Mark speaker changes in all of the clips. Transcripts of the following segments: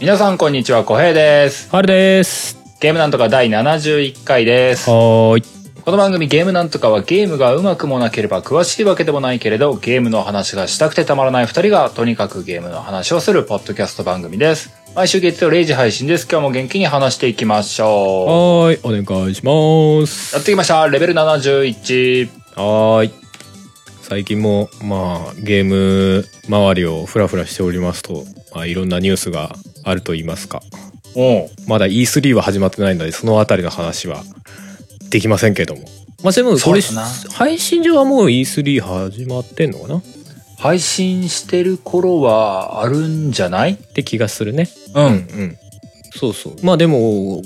Speaker 1: 皆さんこんにちは、小平です。
Speaker 2: あれです。
Speaker 1: ゲームなんとか第71回です。
Speaker 2: はーい。
Speaker 1: この番組ゲームなんとかはゲームがうまくもなければ詳しいわけでもないけれど、ゲームの話がしたくてたまらない二人がとにかくゲームの話をするポッドキャスト番組です。毎週月曜0時配信です。今日も元気に話していきましょ
Speaker 2: はーい。お願いします
Speaker 1: う。。やってきました。レベル71。
Speaker 2: はーい。最近も、まあ、ゲーム周りをふらふらしておりますと、まあ、いろんなニュースがあると言いますか。
Speaker 1: おう
Speaker 2: まだ E3 は始まってないので、そのあたりの話はできませんけども。まあ、でも、それ、
Speaker 1: そうだな
Speaker 2: 配信上はもう E3 始まってんのかなっ
Speaker 1: 配信してる頃はあるんじゃない
Speaker 2: て気がするね。
Speaker 1: うん。
Speaker 2: うん。そうそう。まあでも、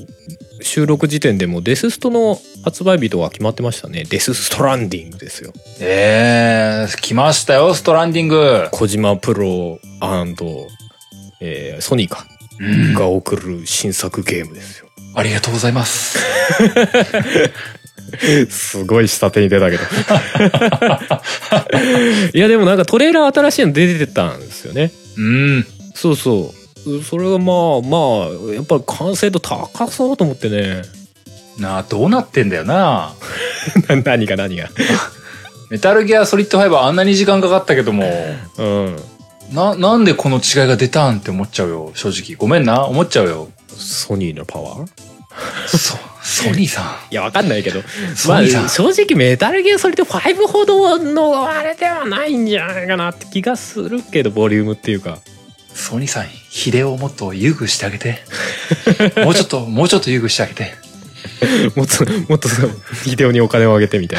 Speaker 2: 収録時点でもうデスストの発売日とは決まってましたね。デスストランディングですよ。
Speaker 1: えー、来ましたよ、ストランディング。
Speaker 2: 小島プロ、えーソニーか、
Speaker 1: うん
Speaker 2: が送る新作ゲームですよ。
Speaker 1: ありがとうございます。
Speaker 2: すごい下手に出たけど。 いやでもなんかトレーラー新しいの出てたんですよね。
Speaker 1: うん。
Speaker 2: そうそう。それがまあまあ、やっぱり完成度高そうと思ってね。
Speaker 1: なあ、どうなってんだよな。
Speaker 2: な何が何が。
Speaker 1: メタルギアソリッド5あんなに時間かかったけども、
Speaker 2: うん。
Speaker 1: な、なんでこの違いが出たんって思っちゃうよ、正直。ごめんな、思っちゃうよ。
Speaker 2: ソニーのパワー
Speaker 1: そ、ソニーさん。
Speaker 2: いや、わかんないけど。
Speaker 1: ソ
Speaker 2: まあ
Speaker 1: ニーさん。
Speaker 2: 正直メタルギアソリッド5ほどのあれではないんじゃないかなって気がするけど、ボリュームっていうか。
Speaker 1: ソニーさん、ヒデをもっと優遇してあげて。もうちょっと、もうちょっと優遇してあげて。
Speaker 2: もっと、もっとそう、ビデオにお金をあげてみたい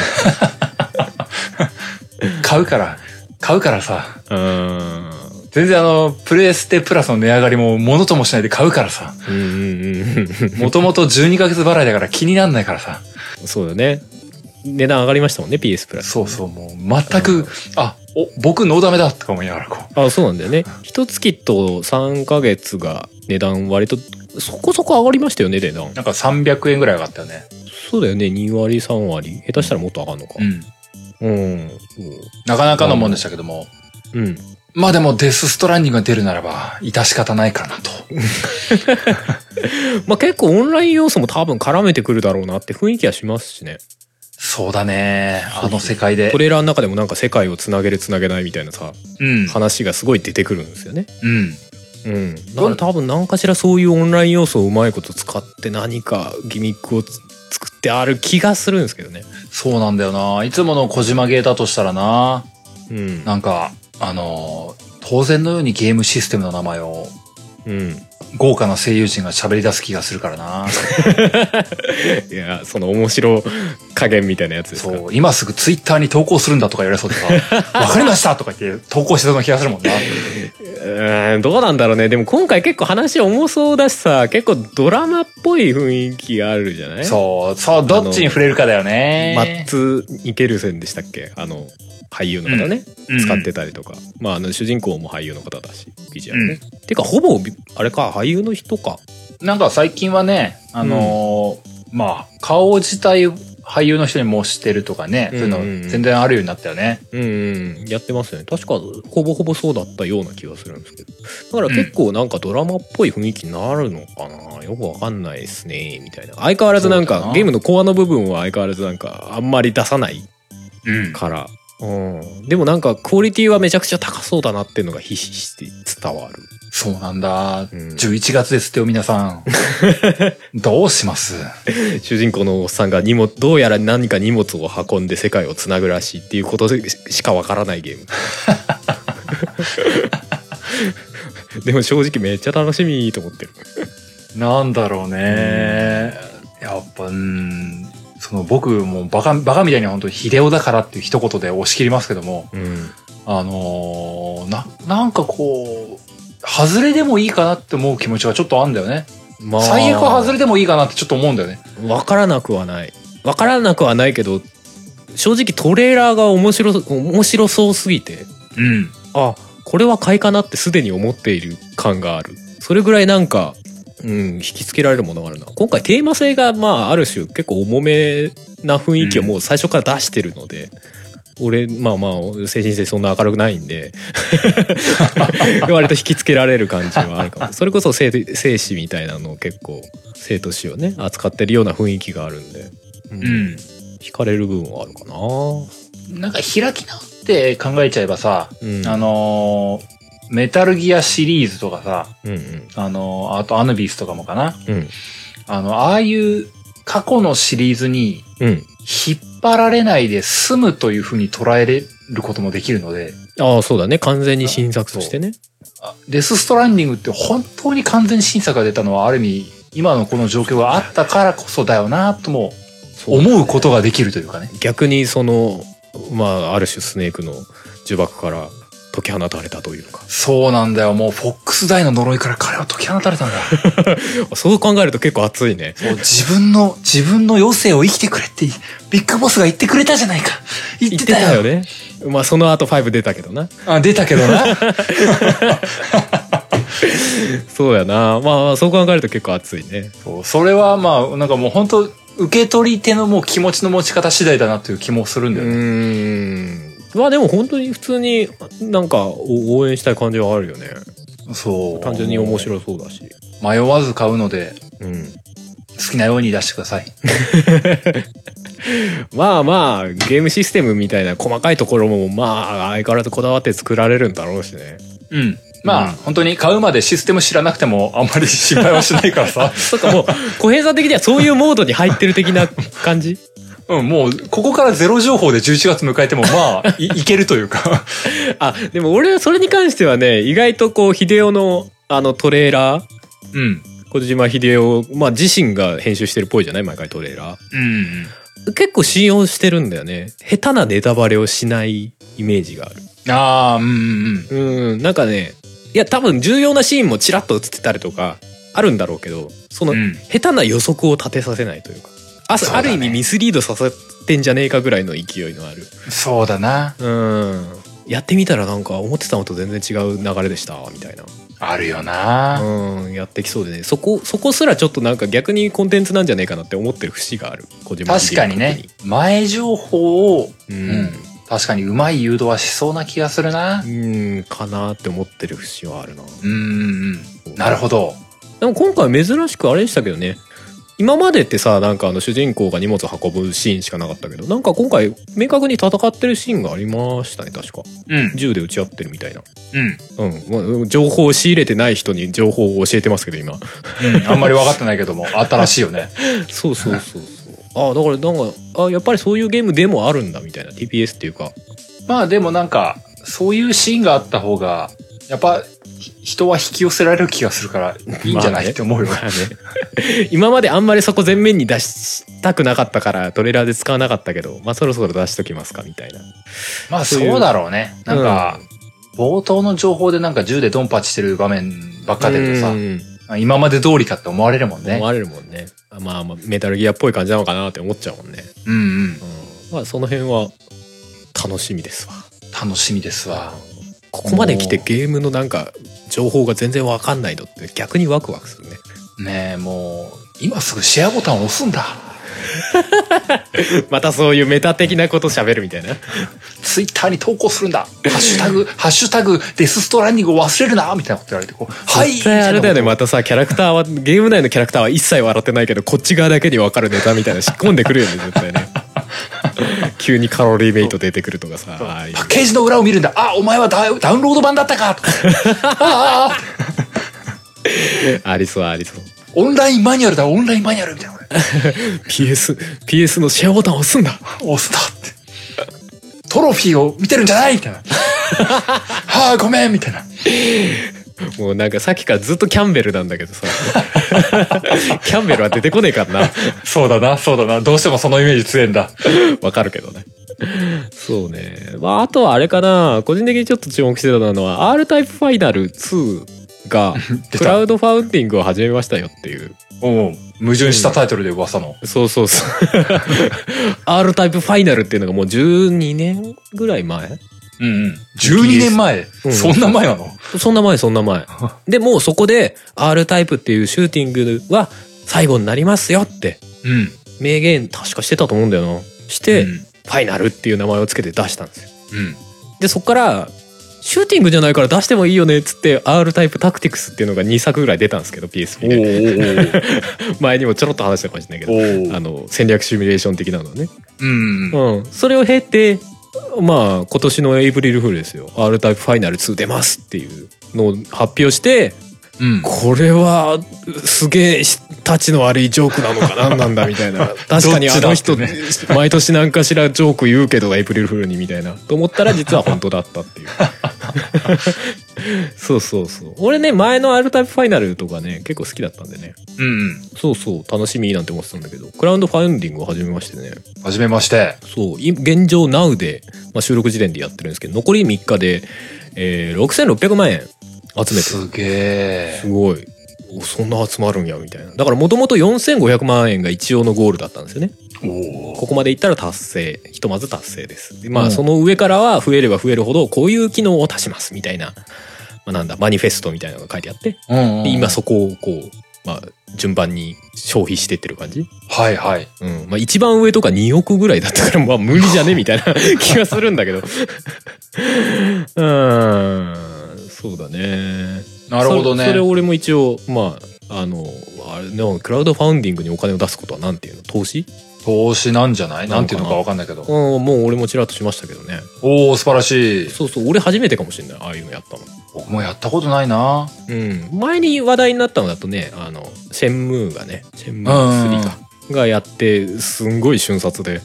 Speaker 1: 買うから、買うからさ。
Speaker 2: な。うん。
Speaker 1: 全然あの、プレステプラスの値上がりも物ともしないで買うからさ。
Speaker 2: うんうんうん。
Speaker 1: もともと12ヶ月払いだから気になんないから さ。
Speaker 2: そうだね。値段上がりましたもんね、PS プラス。
Speaker 1: そうそう、もう全く、あ、お、僕ノーダメだとか思いながらこう。
Speaker 2: あ、そうなんだよね。一月と3ヶ月が値段割と、そこそこ上がりましたよね、値段。
Speaker 1: なんか300円ぐらい上がったよね。
Speaker 2: そうだよね、2割3割。下手したらもっと上がるのか。
Speaker 1: ん。
Speaker 2: うん。
Speaker 1: なかなかのもんでしたけども。
Speaker 2: うん。
Speaker 1: まあでもデスストランディングが出るならば、致し方ないかなと。
Speaker 2: まあ結構オンライン要素も多分絡めてくるだろうなって雰囲気はしますしね。
Speaker 1: そうだね。あの世界で
Speaker 2: ト。レーラーの中でもなんか世界をつなげるつなげないみたいなさ、
Speaker 1: うん。
Speaker 2: 話がすごい出てくるんですよね。
Speaker 1: うん。
Speaker 2: うん。なんか多分何かしらそういうオンライン要素をうまいこと使って何かギミックをつ作ってある気がするんですけどね。
Speaker 1: そうなんだよな。いつもの小島ゲーだとしたらな。
Speaker 2: うん。
Speaker 1: なんか、あのー、当然のようにゲームシステムの名前を、
Speaker 2: うん。
Speaker 1: 豪華な声優陣が喋り出す気がするからな。
Speaker 2: いや、その面白加減みたいなやつですか。
Speaker 1: そう、今すぐツイッターに投稿するんだとか言われそうでさ、 わかりましたとか言って投稿してたの気がするもんな。
Speaker 2: うん、どうなんだろうね。でも今回結構話重そうだしさ、結構ドラマっぽい雰囲気があるじゃない
Speaker 1: そう、そう、どっちに触れるかだよね。
Speaker 2: マッツ・ニケルセンでしたっけあの俳優の方ね、
Speaker 1: うん
Speaker 2: 使ってたりとか、まああの主人公も俳優の方だしビジュアルね、てかほぼびあれか俳優の人か
Speaker 1: なんか最近はね、あのーまあ、顔自体俳優の人に模してるとかね、
Speaker 2: うん
Speaker 1: そういうの全然あるようになったよね。
Speaker 2: うん、うん、やってますよね確かほぼほぼそうだったような気がするんですけどだから結構なんかドラマっぽい雰囲気になるのかな、よくわかんないですねみたいな相変わらずなん
Speaker 1: そうだ
Speaker 2: か
Speaker 1: な
Speaker 2: ゲームのコアの部分は相変わらずなんかあんまり出さない
Speaker 1: うん。
Speaker 2: から、うん、でもなんかクオリティはめちゃくちゃ高そうだなっていうのがひしひしって伝わる、
Speaker 1: そうなんだ。
Speaker 2: うん
Speaker 1: 11月ですってよ、皆さ ん。どうします
Speaker 2: 主人公のおっさんが荷物どうやら何か荷物を運んで世界をつなぐらしいっていうことでししかわからないゲ ームでも正直めっちゃ楽しみと思ってる
Speaker 1: なんだろうね。やっぱ、うん。その僕もバカ、バカみたいに本当に秀夫だからっていう一言で押し切りますけども、
Speaker 2: うん
Speaker 1: あのーな、なんかこう、外れでもいいかなって思う気持ちがちょっとあんだよね。
Speaker 2: ま
Speaker 1: 最悪は外れでもいいかなってちょっと思うんだよね。
Speaker 2: わからなくはないわからなくはないけど正直トレーラーが面白面白そうすぎて
Speaker 1: うん。
Speaker 2: あこれは買いかなってすでに思っている感があるそれぐらいなんかうん引きつけられるものがあるな今回テーマ性がまあある種結構重めな雰囲気をもう最初から出してるので、俺、まあまあ、精神性そんな明るくないんで、 割と引きつけられる感じはあるかも。それこそ生生死みたいなのを結構、生と死をね、扱ってるような雰囲気があるんで、う
Speaker 1: うん。
Speaker 2: 惹かれる部分はあるかな。
Speaker 1: なんか開き直って考えちゃえばさ、
Speaker 2: うん。
Speaker 1: あ、のーメタルギアシリーズとかさ、
Speaker 2: うんうん。
Speaker 1: あのーあとアヌビスとかもかな。
Speaker 2: うん。
Speaker 1: あの、ああいう過去のシリーズに
Speaker 2: うん。
Speaker 1: 引っ張られないで済むというふうに捉えれることもできるので、
Speaker 2: ああ、そうだね。完全に新作としてね。
Speaker 1: あデス・ストランディングって本当に完全に審査が出たのはある意味、今のこの状況があったからこそだよなとも
Speaker 2: そう
Speaker 1: 思うことができるというかね。
Speaker 2: 逆にそのまあある種スネークの呪縛から解き放たれたというか
Speaker 1: そうなんだよ。もう、フォックス大の呪いから彼は解き放たれたんだ。
Speaker 2: そう考えると結構熱いね
Speaker 1: そう自分の、自分の余生を生きてくれって、ビッグボスが言ってくれたじゃないか。言ってたよ。
Speaker 2: ねまあその後5出たけどな
Speaker 1: あ、出たけどな。
Speaker 2: そうやなまあそう考えると結構熱いね
Speaker 1: そうそれはまあ、なんかもう本当受け取り手のもう気持ちの持ち方次第だなという気もするん
Speaker 2: う
Speaker 1: だよね。
Speaker 2: んまあでも本当に普通になんかお応援したい感じはあるよね
Speaker 1: そう。
Speaker 2: 単純に面白そうだし
Speaker 1: 迷わず買うので、
Speaker 2: うん
Speaker 1: 好きなように出してください。
Speaker 2: まあまあゲームシステムみたいな細かいところもまあ相変わらずこだわって作られるんだろうしね
Speaker 1: うん。まあ、
Speaker 2: うん
Speaker 1: 本当に買うまでシステム知らなくてもあんまり心配はしないからさ。
Speaker 2: そっかもう小平さん的にはそういうモードに入ってる的な感じ
Speaker 1: うん、もう、ここからゼロ情報で11月迎えても、まあ、いいけるというか。
Speaker 2: あ、でも俺はそれに関してはね、意外とこう、秀夫の、あの、トレーラー、
Speaker 1: うん。
Speaker 2: 小島秀夫、まあ自身が編集してるっぽいじゃない毎回トレーラ
Speaker 1: うん。
Speaker 2: ー。結構信用してるんだよね。下手なネタバレをしないイメージがある。
Speaker 1: ああ、うんうん
Speaker 2: うん、なんかね、いや多分重要なシーンもチラッと映ってたりとか、あるんだろうけど、その、
Speaker 1: うん。うん。
Speaker 2: 下手な予測を立てさせないというか。あ
Speaker 1: そうだ
Speaker 2: あ
Speaker 1: ね
Speaker 2: る意味ミスリードさせてんじゃねえかぐらいの勢いのある。
Speaker 1: そうだな。
Speaker 2: うん。やってみたらなんか思ってたのと全然違う流れでした、みたいな。
Speaker 1: あるよな。
Speaker 2: うん、やってきそうでねそこそこすらちょっとなんか逆にコンテンツなんじゃねえかなって思ってる節がある小島
Speaker 1: 確かにね、前情報を、
Speaker 2: 特に
Speaker 1: 確かにうまい誘導はしそうな気がするな
Speaker 2: う。ん、うん、かなって思ってる節はあるな
Speaker 1: うんうんうん。なるほど。
Speaker 2: でも今回珍しくあれでしたけどね今までってさなんかあの主人公が荷物運ぶシーンしかなかったけどなんか今回明確に戦ってるシーンがありましたね確か
Speaker 1: うん。
Speaker 2: 銃で撃ち合ってるみたいな
Speaker 1: うん。
Speaker 2: うんまあ情報を仕入れてない人に情報を教えてますけど今
Speaker 1: うん。あんまり分かってないけ ども、新しいよね。
Speaker 2: そうそうそう そう。あだからなんかあやっぱりそういうゲームでもあるんだみたいな TPS っていうか。
Speaker 1: まあでもなんか、そういうシーンがあった方が、やっぱ、ひ人は引き寄せられる気がするから、いいんじゃない、
Speaker 2: まあね
Speaker 1: って思うよ。
Speaker 2: 今まであんまりそこ全面に出したくなかったからトレーラーで使わなかったけど、まあそろそろ出しときますかみたいな。
Speaker 1: まあ
Speaker 2: そ
Speaker 1: そう
Speaker 2: いう
Speaker 1: うだろうね。なんか、冒頭の情報でなんか銃でドンパチしてる場面ばっか出ると
Speaker 2: う
Speaker 1: さ、
Speaker 2: ん
Speaker 1: 今まで通りかって思われるもんね
Speaker 2: 思。われるもんね。あまあまあメタルギアっぽい感じなのかなって思っちゃうもんね。
Speaker 1: うんうん
Speaker 2: う。ん、まあその辺は楽しみですわ。
Speaker 1: 楽しみですわ。
Speaker 2: ここまで来てゲームのなんか情報が全然わかんないのって逆にワクワクするね。
Speaker 1: ねえ、もう、今すぐシェアボタンを押すんだ。
Speaker 2: またそういうメタ的なこと喋るみたいな。
Speaker 1: ツイッターに投稿するんだ。ハッシュタグ、ハッシュタグ、デスストランディングを忘れるなみたいなこと言われて、こう、はい
Speaker 2: 絶対あれだよね、
Speaker 1: み
Speaker 2: またさ、キャラクターは、ゲーム内のキャラクターは一切笑ってないけど、こっち側だけに分かるネタみたいなの仕込んでくるよね、絶対ね。急にカロリーメイト出てくるとかさ、ああ
Speaker 1: た
Speaker 2: い
Speaker 1: いうなパッケージの裏を見るんだ。あ、お前はダウダウンロード版だった か。ああ、
Speaker 2: ありそうありそう。
Speaker 1: オンラインマニュアルだ、オンラインマニュアルみたいな。
Speaker 2: PS、PS のシェアボタン押すんだ
Speaker 1: 押すなって。トロフィーを見てるんじゃないみたい な。はあ、ごめんみたいな。
Speaker 2: もうなんかさっきからずっとキャンベルなんだけどさ、キャンベルは出てこねえからな。
Speaker 1: そうだな、そうだな。どうしてもそのイメージ強えんだ。
Speaker 2: わかるけどね。そうね。まあ、あとはあれかな。個人的にちょっと注目してたのは、R タイプファイナル2が、
Speaker 1: 出た
Speaker 2: クラウドファウンディングを始めましたよっていう。
Speaker 1: おう矛盾したタイトルで噂の。
Speaker 2: そうそう そう。R タイプファイナルっていうのがもう12年ぐらい前
Speaker 1: うんうん。12年前。
Speaker 2: うん
Speaker 1: そんな前なの
Speaker 2: そんな前そんな 前。で、もうそこで R タイプっていうシューティングは最後になりますよって
Speaker 1: うん。
Speaker 2: 明言確かしてたと思うんだよな。して、
Speaker 1: うん
Speaker 2: ファイナルっていう名前をつけて出したんですよ
Speaker 1: うん。
Speaker 2: でそっからシューティングじゃないから出してもいいよねっつって R タイプタクティクスっていうのが2作ぐらい出たんですけど PSP で前にもちょろっと話したかもしれないけ
Speaker 1: お
Speaker 2: ど
Speaker 1: ーお
Speaker 2: あ
Speaker 1: ー。
Speaker 2: の戦略シミュレーション的なのはね、
Speaker 1: うん。
Speaker 2: うん、それを経てまあ今年のエイプリルフールですよ R タイプファイナル2出ますっていうのを発表して
Speaker 1: うん。
Speaker 2: これはすげえしたちの悪いジョークなのか何なんだみたい な確かにあの人、
Speaker 1: どっち
Speaker 2: 毎年何かしらジョーク言うけどエイプリルフールにみたいなと思ったら実は本当だった っていうそうそうそう俺ね前の「R タイプファイナル」とかね結構好きだったんでね
Speaker 1: うん。
Speaker 2: そうそう楽しみなんて思ってたんだけどクラウドファウンディングを始めましてね
Speaker 1: はじめまして。
Speaker 2: そうい現状 Now で、まあ、収録時点でやってるんですけど残り3日で、えー6600万円集めて
Speaker 1: すげ
Speaker 2: すごい。おそんな集まるんや、みたいな。だからもともと4500万円が一応のゴールだったんですよね。
Speaker 1: え。お
Speaker 2: ここまでいったら達成。ひとまず達成です。でま
Speaker 1: う
Speaker 2: あ、
Speaker 1: ん
Speaker 2: その上からは増えれば増えるほど、こういう機能を足します、みたいな。まあ、なんだ、マニフェストみたいなのが書いてあって、
Speaker 1: お。
Speaker 2: で今そこをこう、まあ、順番に消費してってる感じ
Speaker 1: はいはい。
Speaker 2: うん。まあ、一番上とか2億ぐらいだったから、まあ、無理じゃねみたい な気がするんだけど。う ーん。そうだね。
Speaker 1: なるほど
Speaker 2: それそ
Speaker 1: ね。
Speaker 2: れ俺も一応まああのあれのクラウドファウンディングにお金を出すことはなんていうの投資
Speaker 1: 投資なんじゃない
Speaker 2: な
Speaker 1: な
Speaker 2: の
Speaker 1: んて
Speaker 2: かな
Speaker 1: いうのかわかんないけど
Speaker 2: う。んもう俺もちらっとしましたけどね
Speaker 1: おお素晴らしい。
Speaker 2: そうそう俺初めてかもしれないああいうのやったの
Speaker 1: 僕もやったことないな。
Speaker 2: うん前に話題になったのだとねあのシェンムーがねシェンムー3かがやってすんごい瞬殺で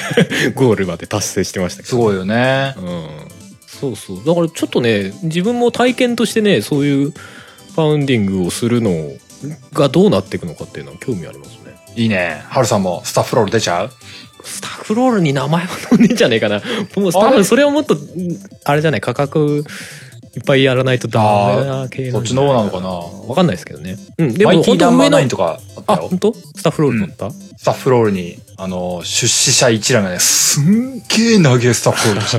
Speaker 2: ゴールまで達成してましたけど
Speaker 1: すごいよね。
Speaker 2: うん、そうそうだからちょっとね自分も体験としてねそういうファウンディングをするのがどうなっていくのかっていうのは興味ありますね
Speaker 1: いいね。ハルさんもスタッフロール出ちゃう
Speaker 2: スタッフロールに名前は載んねえんじゃねえかなもう多分それをもっとうんあれじゃない価格いっぱいやらないとダメな系
Speaker 1: そ
Speaker 2: ん
Speaker 1: っ
Speaker 2: じ
Speaker 1: ち
Speaker 2: ゃい
Speaker 1: の方なのかな
Speaker 2: わかんないですけどねうんで
Speaker 1: マ
Speaker 2: も
Speaker 1: イティ
Speaker 2: 本
Speaker 1: ーダ
Speaker 2: 当
Speaker 1: ンマー
Speaker 2: 上の
Speaker 1: ナインとかあった
Speaker 2: あ
Speaker 1: よ
Speaker 2: 本。当スタッフロール取った、
Speaker 1: スタッフロールに、あの、出資者一覧がね、すんげー投げスタッフロールでした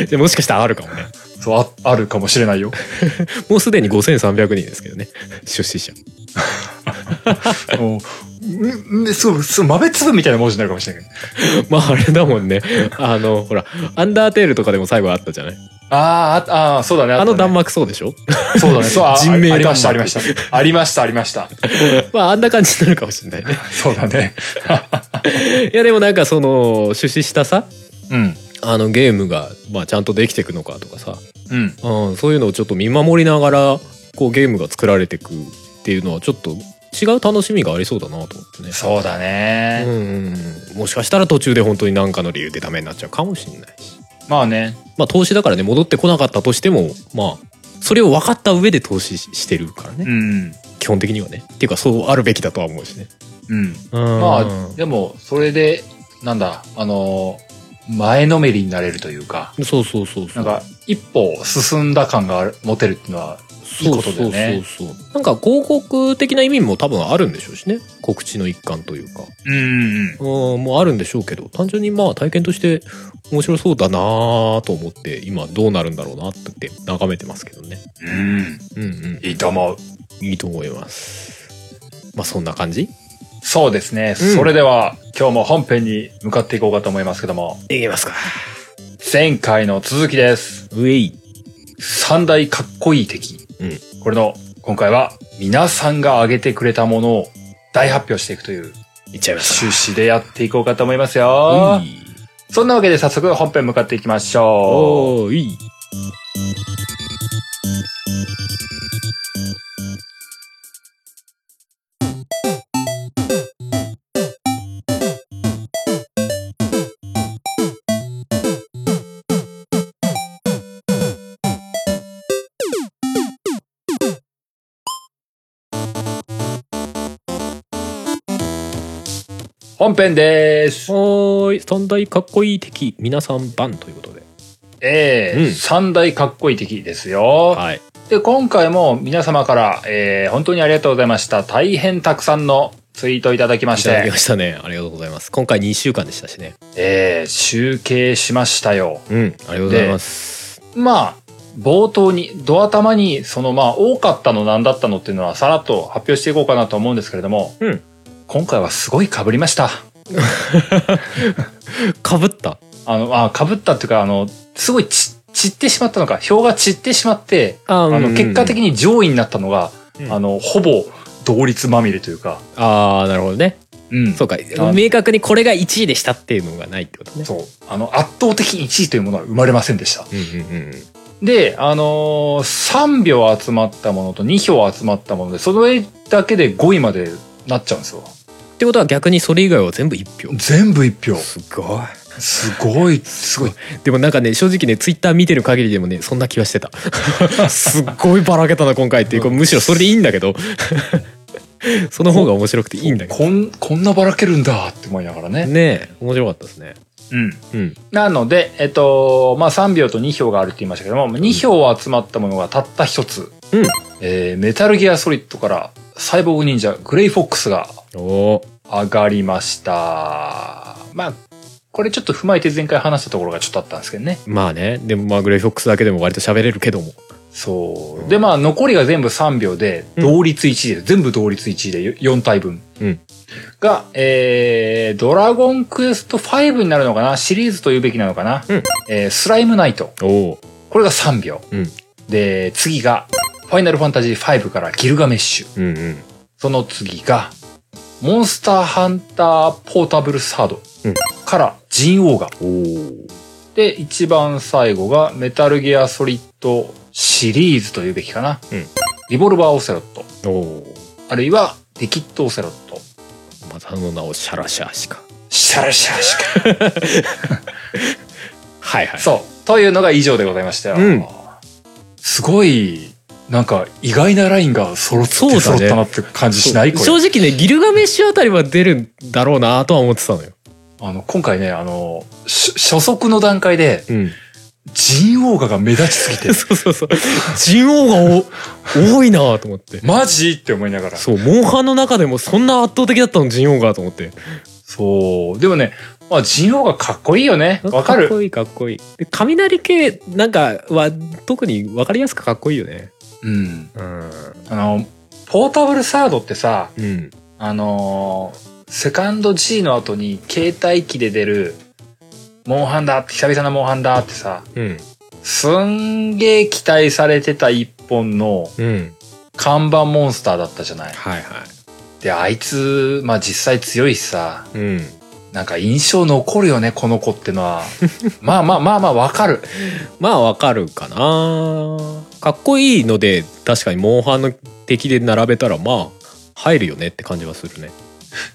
Speaker 1: ね。
Speaker 2: でもしかしたらあるかもね
Speaker 1: そう、ああるかもしれないよ。
Speaker 2: もうすでに5300人ですけどね 出資者
Speaker 1: もう、んんすごい、すごい豆粒みたいな文字になるかもしれないけど。
Speaker 2: まああれだもんね。あの、ほら、アンダーテールとかでも最後あったじゃない
Speaker 1: あーあ、あーそうだね。
Speaker 2: あの弾
Speaker 1: 幕。
Speaker 2: 幕そうでしょ
Speaker 1: そうだね。そう、ああ
Speaker 2: 人命
Speaker 1: あ
Speaker 2: 弾幕
Speaker 1: りました、ありました。ありました、ありました。
Speaker 2: まああんな感じになるかもしれな いね。
Speaker 1: そうだね。
Speaker 2: いやでもなんかその、出資したさ、
Speaker 1: うん。
Speaker 2: あのゲームが、まあちゃんとできていくのかとかさ、
Speaker 1: うん。
Speaker 2: うん、そういうのをちょっと見守りながら、こうゲームが作られていくっていうのはちょっと違う楽しみがありそうだなと思ってね。
Speaker 1: そうだ
Speaker 2: う
Speaker 1: ね。
Speaker 2: んうんうん、もしかしたら途中で本当に何かの理由でダメになっちゃうかもしれないし。
Speaker 1: まあね。
Speaker 2: まあ投資だからね、戻ってこなかったとしても、まあ、それを分かった上で投資ししてるからね。
Speaker 1: うん。
Speaker 2: 基本的にはねっていうかそうあるべきだとは思うしね
Speaker 1: うん。ま
Speaker 2: ま
Speaker 1: あ、でも、それで、なんだ、あの、前のめりになれるというか、
Speaker 2: そうそうそう
Speaker 1: な
Speaker 2: そうん
Speaker 1: か、一歩進んだ感がある持てるっていうのは、いいことだよね
Speaker 2: そうそうそうそうなんか広告的な意味も多分あるんでしょうしね告知の一環というか
Speaker 1: うん。
Speaker 2: うんもうあるんでしょうけど単純にまあ体験として面白そうだなぁと思って今どうなるんだろうなって眺めてますけどね
Speaker 1: うん。
Speaker 2: うんうん
Speaker 1: いいと思う。
Speaker 2: いいと思いますまあそんな感じ
Speaker 1: そうですね。
Speaker 2: うん
Speaker 1: それでは、今日も本編に向かっていこうかと思いますけども、
Speaker 2: いけますか
Speaker 1: 前回の続きです。
Speaker 2: ウェイ
Speaker 1: 三大かっこいい敵。
Speaker 2: う
Speaker 1: これの、今回は、皆さんが挙げてくれたものを大発表していくという
Speaker 2: いっちゃいます
Speaker 1: 趣旨でやっていこうかと思いますよ。そんなわけで早速本編向かっていきましょう。
Speaker 2: おーいい
Speaker 1: 本編です。
Speaker 2: おーい三大かっこいい敵皆さん版ということで
Speaker 1: ええ
Speaker 2: うん
Speaker 1: 三大かっこいい敵ですよ。
Speaker 2: はい
Speaker 1: で、今回も皆様から、ええ本当にありがとうございました。大変たくさんのツイートいただきま
Speaker 2: い
Speaker 1: した
Speaker 2: だき
Speaker 1: て
Speaker 2: ま、したねありがとうございます今回2週間でしたしね
Speaker 1: ええ集計しましたよ。
Speaker 2: うんありがとうございます
Speaker 1: まあ、冒頭に、ドア玉に、そのまあ、多かったの何だったのっていうのはさらっと発表していこうかなと思うんですけれども、
Speaker 2: うん
Speaker 1: 今回はすごい被りました。
Speaker 2: かぶった
Speaker 1: あの、あ、被ったっていうか、あの、すごいち散ってしまったのか、票が散ってしまって、
Speaker 2: あ
Speaker 1: あの、結果的
Speaker 2: に
Speaker 1: に上位になったのが、
Speaker 2: うん
Speaker 1: あの、ほぼ同率まみれというか、
Speaker 2: ああなるほどね
Speaker 1: うん。
Speaker 2: そうか明確にこれが1位でしたっていうのがないってことね
Speaker 1: そう。あの、圧倒的1位というものは生まれませんでした。
Speaker 2: うんうんうん
Speaker 1: で、あのー3票集まったものと2票集まったもので、それだけで5位までなっちゃうんですよ。
Speaker 2: ってことは逆にそれ以外は全部1票
Speaker 1: 全部1票。
Speaker 2: すごい
Speaker 1: すごい、すごい。
Speaker 2: でもなんかね正直ねツイッター見てる限りでもねそんな気はしてた すっごいばらけたな今回っていうこれむしろそれでいいんだけど その方が面白くていいんだけど
Speaker 1: こん、こんなばらけるんだって思いながらね。
Speaker 2: ねえ面白かったですね
Speaker 1: うん。
Speaker 2: うん
Speaker 1: なので、えっと、まあ、3票と2票があるって言いましたけども、2票集まったものがたった1つ。
Speaker 2: うん
Speaker 1: えーメタルギアソリッドからサイボーグ忍者グレイフォックスが
Speaker 2: おお
Speaker 1: 上がりました。まあ、これちょっと踏まえて前回話したところがちょっとあったんですけどね。
Speaker 2: ーまあねでもまあグレイフォックスだけでも割と喋れるけども
Speaker 1: そうう。
Speaker 2: ん
Speaker 1: で、まあ、残りが全部3秒で、
Speaker 2: うん
Speaker 1: 同率1位で、全部同率1位でよ4体分。
Speaker 2: うん
Speaker 1: が、えー、ドラゴンクエスト5になるのかなシリーズというべきなのかな、
Speaker 2: うん
Speaker 1: えー、スライムナイト。
Speaker 2: おお
Speaker 1: これが3秒。
Speaker 2: うん
Speaker 1: で、次が、ファイナルファンタジー5からギルガメッシュ。
Speaker 2: うんうん
Speaker 1: その次が、モンスターハンターポータブルサード
Speaker 2: うん
Speaker 1: からジンオーガ。
Speaker 2: おお
Speaker 1: で、一番最後がメタルギアソリッドシリーズというべきかな。
Speaker 2: うん
Speaker 1: リボルバーオセロット。
Speaker 2: おお
Speaker 1: あるいはデキッドオセロット。
Speaker 2: またの名をシャラシャーしか
Speaker 1: シャラシャラシカ。
Speaker 2: はいはい
Speaker 1: そう。というのが以上でございましたよ。
Speaker 2: うん
Speaker 1: すごい、なんか意外なラインが揃って
Speaker 2: そうだね
Speaker 1: 揃ったなって感じしないこれ
Speaker 2: 正直ねギルガメッシュあたりは出るんだろうなとは思ってたのよ
Speaker 1: あの、今回ね、あの、し初速の段階で、
Speaker 2: うん
Speaker 1: ジンオーガが目立ちすぎて、
Speaker 2: そうそうそう人王がお多いなと思って
Speaker 1: マジって思いながら。
Speaker 2: そう、モンハンの中でもそんな圧倒的だったの、ジンオウガと思って。
Speaker 1: そう。でもね、まあ、ジンオーガかっこいいよね。わか
Speaker 2: っ
Speaker 1: る。
Speaker 2: こいい、かっこいい。で雷系なんかは、特に分かりやすくかっこいいよね。
Speaker 1: うん。
Speaker 2: うん。
Speaker 1: あの、ポータブルサードってさ、
Speaker 2: うん。
Speaker 1: あのーセカンド G の後に携帯機で出る、モンハンだって、久々なモンハンだってさ、
Speaker 2: うん。
Speaker 1: すんげえ期待されてた一本の
Speaker 2: うん。
Speaker 1: 看板モンスターだったじゃない。
Speaker 2: はいは
Speaker 1: で、あいつ、まあ実際強いしさ、
Speaker 2: い。うん。
Speaker 1: なんか印象残るよね、この子ってのは。まあまあまあまあ、わかる。
Speaker 2: まあ、分かるかな。かっこいいので、確かにモンハンの敵で並べたら、まあ、入るよねって感じはするね。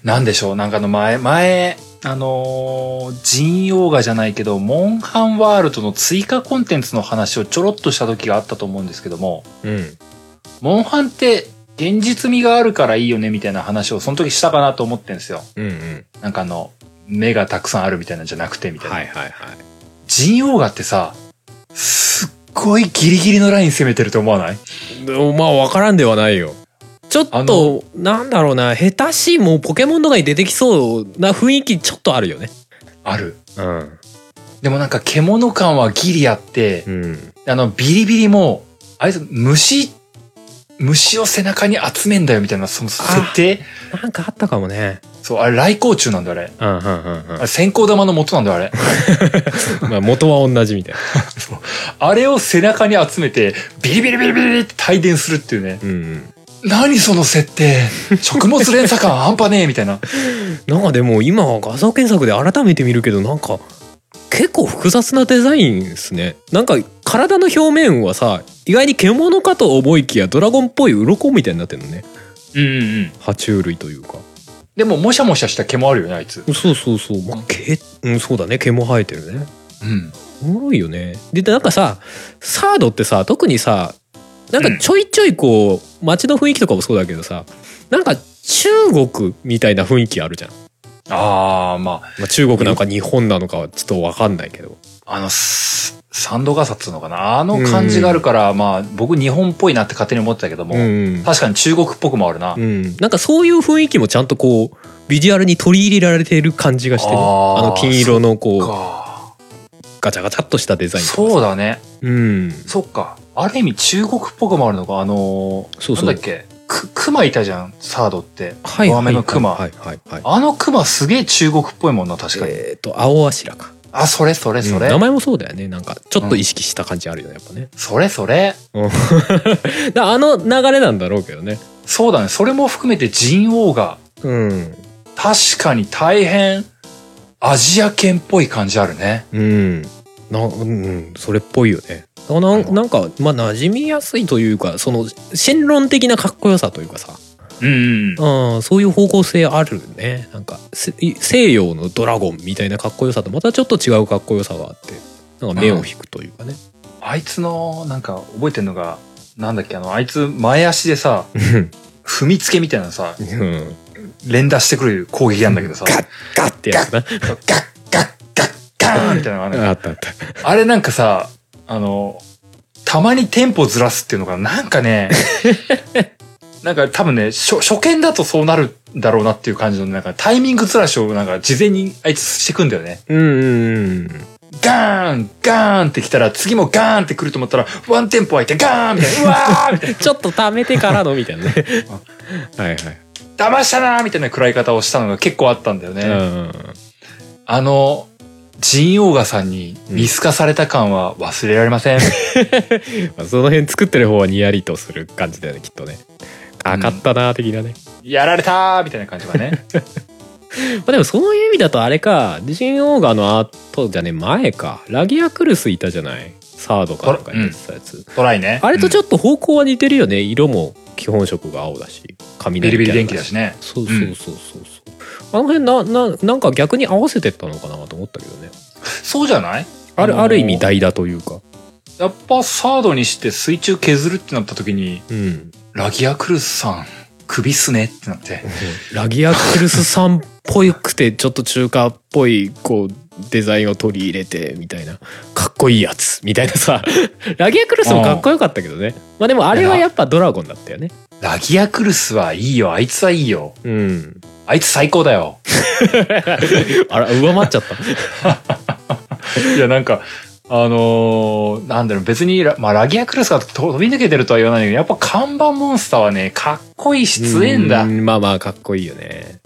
Speaker 1: なんでしょう、なんかあの前、前、あのー、人王画じゃないけど、モンハンワールドの追加コンテンツの話をちょろっとした時があったと思うんですけども、
Speaker 2: うん。
Speaker 1: モンハンって現実味があるからいいよね、みたいな話をその時したかなと思ってんですよ。
Speaker 2: うんうん。
Speaker 1: なんかあの、目がたくさんあるみたいなんじゃなくて、みたいな。
Speaker 2: はいはいはい。
Speaker 1: 人王画ってさ、すっごいギリギリのライン攻めてると思わない
Speaker 2: でもまあ分からんではないよちょっ
Speaker 1: あ
Speaker 2: と
Speaker 1: の
Speaker 2: なんだろうな下手しいもうポケモンとかに出てきそうな雰囲気ちょっとあるよね
Speaker 1: ある。
Speaker 2: うん
Speaker 1: でもなんか獣感はギリあって
Speaker 2: う、ん
Speaker 1: あの、ビリビリも、あいつ、虫、虫を背中に集めんだよみたいな、その設定
Speaker 2: なんかあったかもね
Speaker 1: そう、あれ、来光虫なんだよ、あれ。
Speaker 2: うんうんうんうん
Speaker 1: あれ、線香玉の元なんだよ、あれ。
Speaker 2: まあ元は同じみたいな
Speaker 1: あれを背中に集めて、ビリビリビリビリって帯電するっていうね。
Speaker 2: うんうん
Speaker 1: 何その設 定食物連鎖感半端ねえみたいな。
Speaker 2: なんかでも今画像検索で改めて見るけどなんか結構複雑なデザインですねなんか体の表面はさ意外に獣かと思いきやドラゴンっぽい鱗みたいになってるのね
Speaker 1: うんうんうん。
Speaker 2: 爬虫類というか
Speaker 1: でも、もしゃもしゃした毛もあるよね、あいつ。
Speaker 2: そうそうそうまあ毛うんそうだね毛も生えてるね
Speaker 1: うん。
Speaker 2: おもろいよねでなんかさサードってさ特にさなんかちょいちょいこう、街の雰囲気とかもそうだけどさなんか中国みたいな雰囲気あるじゃん、
Speaker 1: あー、まあ、
Speaker 2: まあ、中国なのか日本なのかはちょっとわかんないけど
Speaker 1: あの、スサンドガサっつうのかな。あの感じがあるから、まあ、僕日本っぽいなって勝手に思ってたけども、
Speaker 2: うん、
Speaker 1: 確かに中国っぽくもあるな
Speaker 2: う。ん、なんかそういう雰囲気もちゃんとこうビジュアルに取り入れられてる感じがしてね
Speaker 1: あー
Speaker 2: あの金色のこう
Speaker 1: か。
Speaker 2: ガチャガチャっとしたデザインとか
Speaker 1: そうだね。
Speaker 2: うん
Speaker 1: そっか。ある意味中国っぽくもあるのか。あのー
Speaker 2: そうそう
Speaker 1: なんだっけ。くく、クマいたじゃん、サードって。
Speaker 2: はい
Speaker 1: 弱めのクマ。
Speaker 2: はいはいはい、はい
Speaker 1: あのクマすげえ中国っぽいもんな、確かに。
Speaker 2: えっ、と青柱か
Speaker 1: あ、それそれそれ。
Speaker 2: うん名前もそうだよねなんかちょっと意識した感じあるよねやっぱね、
Speaker 1: それそれ。
Speaker 2: うん、だあの流れなんだろうけどね
Speaker 1: そうだね。それも含めて人王が、
Speaker 2: うん
Speaker 1: 確かに大変、アジア圏っぽい感じあるね。
Speaker 2: うんなうんそれっぽいよねななんなんかまあ馴染みやすいというかその神論的なかっこよさというかさ
Speaker 1: うん、うん。
Speaker 2: うん、そういう方向性あるねなんかせ西洋のドラゴンみたいなかっこよさとまたちょっと違うかっこよさがあってなんか目を引くというかね、
Speaker 1: あいつの、なんか、覚えてんのが、なんだっけ、あの、あいつ、前足でさ、踏みつけみたいなのさ、
Speaker 2: うん、
Speaker 1: 連打してくる攻撃なんだけどさ、
Speaker 2: ガッガッってやつな
Speaker 1: ガッガッガッガーンみたいなのがあるのよ
Speaker 2: あったあった
Speaker 1: あれなんかさ、あの、たまにテンポずらすっていうのが、なんか ね、なんか多分ね、初、初見だとそうなるんだろうなっていう感じの、なんかタイミングずらしをなんか事前にあいつしてくんだよね。
Speaker 2: うんうん
Speaker 1: ガーンガーンって来たら、次もガーンって来ると思ったら、ワンテンポ空いてガーンみたいな、うわーみたい
Speaker 2: うん ちょっと貯めてからのみたいなね はいはい、
Speaker 1: な、騙したなーみたいな食らい方をしたのが結構あったんだよね。
Speaker 2: うん
Speaker 1: あの、ジンオーガさんに見透かされた感は忘れられません。
Speaker 2: まあその辺作ってる方はニヤリとする感じだよねきっとねあかったなー的なね、
Speaker 1: やられたーみたいな感じが ね。
Speaker 2: まあでもそういう意味だとあれか地震オーガの後じゃね前かラギアクルスいたじゃないサードかなんかに出てたやつ、
Speaker 1: トライね。
Speaker 2: あれとち
Speaker 1: ょっ
Speaker 2: ょっと方向は似てるよね色も基本色が青だし
Speaker 1: とビ
Speaker 2: 雷
Speaker 1: リビリ電
Speaker 2: みた
Speaker 1: 気
Speaker 2: いな
Speaker 1: だしね。
Speaker 2: そうそうそうそうそう、あの辺なななんか逆に合わせてったのかなと思ったけどね
Speaker 1: そうじゃない
Speaker 2: ある,、
Speaker 1: あのー
Speaker 2: ある意味代打というか
Speaker 1: やっぱサードにして水中削るってなった時に、
Speaker 2: うん
Speaker 1: ラギアクルスさん、首っすねってなって。
Speaker 2: ラギアクルスさんっぽくてちょっと中華っぽいこうデザインを取り入れてみたいなかっこいいやつみたいなさ ラギアクルスもかっこよかったけどねまあでもあれはやっぱドラゴンだったよね
Speaker 1: ラギアクルスはいいよ、あいつはいいよ。
Speaker 2: うん
Speaker 1: あいつ最高だよ。
Speaker 2: あら上回っちゃった
Speaker 1: いや、なんか、あのーなんだろう、別にラ、まあ、ラギアクルスがと飛び抜けてるとは言わないけど、やっぱ看板モンスターはね、かっこいいし、強えんだ
Speaker 2: う。まあまあかっこいいよね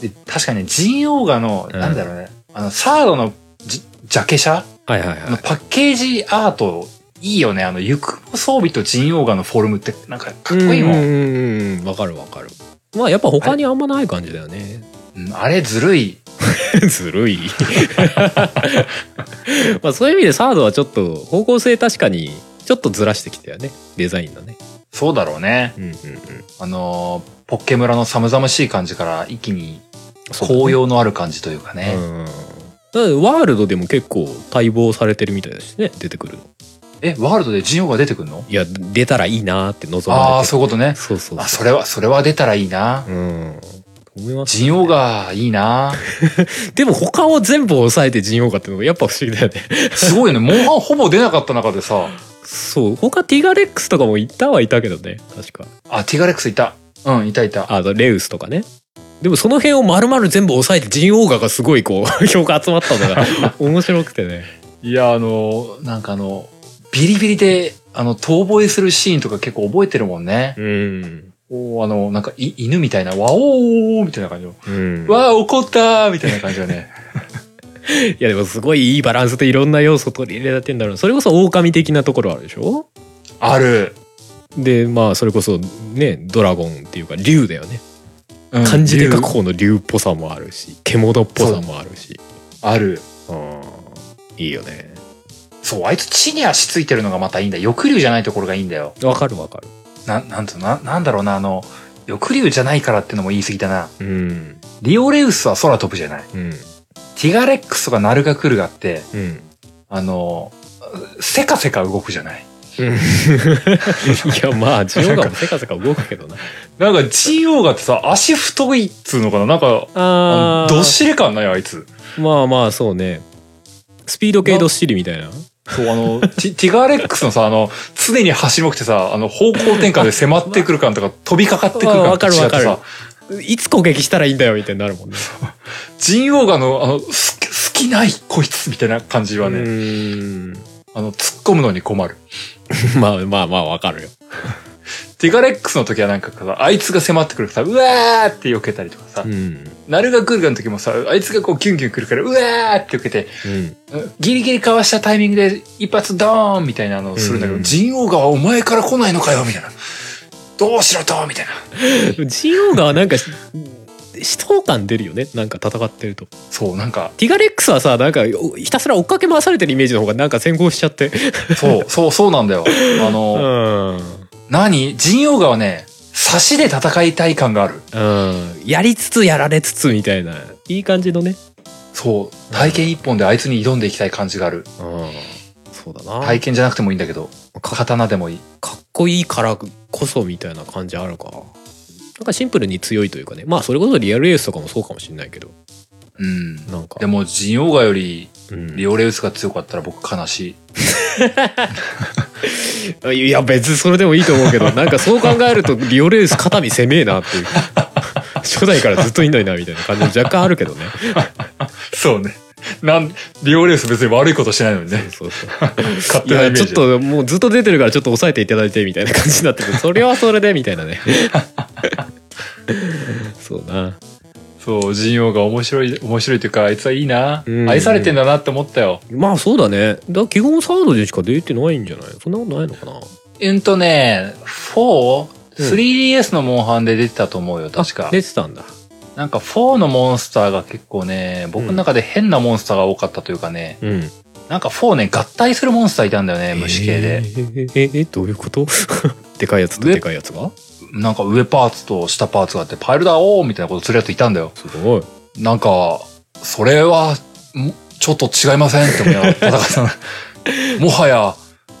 Speaker 1: で確かにね、ジンオーガの、
Speaker 2: うん
Speaker 1: なんだろうね、あの、サードのジジャケ写
Speaker 2: はいはい
Speaker 1: あの
Speaker 2: は
Speaker 1: パッケージアート、いいよね。あの、行く装備とジンオーガのフォルムって、なんかか
Speaker 2: い
Speaker 1: っこいいもん。
Speaker 2: う
Speaker 1: うん
Speaker 2: んうんうんうんわかるわかるまあやっぱ他にあんまない感じだよね
Speaker 1: あれずるい。
Speaker 2: ずるい まあそういう意味でサードはちょっと方向性確かにちょっとずらしてきたよねデザインのね
Speaker 1: そうだろうね。
Speaker 2: うんうんうん
Speaker 1: あのー、ポッケ村の寒々しい感じから一気に紅葉のある感じというかね。
Speaker 2: うんだってワールドでも結構待望されてるみたいだしね出てくるの
Speaker 1: え、ワールドでジンオーガ出てくんの
Speaker 2: いや出たらいいなーって望まれて
Speaker 1: ああー、そういうことね。
Speaker 2: そうそうそう
Speaker 1: あ、それは、それは出たらいいな。
Speaker 2: うん思います
Speaker 1: ジンオーガいいな。
Speaker 2: でも他を全部抑えて陣王かっていうのがやっぱ不思議だよね
Speaker 1: すごいよね。モンハンほぼ出なかった中でさ、
Speaker 2: そう他ティガレックスとかもいたはいたけどね確か
Speaker 1: あ、ティガレックスいた。うん、いたいた。
Speaker 2: あとレウスとかねでもその辺を丸々全部抑えてジンオーガがすごいこう 評価集まったのが面白くてね
Speaker 1: いや、あの、なんかあの、ビリビリで、あの、遠吠えするシーンとか結構覚えてるもんね。
Speaker 2: うん
Speaker 1: おーあの、なんか、い犬みたいな、わおーみたいな感じの。
Speaker 2: うん
Speaker 1: わー、怒ったーみたいな感じだ ね。
Speaker 2: いやでもすごいいいバランスでいろんな要素取り入れられてんだろうそれこそ狼的なところあるでしょ
Speaker 1: ある。
Speaker 2: でまあそれこそねドラゴンっていうか竜だよね
Speaker 1: うん
Speaker 2: 漢字で書く方の竜っぽさもあるし獣っぽさもあるし
Speaker 1: ある。
Speaker 2: うんいいよね
Speaker 1: そう、あいつ地に足ついてるのがまたいいんだ。翼竜じゃないところがいいんだよ。
Speaker 2: わかるわかる
Speaker 1: な、なんと、な、なんだろうな、あの、翼竜じゃないからってのも言い過ぎだな。
Speaker 2: うん
Speaker 1: リオレウスは空飛ぶじゃない。
Speaker 2: うん
Speaker 1: ティガレックスとかナルガクルガって、
Speaker 2: うん
Speaker 1: あの、せかせか動くじゃない。
Speaker 2: うん いやまあジオガもせかせか動くけどな
Speaker 1: なんか GO がってさ、足太いっつうのかななんか、あの
Speaker 2: あー
Speaker 1: どっしり感ないあいつ。
Speaker 2: まあまあそうねスピード系どっしりみたいな
Speaker 1: そう、あの、ティティガーレックスのさ、あの、常に走りまくってさ、あの、方向転換で迫ってくる感とか、飛びかかってくる感
Speaker 2: わかるわかる
Speaker 1: と違って
Speaker 2: いつ攻撃したらいいんだよみたいになるもんね
Speaker 1: さ、ジンオーガの、あの、す、好きない、こいつ、みたいな感じは
Speaker 2: う
Speaker 1: ね、
Speaker 2: ーん
Speaker 1: あの、突っ込むのに困る。
Speaker 2: まあまあまあわかるよ
Speaker 1: ティガレックスの時はなんかさ、あいつが迫ってくるからさ、うわーって避けたりとかさ、
Speaker 2: うん
Speaker 1: ナルガクーガの時もさ、あいつがこうキュンキュン来るから、うわーって避けて、
Speaker 2: うん
Speaker 1: ギリギリかわしたタイミングで一発ドーンみたいなのをするんだけど、
Speaker 2: うん
Speaker 1: 神王がお前から来ないのかよみたいな。どうしろとみたいな。
Speaker 2: ジオがなんかし死闘感出るよねなんか戦ってると
Speaker 1: そう、なんか、
Speaker 2: ティガレックスはさなんかおひたすら追っかけ回されてるイメージの方がなんか先行しちゃって
Speaker 1: そう、 そう、そうなんだよ。あ
Speaker 2: う
Speaker 1: の、
Speaker 2: ん、
Speaker 1: 何神王がはね、差しで戦いたい感がある。
Speaker 2: うん、やりつつやられつつみたいないい感じのね、
Speaker 1: そう、体験一本であいつに挑んでいきたい感じがある。
Speaker 2: うん、そうだな、
Speaker 1: 体験じゃなくてもいいんだけど、
Speaker 2: か
Speaker 1: 刀でもいい。
Speaker 2: かっこいいからこそみたいな感じあるかなんかシンプルに強いというかねまあそれこそリアルエースとかもそうかもしれないけど
Speaker 1: うん。
Speaker 2: なんか
Speaker 1: でも、神王がより、
Speaker 2: うん
Speaker 1: リオレウスが強かったら僕悲しい。
Speaker 2: いや別にそれでもいいと思う けどなんかそう考えるとリオレース肩身狭えな っていう初代からずっといんないなみたいな感じも若干あるけどね
Speaker 1: そうね。なん、リオレウス別に悪いことしてないのにね。
Speaker 2: そうそう
Speaker 1: 勝
Speaker 2: いやちょっともうずっと出てるからちょっと抑えていただいてみたいな感じになっててそれはそれでみたいな ねそうな
Speaker 1: そう、神王が面白い、面白いというか、あいつはいいな
Speaker 2: う。ん
Speaker 1: 愛されてんだなって思ったよ。
Speaker 2: まあそうだねだから基本サードでしか出てないんじゃないそんなことないのかな
Speaker 1: うんとね、
Speaker 2: うん
Speaker 1: 4?3DS のモンハンで出てたと思うよ、確
Speaker 2: あ
Speaker 1: か。
Speaker 2: 出てたんだ
Speaker 1: なんか4のモンスターが結構ね、僕の中で変なモンスターが多かったというかね、
Speaker 2: うん
Speaker 1: なんか4ね、合体するモンスターいたんだよね、虫系で。
Speaker 2: えーえええどういうこと でかいやつと
Speaker 1: 上
Speaker 2: でかいやつが
Speaker 1: なんか上パーツと下パーツがあって、パイルだおーみたいなことするやついたんだよ。
Speaker 2: すごい
Speaker 1: なんか、それは、んちょっと違いませんって思いながら戦ってたもはや、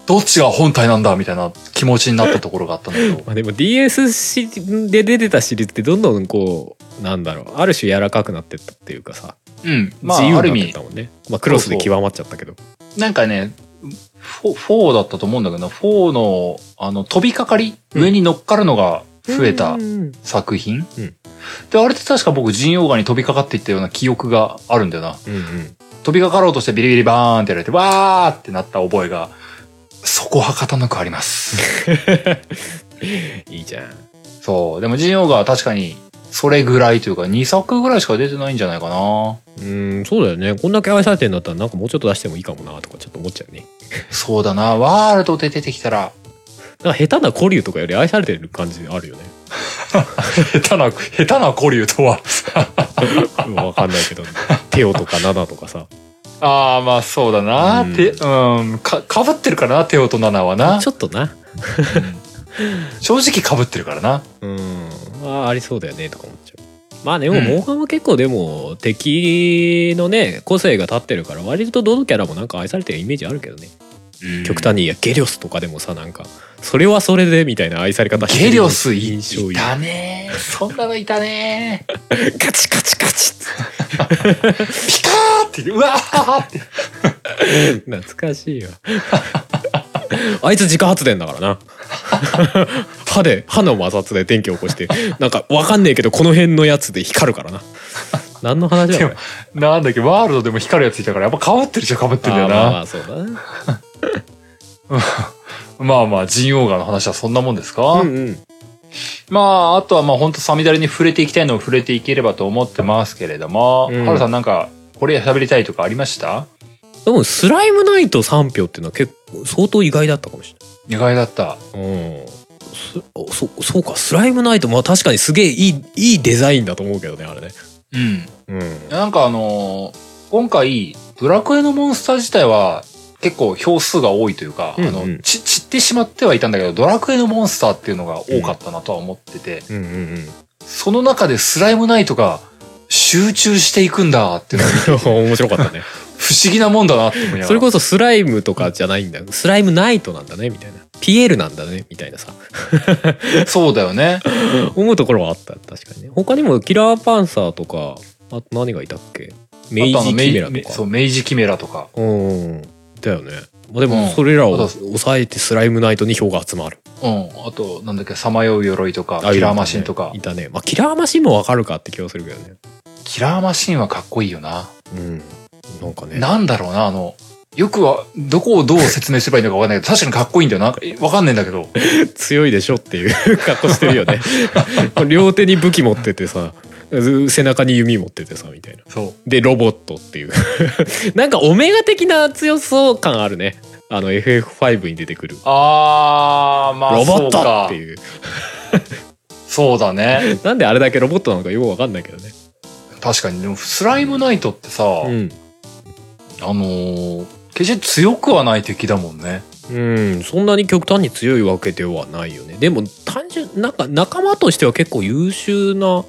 Speaker 1: どっちが本体なんだみたいな気持ちになったところがあったんだけど。
Speaker 2: まあ、でも DS シリで出てたシリーズってどんどんこうなんだろうある種柔らかくなってったっていうかさ、
Speaker 1: うん。まあ、
Speaker 2: 自由
Speaker 1: ある
Speaker 2: に
Speaker 1: 意
Speaker 2: なってっ
Speaker 1: 味
Speaker 2: た、もんね、まあ、クロスで極まっちゃったけど
Speaker 1: なんかね、フォ4だったと思うんだけどな、4の、あの、飛びかかり、
Speaker 2: うん
Speaker 1: 上に乗っかるのが増えた
Speaker 2: うん
Speaker 1: 作品。
Speaker 2: うん
Speaker 1: で、あれって確か僕、ジンオーガに飛びかかっていったような記憶があるんだよな。
Speaker 2: うんうん
Speaker 1: 飛びかかろうとしてビリビリバーンってやられて、わーってなった覚えが、そこはかたなくあります。
Speaker 2: いいじゃん
Speaker 1: そう。でも、ジンオーガは確かに、それぐらいというか、2作ぐらいしか出てないんじゃないかな。
Speaker 2: うんそうだよねこんだけ愛されてるんだったらなんかもうちょっと出してもいいかもなとかちょっと思っちゃうね
Speaker 1: そうだな。ワールドで出てきたら、
Speaker 2: なんか下手な古竜とかより愛されてる感じある よね
Speaker 1: 下手な、下手なコリューとは。
Speaker 2: うんわかんないけどテオとかナナとかさ
Speaker 1: ああ、まあそうだな。
Speaker 2: うん
Speaker 1: て、うん、か、かぶってるからな、テオとナナはな。
Speaker 2: ちょっとな
Speaker 1: うん正直かぶってるからな。
Speaker 2: うんあありそうだよねとか思っちゃうまあでもモンハンは結構でも敵のね個性が立ってるから割とどのキャラもなんか愛されてるイメージあるけどね極端にいやゲリオスとかでもさなんかそれはそれでみたいな愛され方してる
Speaker 1: ゲリオスい
Speaker 2: 印象
Speaker 1: い
Speaker 2: いい
Speaker 1: たね。そんなのいたね。
Speaker 2: カチカチカチ
Speaker 1: ピカーって、うわーって。
Speaker 2: 懐かしいわ あいつ自家発電だからな 歯で歯の摩擦で電気を起こしてなんかわかんねえけどこの辺のやつで光るからな何の話だ
Speaker 1: で
Speaker 2: よ
Speaker 1: もなんだっけ、ワールドでも光るやついたから、やっぱかぶってるじゃかぶってるんだよな。
Speaker 2: まあ
Speaker 1: ま
Speaker 2: ま
Speaker 1: あ
Speaker 2: あそうだな
Speaker 1: まあ、ジンオーガの話はそんなもんですか、
Speaker 2: うんうん
Speaker 1: まあ、あとはまあ本当サミダレに触れていきたいのを触れていければと思ってますけれども、
Speaker 2: うん
Speaker 1: ハルさんなんか、これ喋りたいとかありました
Speaker 2: でもスライムナイト3票っていうのは結構相当意外だったかもし
Speaker 1: 意外だった。
Speaker 2: れないうんすおそそうかスライムナイトまあ確かにすげえいいいいデザインだと思うけどねあれね
Speaker 1: うん。
Speaker 2: うん
Speaker 1: なんかあのー今回、ドラクエのモンスター自体は結構票数が多いというか、
Speaker 2: うんうん
Speaker 1: あの、ち散ってしまってはいたんだけど、ドラクエのモンスターっていうのが多かったなとは思ってて、
Speaker 2: うんうんうん
Speaker 1: その中でスライムナイトが集中していくんだっていうのは
Speaker 2: 面白かったね
Speaker 1: 不思議なもんだなって思いながら。
Speaker 2: それこそスライムとかじゃないんだスライムナイトなんだねみたいなピエールなんだねみたいなさ
Speaker 1: そうだよね。
Speaker 2: 思うところはあった確かにね他にもキラーパンサーとかあと何がいたっけ明
Speaker 1: あとあの
Speaker 2: 治キメラ
Speaker 1: メイメイ
Speaker 2: と
Speaker 1: そ
Speaker 2: か
Speaker 1: う、明治キメラとか。
Speaker 2: うんだよねまあで
Speaker 1: う
Speaker 2: も
Speaker 1: ん
Speaker 2: それら
Speaker 1: あ
Speaker 2: を
Speaker 1: と
Speaker 2: 抑えてスライムナイトに票が集まる
Speaker 1: うん。あと、なんだっけ、さまよう鎧とか、
Speaker 2: あ
Speaker 1: キラーマシンとか
Speaker 2: い。たねいたねまあキラーマシンもわかるかって気がするけどね
Speaker 1: キラーマシンはかっこいいよな。
Speaker 2: うんなんかね
Speaker 1: なんだろうな、あの、よくは、どこをどう説明すればいいのかわかんないけど、確かにかっこいいんだよな。えわかんないんだけど。
Speaker 2: 強いでしょっていう格好してるよ ね両手に武器持っててさ背中に弓持っててさみたいな
Speaker 1: そう。
Speaker 2: でロボットっていう なんかオメガ的な強そう感あるねあの FF5 に出てくる
Speaker 1: あー、まあ、
Speaker 2: ロボ
Speaker 1: そ
Speaker 2: ッ
Speaker 1: う
Speaker 2: ト
Speaker 1: か
Speaker 2: って。いう
Speaker 1: そうだね。
Speaker 2: なんであれだけロボットなのかよくわかんないけどね
Speaker 1: 確かに、でも、スライムナイトってさ、
Speaker 2: うん
Speaker 1: あのー、決して強くはない敵だもんね。
Speaker 2: うん、そんなに極端に強いわけではないよねでも単純なんか仲間としては結構優秀な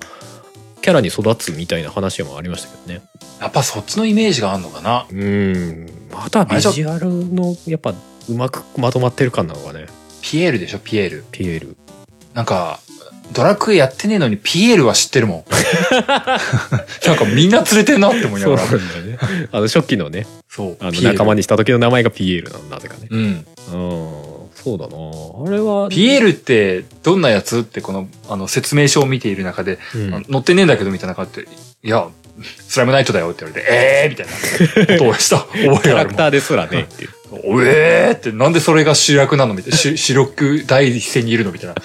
Speaker 2: キャラに育つみたいな話もありましたけどね
Speaker 1: やっぱそっちのイメージがあるのかな。
Speaker 2: うんまたビジュアルのやっぱうまくまとまってる感なのかね
Speaker 1: ピエールでしょ、ピエール。
Speaker 2: ピエール
Speaker 1: なんか、ドラクエやってねえのにピエールは知ってる もん。なんかみんな連れてんなって思いな
Speaker 2: そう
Speaker 1: が
Speaker 2: な
Speaker 1: ら
Speaker 2: ん。だよねあの初期のね
Speaker 1: そう。
Speaker 2: あの
Speaker 1: ピエール
Speaker 2: 仲間にした時の名前がピエールなのなぜかね
Speaker 1: うん。
Speaker 2: うんそうだなあれは
Speaker 1: ピエールってどんなやつってこのあの説明書を見ている中で、
Speaker 2: うん
Speaker 1: あの載ってねえんだけどみたいな感じで、いや、スライムナイトだよって言われて、ええーみたいなことをした覚
Speaker 2: キ
Speaker 1: え
Speaker 2: ャ
Speaker 1: があ
Speaker 2: ラ
Speaker 1: る
Speaker 2: ク
Speaker 1: もん。
Speaker 2: ターですらねっていう
Speaker 1: おえーってなんでそれが主役なのみたいな。 主主力第一線にいるのみたいな。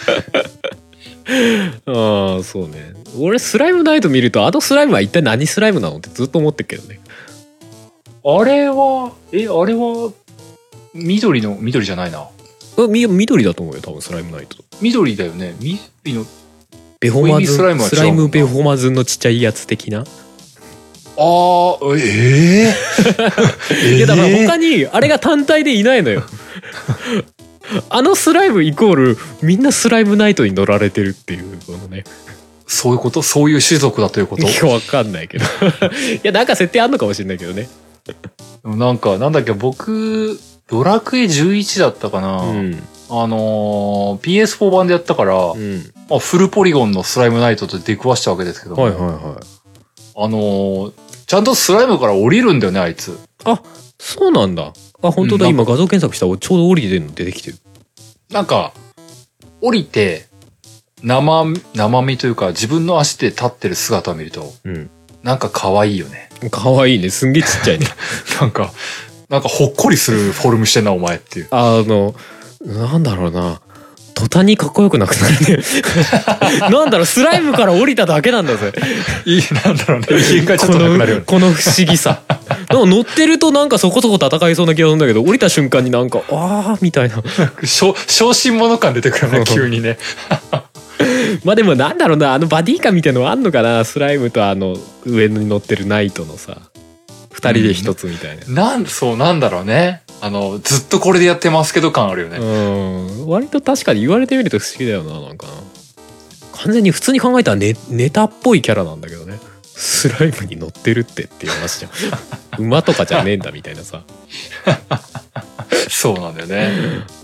Speaker 2: ああそうね俺スライムナイト見るとあのスライムは一体何スライムなのってずっと思ってるけどね
Speaker 1: あれは、え、あれは、緑の、緑じゃないな。
Speaker 2: うんみ緑だと思うよ多分スライムナイト
Speaker 1: 緑だよね。緑の、
Speaker 2: ベホマズン
Speaker 1: ホイミスライムは違うもんな
Speaker 2: スライムベホマズンのちっちゃいやつ的
Speaker 1: あ
Speaker 2: な、
Speaker 1: ー、えええ
Speaker 2: いやだから
Speaker 1: え
Speaker 2: 他にあれが単体でいない のよあのスライムイコールみんなスライムナイトに乗られてるっていうこのね
Speaker 1: そういうことそういう種族だということ
Speaker 2: いやわかんないけど いやなんか設定あんのかもしれないけどね
Speaker 1: なんか、なんだっけ、僕、ドラクエ11だったかな。
Speaker 2: うん
Speaker 1: あのー、PS4 版でやったから、
Speaker 2: うん
Speaker 1: まあ、フルポリゴンのスライムナイトと出くわしたわけですけど、
Speaker 2: はいはいはい
Speaker 1: あのー、ちゃんとスライムから降りるんだよね、あいつ。
Speaker 2: そうなんだあ本当だ、
Speaker 1: うん
Speaker 2: 今画像検索したらちょうど降りてるの出てきてる
Speaker 1: なんか、降りて、生、生身というか、自分の足で立ってる姿を見ると、
Speaker 2: うん
Speaker 1: なんか可愛いよね。
Speaker 2: 可愛いねすんげえちっちゃいね
Speaker 1: なんか、なんかほっこりするフォルムしてんな、お前っていう。
Speaker 2: あのなんだろうな途端にかっこよくなくなるね なんだろうスライムから降りただけなんだぜ
Speaker 1: いい、なんだろうね。品がちょっとなくなるよね。
Speaker 2: このこの不思議さでも乗ってるとなんかそこそこ戦いそうな気がするんだけど降りた瞬間になんかああみたいな
Speaker 1: 小、小心者感出てくるよね、急にね。
Speaker 2: まあでもなんだろうなあのバディ感みたいのはあんのかなスライムとあの上に乗ってるナイトのさ二人で一つみたいな
Speaker 1: なん、そう、なんだろうね。あの、ずっとこれでやってますけど感あるよね。
Speaker 2: うん割と確かに言われてみると不思議だよななんかな完全に普通に考えたらネネタっぽいキャラなんだけどねスライムに乗ってるってっていう話じゃ ん馬とかじゃねえんだみたいなさ
Speaker 1: そうなんだよね。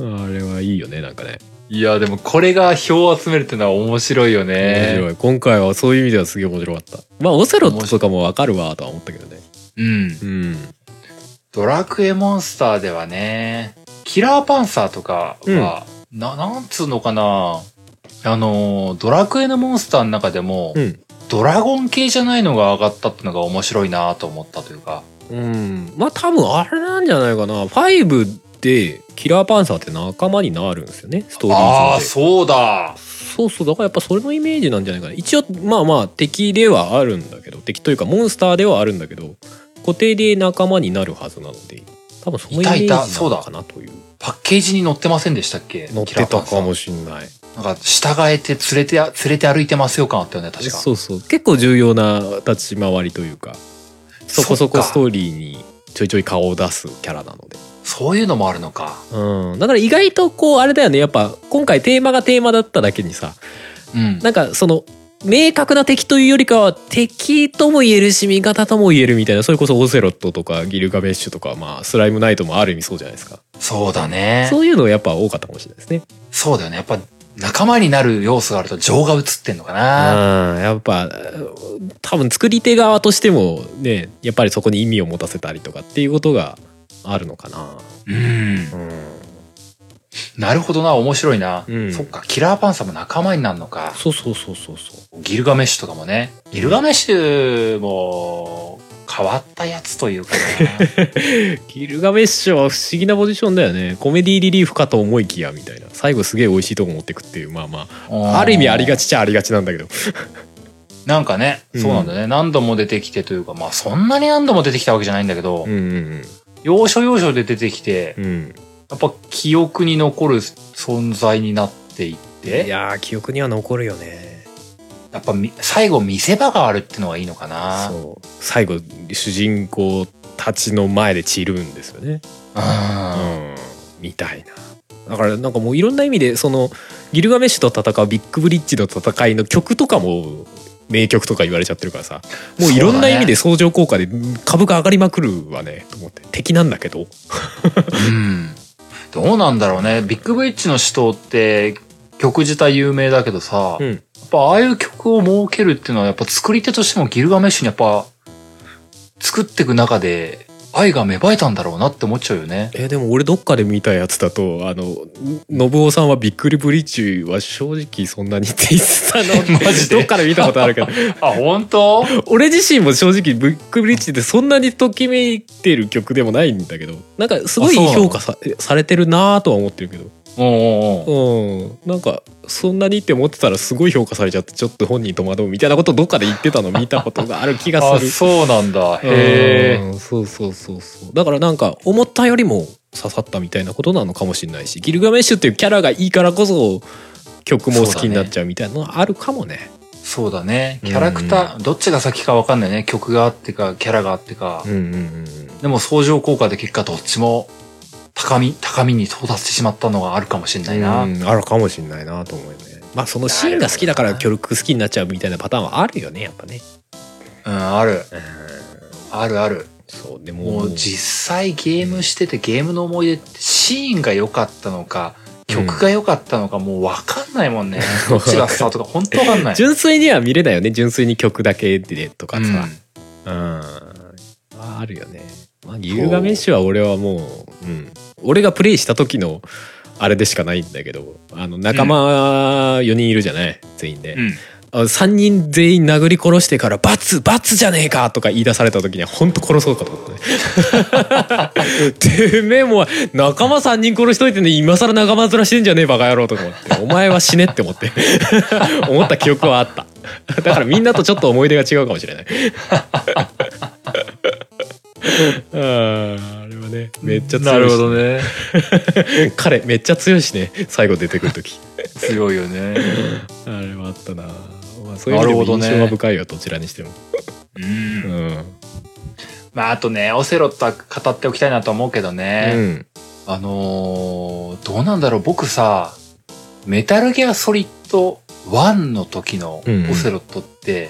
Speaker 2: あれはいいよねなんかね
Speaker 1: いや、でもこれが票を集めるってのは面白いよ
Speaker 2: 面
Speaker 1: ね。
Speaker 2: 白い今回はそういう意味ではすげえ面白かったまあオセロットとかもわかるわとは思ったけどね
Speaker 1: うん
Speaker 2: う。ん
Speaker 1: ドラクエモンスターではね、キラーパンサーとかは、な、なんつうのかな。あの、ドラクエのモンスターの中でも、
Speaker 2: うん、
Speaker 1: ドラゴン系じゃないのが上がったってのが面白いなと思ったというか。
Speaker 2: うん、まあ多分あれなんじゃないかな5でキラーパンサーって仲間になるんですよねストーリー
Speaker 1: あ
Speaker 2: 上
Speaker 1: あ、
Speaker 2: で
Speaker 1: そうだ。
Speaker 2: そうそうだからやっぱそれのイメージなんじゃないかな一応まあまあ敵ではあるんだけど敵というかモンスターではあるんだけど固定で仲間になるはずなので多分そのイメージ
Speaker 1: いたいた
Speaker 2: なのかなという
Speaker 1: パッケージに載ってませんでしたっけ
Speaker 2: 乗っ
Speaker 1: キ
Speaker 2: て
Speaker 1: ラーパ
Speaker 2: た
Speaker 1: ンサー
Speaker 2: かもしんない
Speaker 1: なんか、従えて連れて、連れて歩いてますよ感あったよね、確か。
Speaker 2: そうそう結構重要な立ち回りというかそこそこス
Speaker 1: ー
Speaker 2: トーリーにちょいちょい顔を出すキャラなので、
Speaker 1: そういうのもあるのか。
Speaker 2: うん、だから意外とこうあれだよねやっぱ今回テーマがテーマだっただけにさ
Speaker 1: うん。
Speaker 2: なんかその明確な敵というよりかは敵とも言えるし味方とも言えるみたいなそれこそオセロットとかギルガメッシュとか、まあ、スライムナイトもある意味そうじゃないですか
Speaker 1: そうだね。
Speaker 2: そういうのやっぱ多かったかもしれないですね
Speaker 1: そうだよね。やっぱ、仲間になる要素があると情が映ってんのかな。
Speaker 2: うんやっぱ多分作り手側としてもねやっぱりそこに意味を持たせたりとかっていうことがあるのかな
Speaker 1: うん。
Speaker 2: うん
Speaker 1: なるほどな、面白いな。
Speaker 2: うん
Speaker 1: そっか、キラーパンサーも仲間になるのか。
Speaker 2: そうそうそうそうそう
Speaker 1: ギルガメッシュとかもね。ギルガメッシュも、変わったやつというか
Speaker 2: ギルガメッシュは不思議なポジションだよねコメディリリーフかと思いきやみたいな最後すげえ美味しいとこ持ってくっていうまあま
Speaker 1: な
Speaker 2: あある意味ありが
Speaker 1: ち
Speaker 2: ちっちゃありがちなんだけど
Speaker 1: なんかね、そうなんだよね何度も出てきてというかまあそんなに何度も出てきたわけじゃないんだけど、
Speaker 2: うんうん
Speaker 1: 要所要所で出てきて
Speaker 2: うんうん
Speaker 1: やっぱ記憶に残る存在になっていっ
Speaker 2: い
Speaker 1: て
Speaker 2: やー記憶には残るよね
Speaker 1: やっぱみ最後見せ場があるってのがいいのかな
Speaker 2: そう最後主人公たちの前で散るんですよね
Speaker 1: うん
Speaker 2: うんみたいなだからなんかもういろんな意味でそのギルガメッシュと戦うビッグブリッジの戦いの曲とかも名曲とか言われちゃってるからさもういろんな意味で相乗効果で株が上がりまくるわねと思って敵なんだけど
Speaker 1: うんどうなんだろうね。ビッグブリッジの死闘って曲自体有名だけどさ、や
Speaker 2: ん
Speaker 1: っぱああいう曲を設けるっていうのはやっぱ作り手としてもギルガメッシュにやっぱ作っていく中で愛が芽生えたんだろうなって思っちゃうよね。
Speaker 2: えーでも俺どっかで見たやつだとあの信夫さんはビックリブリッジは正直そんなにって言ってたの
Speaker 1: マジで
Speaker 2: どっかで見たことあるけど
Speaker 1: あ、本当
Speaker 2: 俺自身も正直ブックブリッジってそんなにときめいてる曲でもないんだけどなんかす
Speaker 1: あ
Speaker 2: ごい
Speaker 1: そうなの
Speaker 2: 評価さされてるなぁとは思ってるけど
Speaker 1: おうおうおう
Speaker 2: うんなんかそんなにって思ってたらすごい評価されちゃってちょっと本人戸惑うみたいなことどっかで言ってたの見たことがある気が
Speaker 1: あ、
Speaker 2: する
Speaker 1: そうなんだ。へえ。
Speaker 2: うんそうそうそうそうだからなんか思ったよりも刺さったみたいなことなのかもしれないしギルガメッシュっていうキャラがいいからこそ曲も好きになっちゃうみたいなのはあるかもね
Speaker 1: そうだね。キャラクター、どっちが先かわかんないね。曲があってか、キャラがあってか。
Speaker 2: うんうんうんうん
Speaker 1: でも相乗効果で結果どっちも高み、高みに到達してしまったのがあるかもしれないな。
Speaker 2: うん、あるかもしれないなと思うよねまあそのシーンが好きだから曲好きになっちゃうみたいなパターンはあるよねやっぱね
Speaker 1: うん、ある。
Speaker 2: うん
Speaker 1: あるある。
Speaker 2: そうで
Speaker 1: も
Speaker 2: も
Speaker 1: う実際ゲームしててゲームの思い出ってシーンが良かったのか、曲が良かったのかもうわかんないも んね。どっちがスタートか本当わかんない。
Speaker 2: 純粋には見れないよね純粋に曲だけでとか
Speaker 1: うん
Speaker 2: さうん、あるよねまあギルガメッシュは俺はもう、うん、俺がプレイした時のあれでしかないんだけどあの仲間4人いるじゃない、全員で、
Speaker 1: うん。
Speaker 2: あ3人全員殴り殺してから「罰罰じゃねえか!」とか言い出された時には本当殺そうかと思 ってねてめえもう仲間3人殺しといてね今更仲間面してんじゃねえバカ野郎とか思ってお前は死ねって思って 思った記憶はあっただからみんなとちょっと思い出が違うかもしれ ないあーあれはねめっちゃ強いし、
Speaker 1: なるほどね。
Speaker 2: 彼めっちゃ強いしね最後出てくる時
Speaker 1: 強いよね。
Speaker 2: あれはあったな。まあ、そういう意
Speaker 1: な
Speaker 2: 味で
Speaker 1: るほ
Speaker 2: も
Speaker 1: どね
Speaker 2: 印象が深いよ、どちらにしても。
Speaker 1: う。
Speaker 2: うんん。
Speaker 1: まああとね、オセロットは語っておきたいなとは思うけどね。
Speaker 2: うん
Speaker 1: あのーどうなんだろう、僕さ、メタルギアソリッド1の時のオセロットって、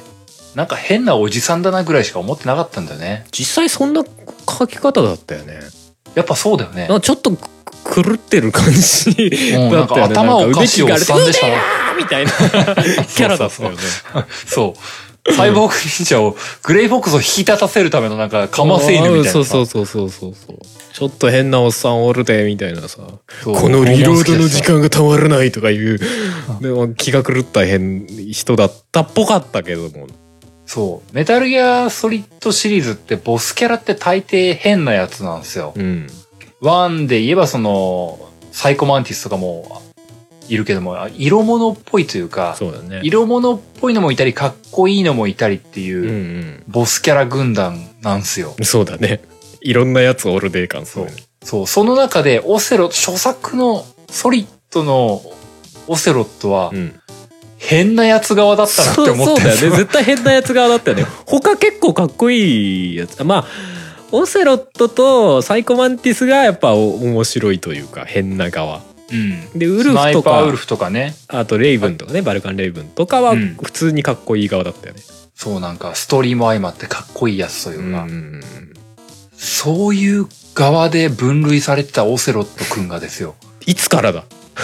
Speaker 1: なんか変なおじさんだなぐらいしか思ってなかったんだよね。
Speaker 2: 実際そんな書き方だったよね。
Speaker 1: やっぱそうだよね
Speaker 2: なん。かちょっとく狂ってる感じ
Speaker 1: うん
Speaker 2: だった
Speaker 1: な
Speaker 2: よね。
Speaker 1: んか頭を
Speaker 2: なんか
Speaker 1: おかしいおっさんでしたね
Speaker 2: 腕がーみ たいなキャラだったよね。
Speaker 1: そう。サイボーグ忍者を、グレイフォックスを引き立たせるためのなんか、カマセイヌみたいなさ。
Speaker 2: そうそうそうそうそうそう。ちょっと変なおっさんおるでみたいなさ。
Speaker 1: そう
Speaker 2: このリロードの時。間がたまらないとかいう、でも気が狂った変人だったっぽかったけども。
Speaker 1: そう。メタルギアソリッドシリーズって、ボスキャラって大抵変なやつなんですよ。
Speaker 2: うん。
Speaker 1: 1で言えばその、サイコマンティスとかもいるけども、あ色物っぽいというか、
Speaker 2: そうだね。
Speaker 1: 色物っぽいのもいたり、かっこいいのもいたりって
Speaker 2: うんう
Speaker 1: いう、
Speaker 2: ん。
Speaker 1: ボスキャラ軍団なんすよ。
Speaker 2: そうだね。いろんなやつオールデイ感す
Speaker 1: そ
Speaker 2: る
Speaker 1: う。そう、その中でオセロ、初作のソリッドのオセロットは、
Speaker 2: うん。
Speaker 1: 変なやつ側だったなって
Speaker 2: そう
Speaker 1: 思
Speaker 2: そ
Speaker 1: っ
Speaker 2: う
Speaker 1: たんで
Speaker 2: だよ
Speaker 1: すよ
Speaker 2: ね。 絶対変なやつ側だったよね。他結構かっこいいやつ。まあ、オセロットとサイコマンティスがやっぱお面白いというか、変な側。
Speaker 1: うん。
Speaker 2: で、ウ
Speaker 1: ス
Speaker 2: ル
Speaker 1: ナ
Speaker 2: フ
Speaker 1: イ
Speaker 2: と
Speaker 1: パーウル
Speaker 2: か、
Speaker 1: フとかね。
Speaker 2: あとレイブンとかね、バルカンレイブンとかは
Speaker 1: うん
Speaker 2: 普通にかっこいい側だったよね。
Speaker 1: そうなんか、ストーリーも相まってかっこいいやつといううか、
Speaker 2: ん。
Speaker 1: そういう側で分類されてたオセロットくんがですよ。
Speaker 2: いつからだ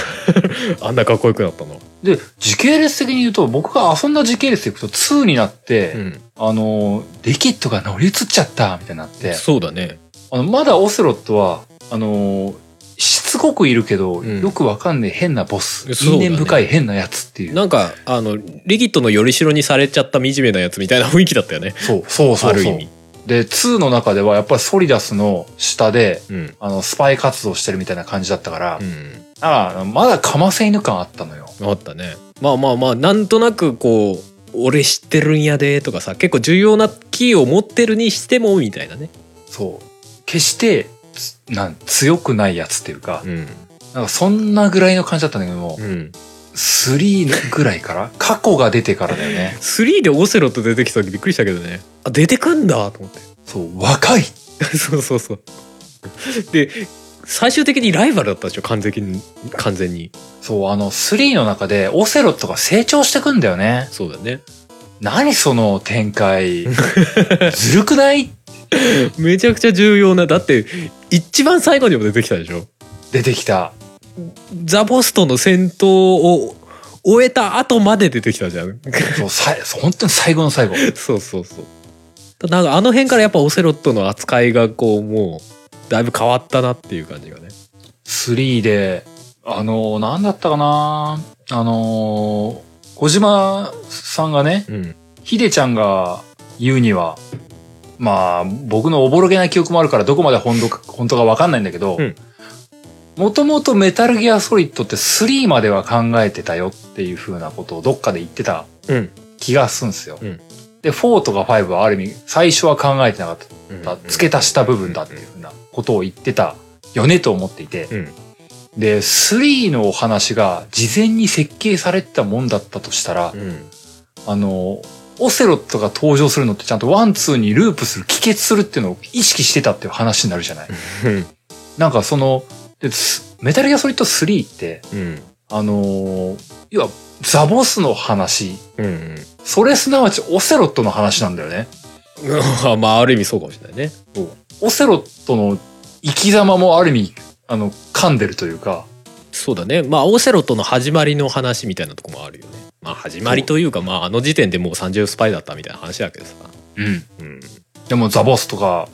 Speaker 2: あんなかっこよくなったの。
Speaker 1: で、時系列的に言うと、僕が遊んだ時系列でいくと2になって、
Speaker 2: ん。
Speaker 1: あの、リキッドが乗り移っちゃった、みたいになって、
Speaker 2: そうだね。
Speaker 1: あの、まだオセロットは、あの、しつこくいるけど、
Speaker 2: うん
Speaker 1: よくわかんねえ変なボス、
Speaker 2: そうだ
Speaker 1: 因
Speaker 2: ね
Speaker 1: 縁深い変なやつっていう。
Speaker 2: なんか、あの、リギットのよりしろにされちゃった惨めなやつみたいな雰囲気だったよね。
Speaker 1: そう、そうそうそう。
Speaker 2: ある意味。
Speaker 1: で、2の中ではやっぱりソリダスの下で、
Speaker 2: うん
Speaker 1: あの、スパイ活動してるみたいな感じだったから、
Speaker 2: うん
Speaker 1: だからあのまだかませ犬感あったのよ。
Speaker 2: あったねまあまあまあなんとなくこう「俺知ってるんやで」とかさ結構重要なキーを持ってるにしてもみたいなね
Speaker 1: そう。決して、つなん強くないやつっていうか、
Speaker 2: うん
Speaker 1: なんかそんなぐらいの感じだったんだけども、
Speaker 2: うん
Speaker 1: 3ぐらいから過去が出てからだよね。
Speaker 2: 3でオセロット出てきた時びっくりしたけどねあ出てくんだと思って
Speaker 1: そう、若い
Speaker 2: そうそうそう。で、最終的にライバルだったでしょ、完全に。完全に。
Speaker 1: そう、あの、3の中でオセロットが成長してくんだよね。
Speaker 2: そうだね。
Speaker 1: 何その展開。ずるくない
Speaker 2: めちゃくちゃ重要な、だって、一番最後にも出てきたでしょ。
Speaker 1: 出てきた。
Speaker 2: ザボスとの戦闘を終えた後まで出てきたじゃん。
Speaker 1: そう、さい本当に最後の最後。
Speaker 2: そうそうそう。なんかあの辺からやっぱオセロットの扱いがこう、もう、だいぶ変わったなっていう感じがね。
Speaker 1: 3で、あの、なんだったかなあの、小島さんがね、
Speaker 2: うん。
Speaker 1: ヒデちゃんが言うには、まあ、僕のおぼろげな記憶もあるから、どこまで本当か本当かわかんないんだけど
Speaker 2: うん、
Speaker 1: もともとメタルギアソリッドって3までは考えてたよっていう風なことをどっかで言ってた
Speaker 2: うん。
Speaker 1: 気がするんですよ。
Speaker 2: うん
Speaker 1: で、4とか5はある意味、最初は考えてなかった。付け足した部分だっていうふうなことを言ってたよねと思っていて、
Speaker 2: うん。
Speaker 1: で、3のお話が事前に設計されてたもんだったとしたら
Speaker 2: う、ん。
Speaker 1: あの、オセロットが登場するのってちゃんとワン、ツーにループする、帰結するっていうのを意識してたっていう話になるじゃない。
Speaker 2: うん。
Speaker 1: なんかその、ですメタルギアソリッド3って、
Speaker 2: うん。
Speaker 1: あのー、要はザボスの話、
Speaker 2: うん。
Speaker 1: それすなわちオセロットの話なんだよね。
Speaker 2: うんまあ、ある意味そうかもしれないね。
Speaker 1: オセロットの生き様もある意味、あの、噛んでるというか、
Speaker 2: そうだねまあオセロとの始まりの話みたいなとこもあるよねまあ始まりというかまああの時点でもう30スパイだったみたいな話だけどさ
Speaker 1: うん。
Speaker 2: うん
Speaker 1: でもザボスとか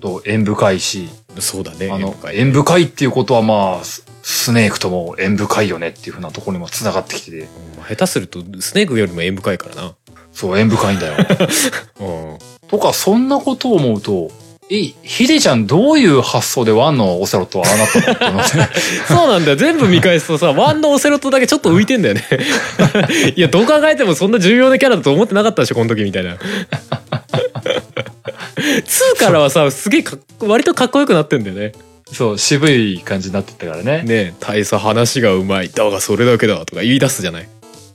Speaker 1: と縁深いし、
Speaker 2: そうだね
Speaker 1: あの
Speaker 2: 今、回
Speaker 1: 縁深いっていうことはまあ、ススネークとも縁深いよねっていうふうなところにも繋がってきてて、
Speaker 2: うん下手するとスネークよりも縁深いからな
Speaker 1: そう、縁深いんだよ。
Speaker 2: うん
Speaker 1: とか、そんなことを思うと、え、ヒデちゃんどういう発想でワンのオセロットはああなったのって思って ね
Speaker 2: そうなんだよ全部見返すとさワンのオセロとだけちょっと浮いて んだよねいやどう考えてもそんな重要なキャラだと思ってなかったでしょこの時みたいな2からはさすげえかっこ割とかっこよくなってんだよね
Speaker 1: そう、渋い感じになってったからね。
Speaker 2: ねえ大佐話がうまいだがそれだけだとか言い出すじゃない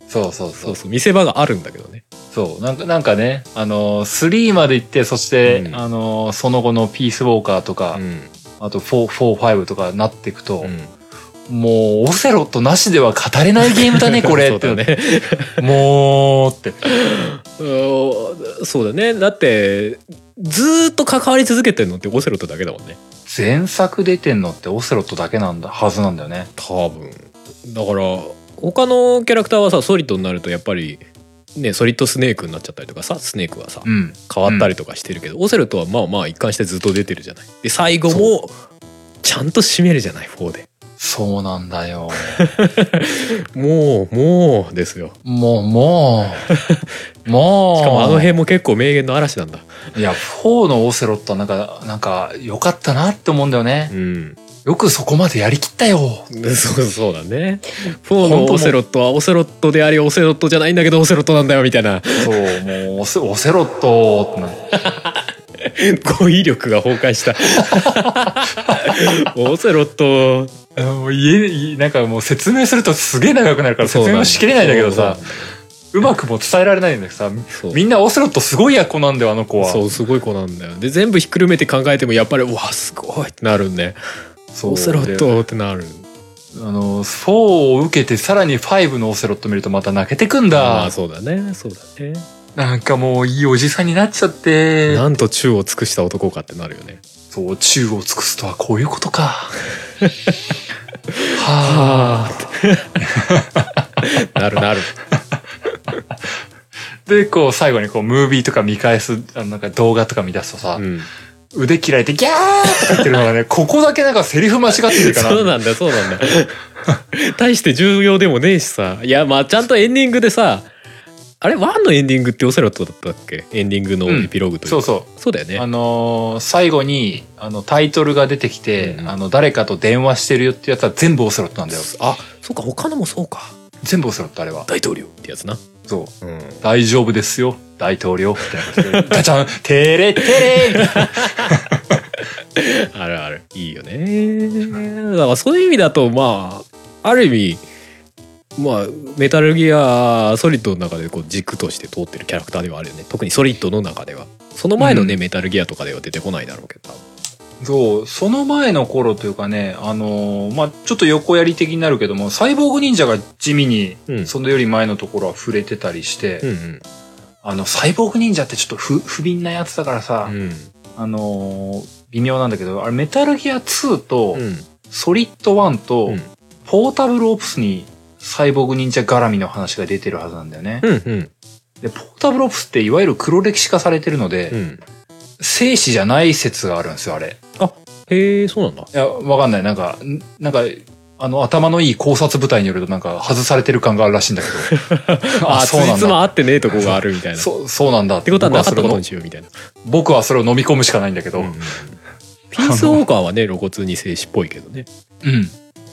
Speaker 1: そうそうそ
Speaker 2: そうう。そう見せ場があるんだけどね
Speaker 1: そう、なんか、なんかね、あのー、3まで行って、そして、
Speaker 2: うん
Speaker 1: あのー、その後のピースウォーカーとか、
Speaker 2: ん、
Speaker 1: あと4、4、5とかなっていくと、
Speaker 2: うん
Speaker 1: もう、オセロットなしでは語れないゲームだね、これ。
Speaker 2: そうだね
Speaker 1: ってもう、って。
Speaker 2: うんそうだねだってずーっと関わり続けてんのってオセロットだけだもんね
Speaker 1: 前作出てんのってオセロットだけなんだ、はずなんだよね。
Speaker 2: 多分だから他のキャラクターはさソリッドになるとやっぱりねソリッドスネークになっちゃったりとかさスネークはさ、
Speaker 1: うん。
Speaker 2: 変わったりとかしてるけど、オセロットはまあまあ一貫してずっと出てるじゃないで最後もちゃんと締めるじゃない4で
Speaker 1: そうなんだよ。
Speaker 2: もうもうですよ
Speaker 1: もう、も う、もう。
Speaker 2: しかもあの辺も結構名言の嵐なんだ
Speaker 1: いや、4のオセロットはなんか、なんか、良かったなって思うんだよね
Speaker 2: う。ん
Speaker 1: よくそこまでやりきったよ。
Speaker 2: そうそうだね。フォーのオセロットはオセロットでありオセロットじゃないんだけどオセロットなんだよみたいな
Speaker 1: そう、もう、オセオセロットってな
Speaker 2: 語彙力が崩壊した。 オセロット
Speaker 1: あのもう言えいなんかもう説明するとすげえ長くなるから説明もしきれないんだけどさ、うまくも伝えられないんだけどさ、
Speaker 2: そう
Speaker 1: みんなオセロットすごいや子なんだよ、あの子は。
Speaker 2: そうすごい子なんだよ。で全部ひっくるめて考えてもやっぱりうわすごいってなるね。
Speaker 1: そう
Speaker 2: オセロッ
Speaker 1: で
Speaker 2: トってなる。
Speaker 1: あの、4を受けてさらに5のオセロット見るとまた泣けてくん
Speaker 2: ま
Speaker 1: だ
Speaker 2: あ。そうだねそうだね。
Speaker 1: なんかもういいおじさんになっちゃって。
Speaker 2: なんと宙を尽くした男かってなるよね。
Speaker 1: そう、宙を尽くすとはこういうこと か。
Speaker 2: あ
Speaker 1: はあ。
Speaker 2: あなる なる。
Speaker 1: で、こう最後にこうムービーとか見返す、あのなんか動画とか見出すとさ、
Speaker 2: うん。
Speaker 1: 腕切られてギャーとか言ってるの がね、ここだけなんかセリフ間違ってるかな。
Speaker 2: そうなんだよ そうなんだよ大して重要でもねえしさいやまあちゃんとエンディングでさあれワンのエンディングってオセロットだったっけエンディングのエピローグというか、
Speaker 1: そうそう
Speaker 2: そうだよね
Speaker 1: あのー最後にあのタイトルが出てきて、
Speaker 2: うん
Speaker 1: あの誰かと電話してるよってやつは全部オセロットなんだよ
Speaker 2: あそうか他のもそうか
Speaker 1: 全部オセロットあれは
Speaker 2: 大統領ってやつな
Speaker 1: そう
Speaker 2: うん
Speaker 1: 大丈夫ですよ大統領みたいな ガチャンテレテレみたいな
Speaker 2: あるあるいいよねだからそういう意味だとまあある意味まあメタルギアソリッドの中でこう軸として通ってるキャラクターではあるよね特にソリッドの中ではその前のね、
Speaker 1: うん
Speaker 2: メタルギアとかでは出てこないだろうけど多分
Speaker 1: そうその前の頃というかねあのーまあちょっと横やり的になるけどもサイボーグ忍者が地味に
Speaker 2: うん
Speaker 1: そのより前のところは触れてたりして、
Speaker 2: うんうん
Speaker 1: あのサイボーグ忍者ってちょっと不不憫なやつだからさ、
Speaker 2: うん
Speaker 1: あのー微妙なんだけどあれメタルギア2と
Speaker 2: うん
Speaker 1: ソリッド1と、
Speaker 2: うん
Speaker 1: ポータブルオプスにサイボーグ忍者絡みの話が出てるはずなんだよね。
Speaker 2: うんうん
Speaker 1: で、ポータブルオプスっていわゆる黒歴史化されてるので、
Speaker 2: うん
Speaker 1: 生死じゃない説があるんですよ、あれ。
Speaker 2: へえそうなんだ
Speaker 1: いや、わかんない。なんか、んなんか、あの、頭のいい考察部隊によるとなんか外されてる感があるらしいんだけ ど。
Speaker 2: あつ
Speaker 1: そうな
Speaker 2: じ
Speaker 1: ん
Speaker 2: つま
Speaker 1: だ。
Speaker 2: 合ってねえとこがあるみたいなっ
Speaker 1: そう、そうなんだって
Speaker 2: ことはなかった
Speaker 1: 僕
Speaker 2: こと
Speaker 1: は
Speaker 2: に
Speaker 1: それを
Speaker 2: しようみたいな
Speaker 1: 僕はそれを飲み込むしかないんだけど。
Speaker 2: うんうんピースウォーカーはね露骨に静止っぽいけどね
Speaker 1: うん。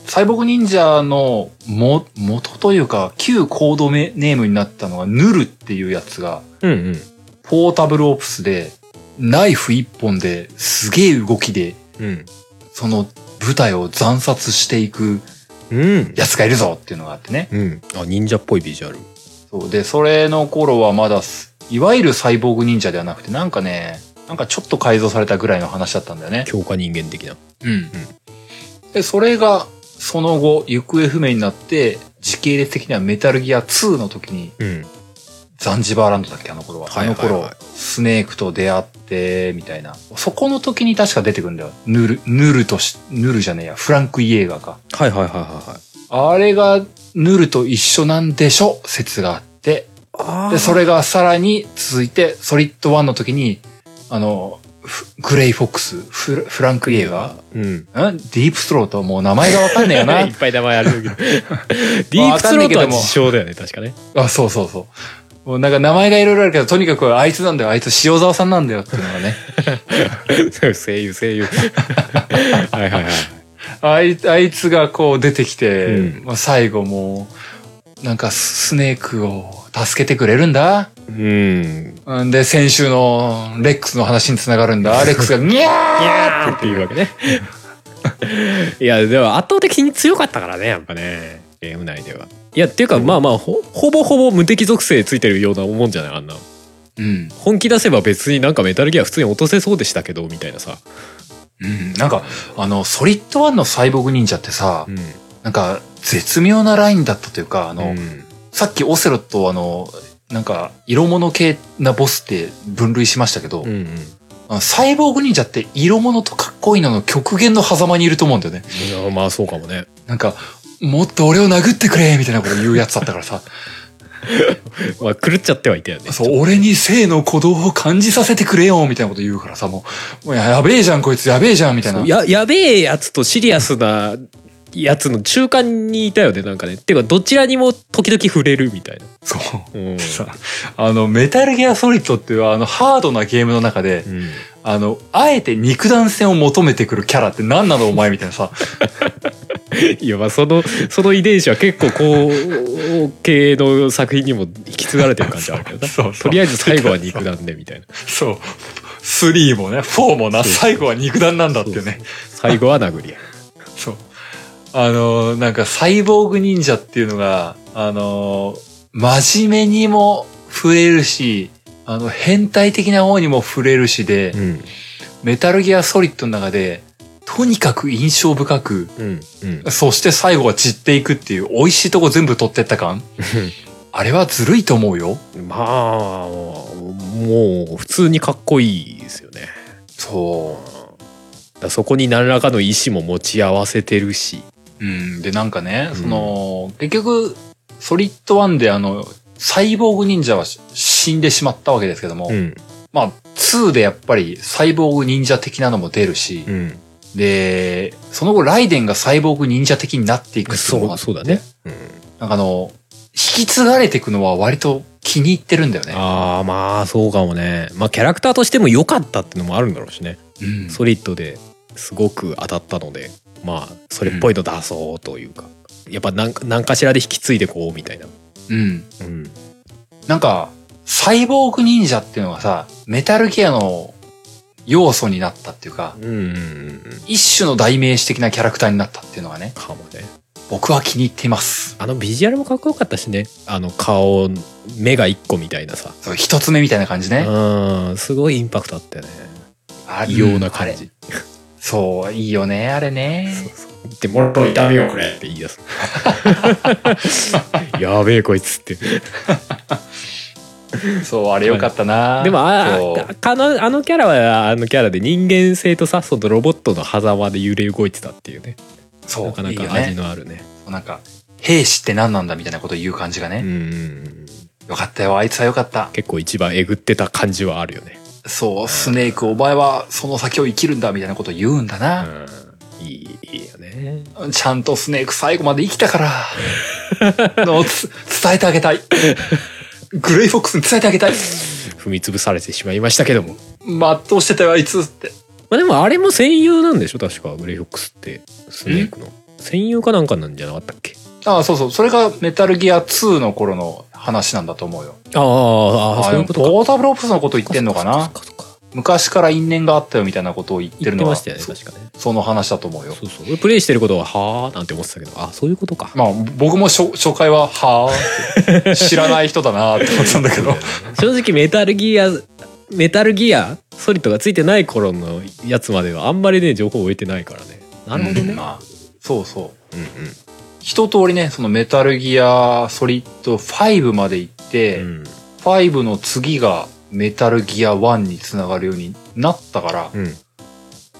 Speaker 1: サイボーグ忍者のも、元というか、旧コードネームになったのが、ヌルっていうやつが、
Speaker 2: うんうん
Speaker 1: ポータブルオプスで、ナイフ一本ですげえ動きで、
Speaker 2: うん
Speaker 1: その舞台を惨殺していく
Speaker 2: うん
Speaker 1: やつがいるぞっていうのがあってね。
Speaker 2: うんあ忍者っぽいビジュアル
Speaker 1: そう。で、それの頃はまだす、いわゆるサイボーグ忍者ではなくて、なんかね、なんかちょっと改造されたぐらいの話だったんだよね。
Speaker 2: 強化人間的な
Speaker 1: うん。で、それが、その後、行方不明になって、時系列的にはメタルギア2の時に、
Speaker 2: うん
Speaker 1: ザンジバーランドだっけあの頃は。
Speaker 2: はいはいはい
Speaker 1: あの頃、スネークと出会って、みたいな。そこの時に確か出てくるんだよ。ヌル、ヌルとし、ヌルじゃねえや、フランク・イエーガーか。
Speaker 2: はいはいはいはいはい
Speaker 1: あれがヌルと一緒なんでしょ説があって。
Speaker 2: あ
Speaker 1: で、それがさらに続いて、ソリッド1の時に、あの、フグレイ・フォックス、フラフランク・イエーガー
Speaker 2: うん
Speaker 1: んディープスロートもう名前がわかんねえよ
Speaker 2: いっぱい名前あるけど ディープスロートは自称だよね確かね
Speaker 1: な。あ、そうそうそう。もうなんか名前がいろいろあるけど、とにかくあいつなんだよ、あいつ塩沢さんなんだよっていうのが ね。
Speaker 2: 声優声優 はいはいはい
Speaker 1: あいあいつがこう出てきて、
Speaker 2: うん
Speaker 1: まあ最後もう、なんかスネークを助けてくれるんだ。
Speaker 2: うん
Speaker 1: うんで、先週のレックスの話につながるんだ。レックスがニ
Speaker 2: い
Speaker 1: ャー
Speaker 2: やーっていうわけ ねいやでも圧倒的に強かったからねやっぱねゲーム内ではいやっていうか、まあまあほほぼほぼ無敵属性ついてるようなもんじゃないあんな
Speaker 1: うん。
Speaker 2: 本気出せば別になんかメタルギア普通に落とせそうでしたけどみたいなさ、
Speaker 1: うん。なんか、あの、ソリッド1のサイボーグ忍者ってさ、
Speaker 2: うん
Speaker 1: なんか、絶妙なラインだったというか、あの、
Speaker 2: うん
Speaker 1: さっきオセロットをあの、なんか、色物系なボスって分類しましたけど、
Speaker 2: うんうん、
Speaker 1: あのサイボーグ忍者って色物とかっこいいのの極限の狭間にいると思うんだよね。
Speaker 2: いやまあそうかもね
Speaker 1: なんか、もっと俺を殴ってくれみたいなこと言うやつだったから さ、
Speaker 2: まあ狂っちゃってはいたよね
Speaker 1: そう、俺に性の鼓動を感じさせてくれよみたいなこと言うからさ、もう、もうややべえじゃん、こいつ、やべえじゃん、みたいな。
Speaker 2: ややべえやつとシリアスなやつの中間にいたよねなんかねっていうかどちらにも時々触れるみたいな、
Speaker 1: そう。
Speaker 2: うん
Speaker 1: さ、あの、メタルギアソリッドっていうあの、ハードなゲームの中で
Speaker 2: う、ん
Speaker 1: あの、あえて肉弾戦を求めてくるキャラって何なのお前みたいなさ。
Speaker 2: いやまあそのその遺伝子は結構こう系の作品にも引き継がれてる感じあるけど な
Speaker 1: そうそうそう
Speaker 2: とりあえず最後は肉弾でみたいな
Speaker 1: そう。3もね、4もな、
Speaker 2: そう
Speaker 1: 最後は肉弾なんだっていうね。
Speaker 2: 最後は殴り合い
Speaker 1: そう。あの、なんかサイボーグ忍者っていうのが、あの、真面目にも触れるし、あの、変態的な方にも触れるしで、
Speaker 2: うん
Speaker 1: メタルギアソリッドの中で、とにかく印象深く、
Speaker 2: うんうん
Speaker 1: そして最後は散っていくっていう、美味しいとこ全部取ってった感あれはずるいと思うよ。
Speaker 2: まあもう普通にかっこいいですよね
Speaker 1: そ
Speaker 2: だからそこに何らかの意思も持ち合わせてるし
Speaker 1: う。うん。で、なんかね、
Speaker 2: うん
Speaker 1: その、結局、ソリッド1であの、サイボーグ忍者はし死んでしまったわけですけども、
Speaker 2: うん
Speaker 1: まあ、2でやっぱりサイボーグ忍者的なのも出るし、
Speaker 2: うん
Speaker 1: で、その後ライデンがサイボーグ忍者的になっていくっていの
Speaker 2: そ
Speaker 1: が
Speaker 2: うそうだね、うん
Speaker 1: なんかあの、引き継がれていくのは割と気に入ってるんだよね。
Speaker 2: ああまあそうかもねまあキャラクターとしても良かったってのもあるんだろうしね、
Speaker 1: うん、
Speaker 2: ソリッドですごく当たったのでまあそれっぽいの出そうというか、やっぱ何か何かしらで引き継いでこうみたいな
Speaker 1: うん。
Speaker 2: うん
Speaker 1: なんか、サイボーグ忍者っていうのがさ、メタルギアの要素になったっていうか、
Speaker 2: うんうんうん
Speaker 1: 一種の代名詞的なキャラクターになったっていうのがね、
Speaker 2: かもね
Speaker 1: 僕は気に入っています。
Speaker 2: あのビジュアルもかっこよかったしねあの顔目が一個みたいなさ
Speaker 1: そう一つ目みたいな感じね。
Speaker 2: うんすごいインパクトあったよね
Speaker 1: あ
Speaker 2: 異様な
Speaker 1: う
Speaker 2: 感
Speaker 1: んあれ
Speaker 2: じ、
Speaker 1: そう、いいよね、あれね。
Speaker 2: そうそう言って「もろい痛みよこれ」って言い 出すやべえこいつって
Speaker 1: そう、あれよかったな。
Speaker 2: でもあ
Speaker 1: そう
Speaker 2: あかのあのキャラはあのキャラで人間性とさそのロボットの狭間で揺れ動いてたっていうね
Speaker 1: そう、
Speaker 2: なかない
Speaker 1: いよ
Speaker 2: か味
Speaker 1: ね。
Speaker 2: のあるね
Speaker 1: なんか、兵士って何なんだみたいなこと言う感じが
Speaker 2: うん
Speaker 1: ね。
Speaker 2: うんうん
Speaker 1: よかったよ、あいつはよかった。
Speaker 2: 結構一番えぐってた感じはあるよね、
Speaker 1: そう、スネーク、お前はその先を生きるんだみたいなこと言うんだ
Speaker 2: う
Speaker 1: な。
Speaker 2: ん、いいいいよね
Speaker 1: ちゃんとスネーク最後まで生きた から。のをつ伝えてあげたい。グレイフォックスに伝えてあげたい。
Speaker 2: 踏み潰されてしまいましたけども
Speaker 1: 全うしてたよ、あいつって。
Speaker 2: まあ、でもあれも専用なんでしょ確かグレイフォックスってスネークの専用かなんかなんじゃなかったっけ
Speaker 1: ああ、そうそう。それがメタルギア2の頃の話なんだと思うよ。
Speaker 2: ああああ
Speaker 1: あ
Speaker 2: そういうことか
Speaker 1: ポータブルオプスのこと言ってんのか
Speaker 2: そ
Speaker 1: な
Speaker 2: っかそっかそっか
Speaker 1: 昔から因縁があったよみたいなことを言って
Speaker 2: 言
Speaker 1: る
Speaker 2: って
Speaker 1: のは、
Speaker 2: ましたよね
Speaker 1: そ
Speaker 2: 確かね
Speaker 1: その話だと思うよ。
Speaker 2: そうそう俺プレイしてることははあなんて思ってたけどあそういうことか、
Speaker 1: まあ、僕も初初回は、はぁって、知らない人だなって思ってたんだけど。
Speaker 2: 正直メタルギアメタルギアソリッドがついてない頃のやつまではあんまりね情報を得てないからね なるほどね、
Speaker 1: うんまあそうそう。
Speaker 2: うんうん
Speaker 1: 一通りね、そのメタルギアソリッド5まで行って、
Speaker 2: うん
Speaker 1: 5の次がメタルギア1につながるようになったから、
Speaker 2: うん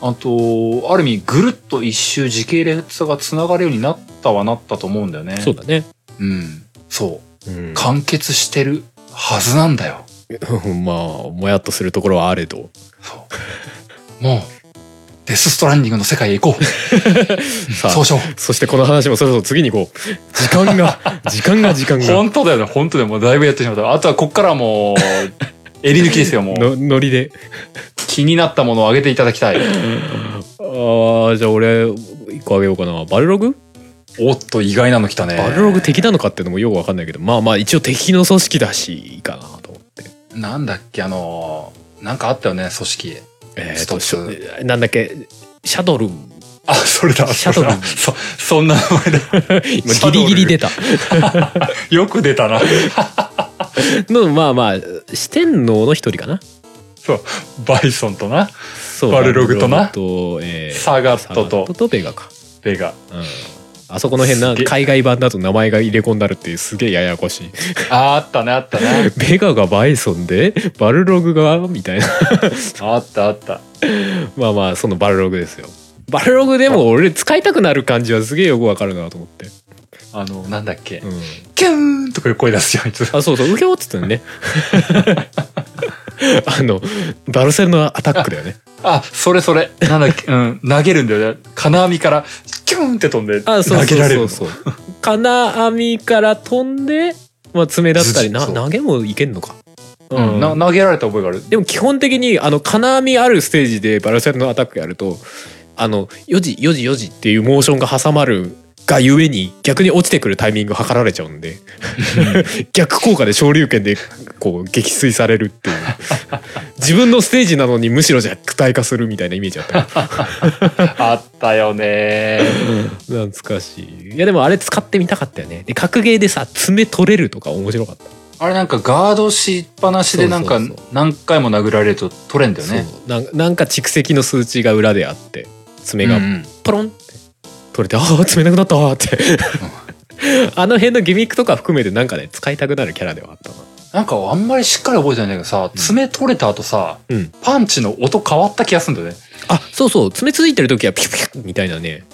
Speaker 1: あと、ある意味ぐるっと一周時系列がつながるようになったはなったと思うんだよね。
Speaker 2: そうだね、
Speaker 1: うん。そうう。
Speaker 2: ん、
Speaker 1: 完結してるはずなんだよ。
Speaker 2: まあもやっとするところはあれど
Speaker 1: そう。もう、デスストランディングの世界へ行こ う。
Speaker 2: さあ
Speaker 1: そうしよう。
Speaker 2: そしてこの話もそろそろ次に行こう。時間 が、時間が時 間が。
Speaker 1: 本当だよね。本当だよ。もうだいぶやってしまった。あとはこっからはもう、襟抜きですよ、もう。
Speaker 2: のノリで。
Speaker 1: 気になったものをあげていただきたい。
Speaker 2: ああ、じゃあ俺、一個あげようかな。バルログ
Speaker 1: おっと、意外なの来たね。
Speaker 2: バルログ敵なのかってのもよくわかんないけど、まあまあ一応敵の組織だし、いいかなと思って。
Speaker 1: なんだっけ、あのー、なんかあったよね、組織。
Speaker 2: え
Speaker 1: ス
Speaker 2: ー
Speaker 1: ト
Speaker 2: と、
Speaker 1: ッ
Speaker 2: しょなんだっけ、シャドル。
Speaker 1: あ、それだ、
Speaker 2: シャドル
Speaker 1: そ、そんな名前だ。
Speaker 2: 今
Speaker 1: シャド
Speaker 2: ギ
Speaker 1: ル
Speaker 2: リギリ出た。
Speaker 1: よく出たな。
Speaker 2: の、まあまあ、四天王の一人かな。
Speaker 1: バイソンとな、
Speaker 2: そう。
Speaker 1: バルログとな
Speaker 2: バルログと、えー
Speaker 1: サガット
Speaker 2: サガ
Speaker 1: と
Speaker 2: ットとベガか。
Speaker 1: ベガ。
Speaker 2: うん。あそこの辺な
Speaker 1: すげえ
Speaker 2: 海外版だと名前が入れ込んであるっていうすげえややこしい。
Speaker 1: あ、あったね、あったね。
Speaker 2: ベガがバイソンでバルログがみたいな
Speaker 1: あった、あった。
Speaker 2: まあまあそのバルログですよバルログでも俺使いたくなる感じはすげえよくわかるなと思って、
Speaker 1: あの、なんだっけ
Speaker 2: う。ん、
Speaker 1: キューンとかいう声出すよ、あいつ。
Speaker 2: あそうそう右京っつったの ねあのバルセロナアタックだよね
Speaker 1: あ、それそれ。なんだっけ、うん、投げるんだよね。金網から、キューンって飛んで、
Speaker 2: あ
Speaker 1: 投
Speaker 2: そうそ
Speaker 1: げ
Speaker 2: う
Speaker 1: られ
Speaker 2: そ
Speaker 1: る
Speaker 2: う
Speaker 1: の。
Speaker 2: そう金網から飛んで、まあ、爪だったりな
Speaker 1: そう
Speaker 2: 投げもいけんのか
Speaker 1: うん、な投げられた覚えがある。
Speaker 2: でも基本的にあの金網あるステージでバルセロナアタックやるとあの4時4時4時っていうモーションが挟まるがゆえに逆に落ちてくるタイミング測られちゃうん で逆効果で昇竜拳でこう撃墜されるっていう自分のステージなのにむしろ弱体化するみたいなイメージだった
Speaker 1: あったよね。
Speaker 2: 懐かしいいやでもあれ使ってみたかったよねで格ゲーでさ爪取れるとか面白かった
Speaker 1: あれなんかガードしっぱなしでなんか
Speaker 2: そうそうそう
Speaker 1: 何回も殴られると取れんだよね。
Speaker 2: そうなんなんか蓄積の数値が裏であって爪が
Speaker 1: うん
Speaker 2: ポロンって取れてああ冷たくなったーってあの辺のギミックとか含めてなんかね使いたくなるキャラではあったな
Speaker 1: なんかあんまりしっかり覚えてないんだけどさ、爪取れた後さ、
Speaker 2: うん
Speaker 1: パンチの音変わった気がするんだよね。
Speaker 2: あそうそう爪ついてる時はピュピュみたいなね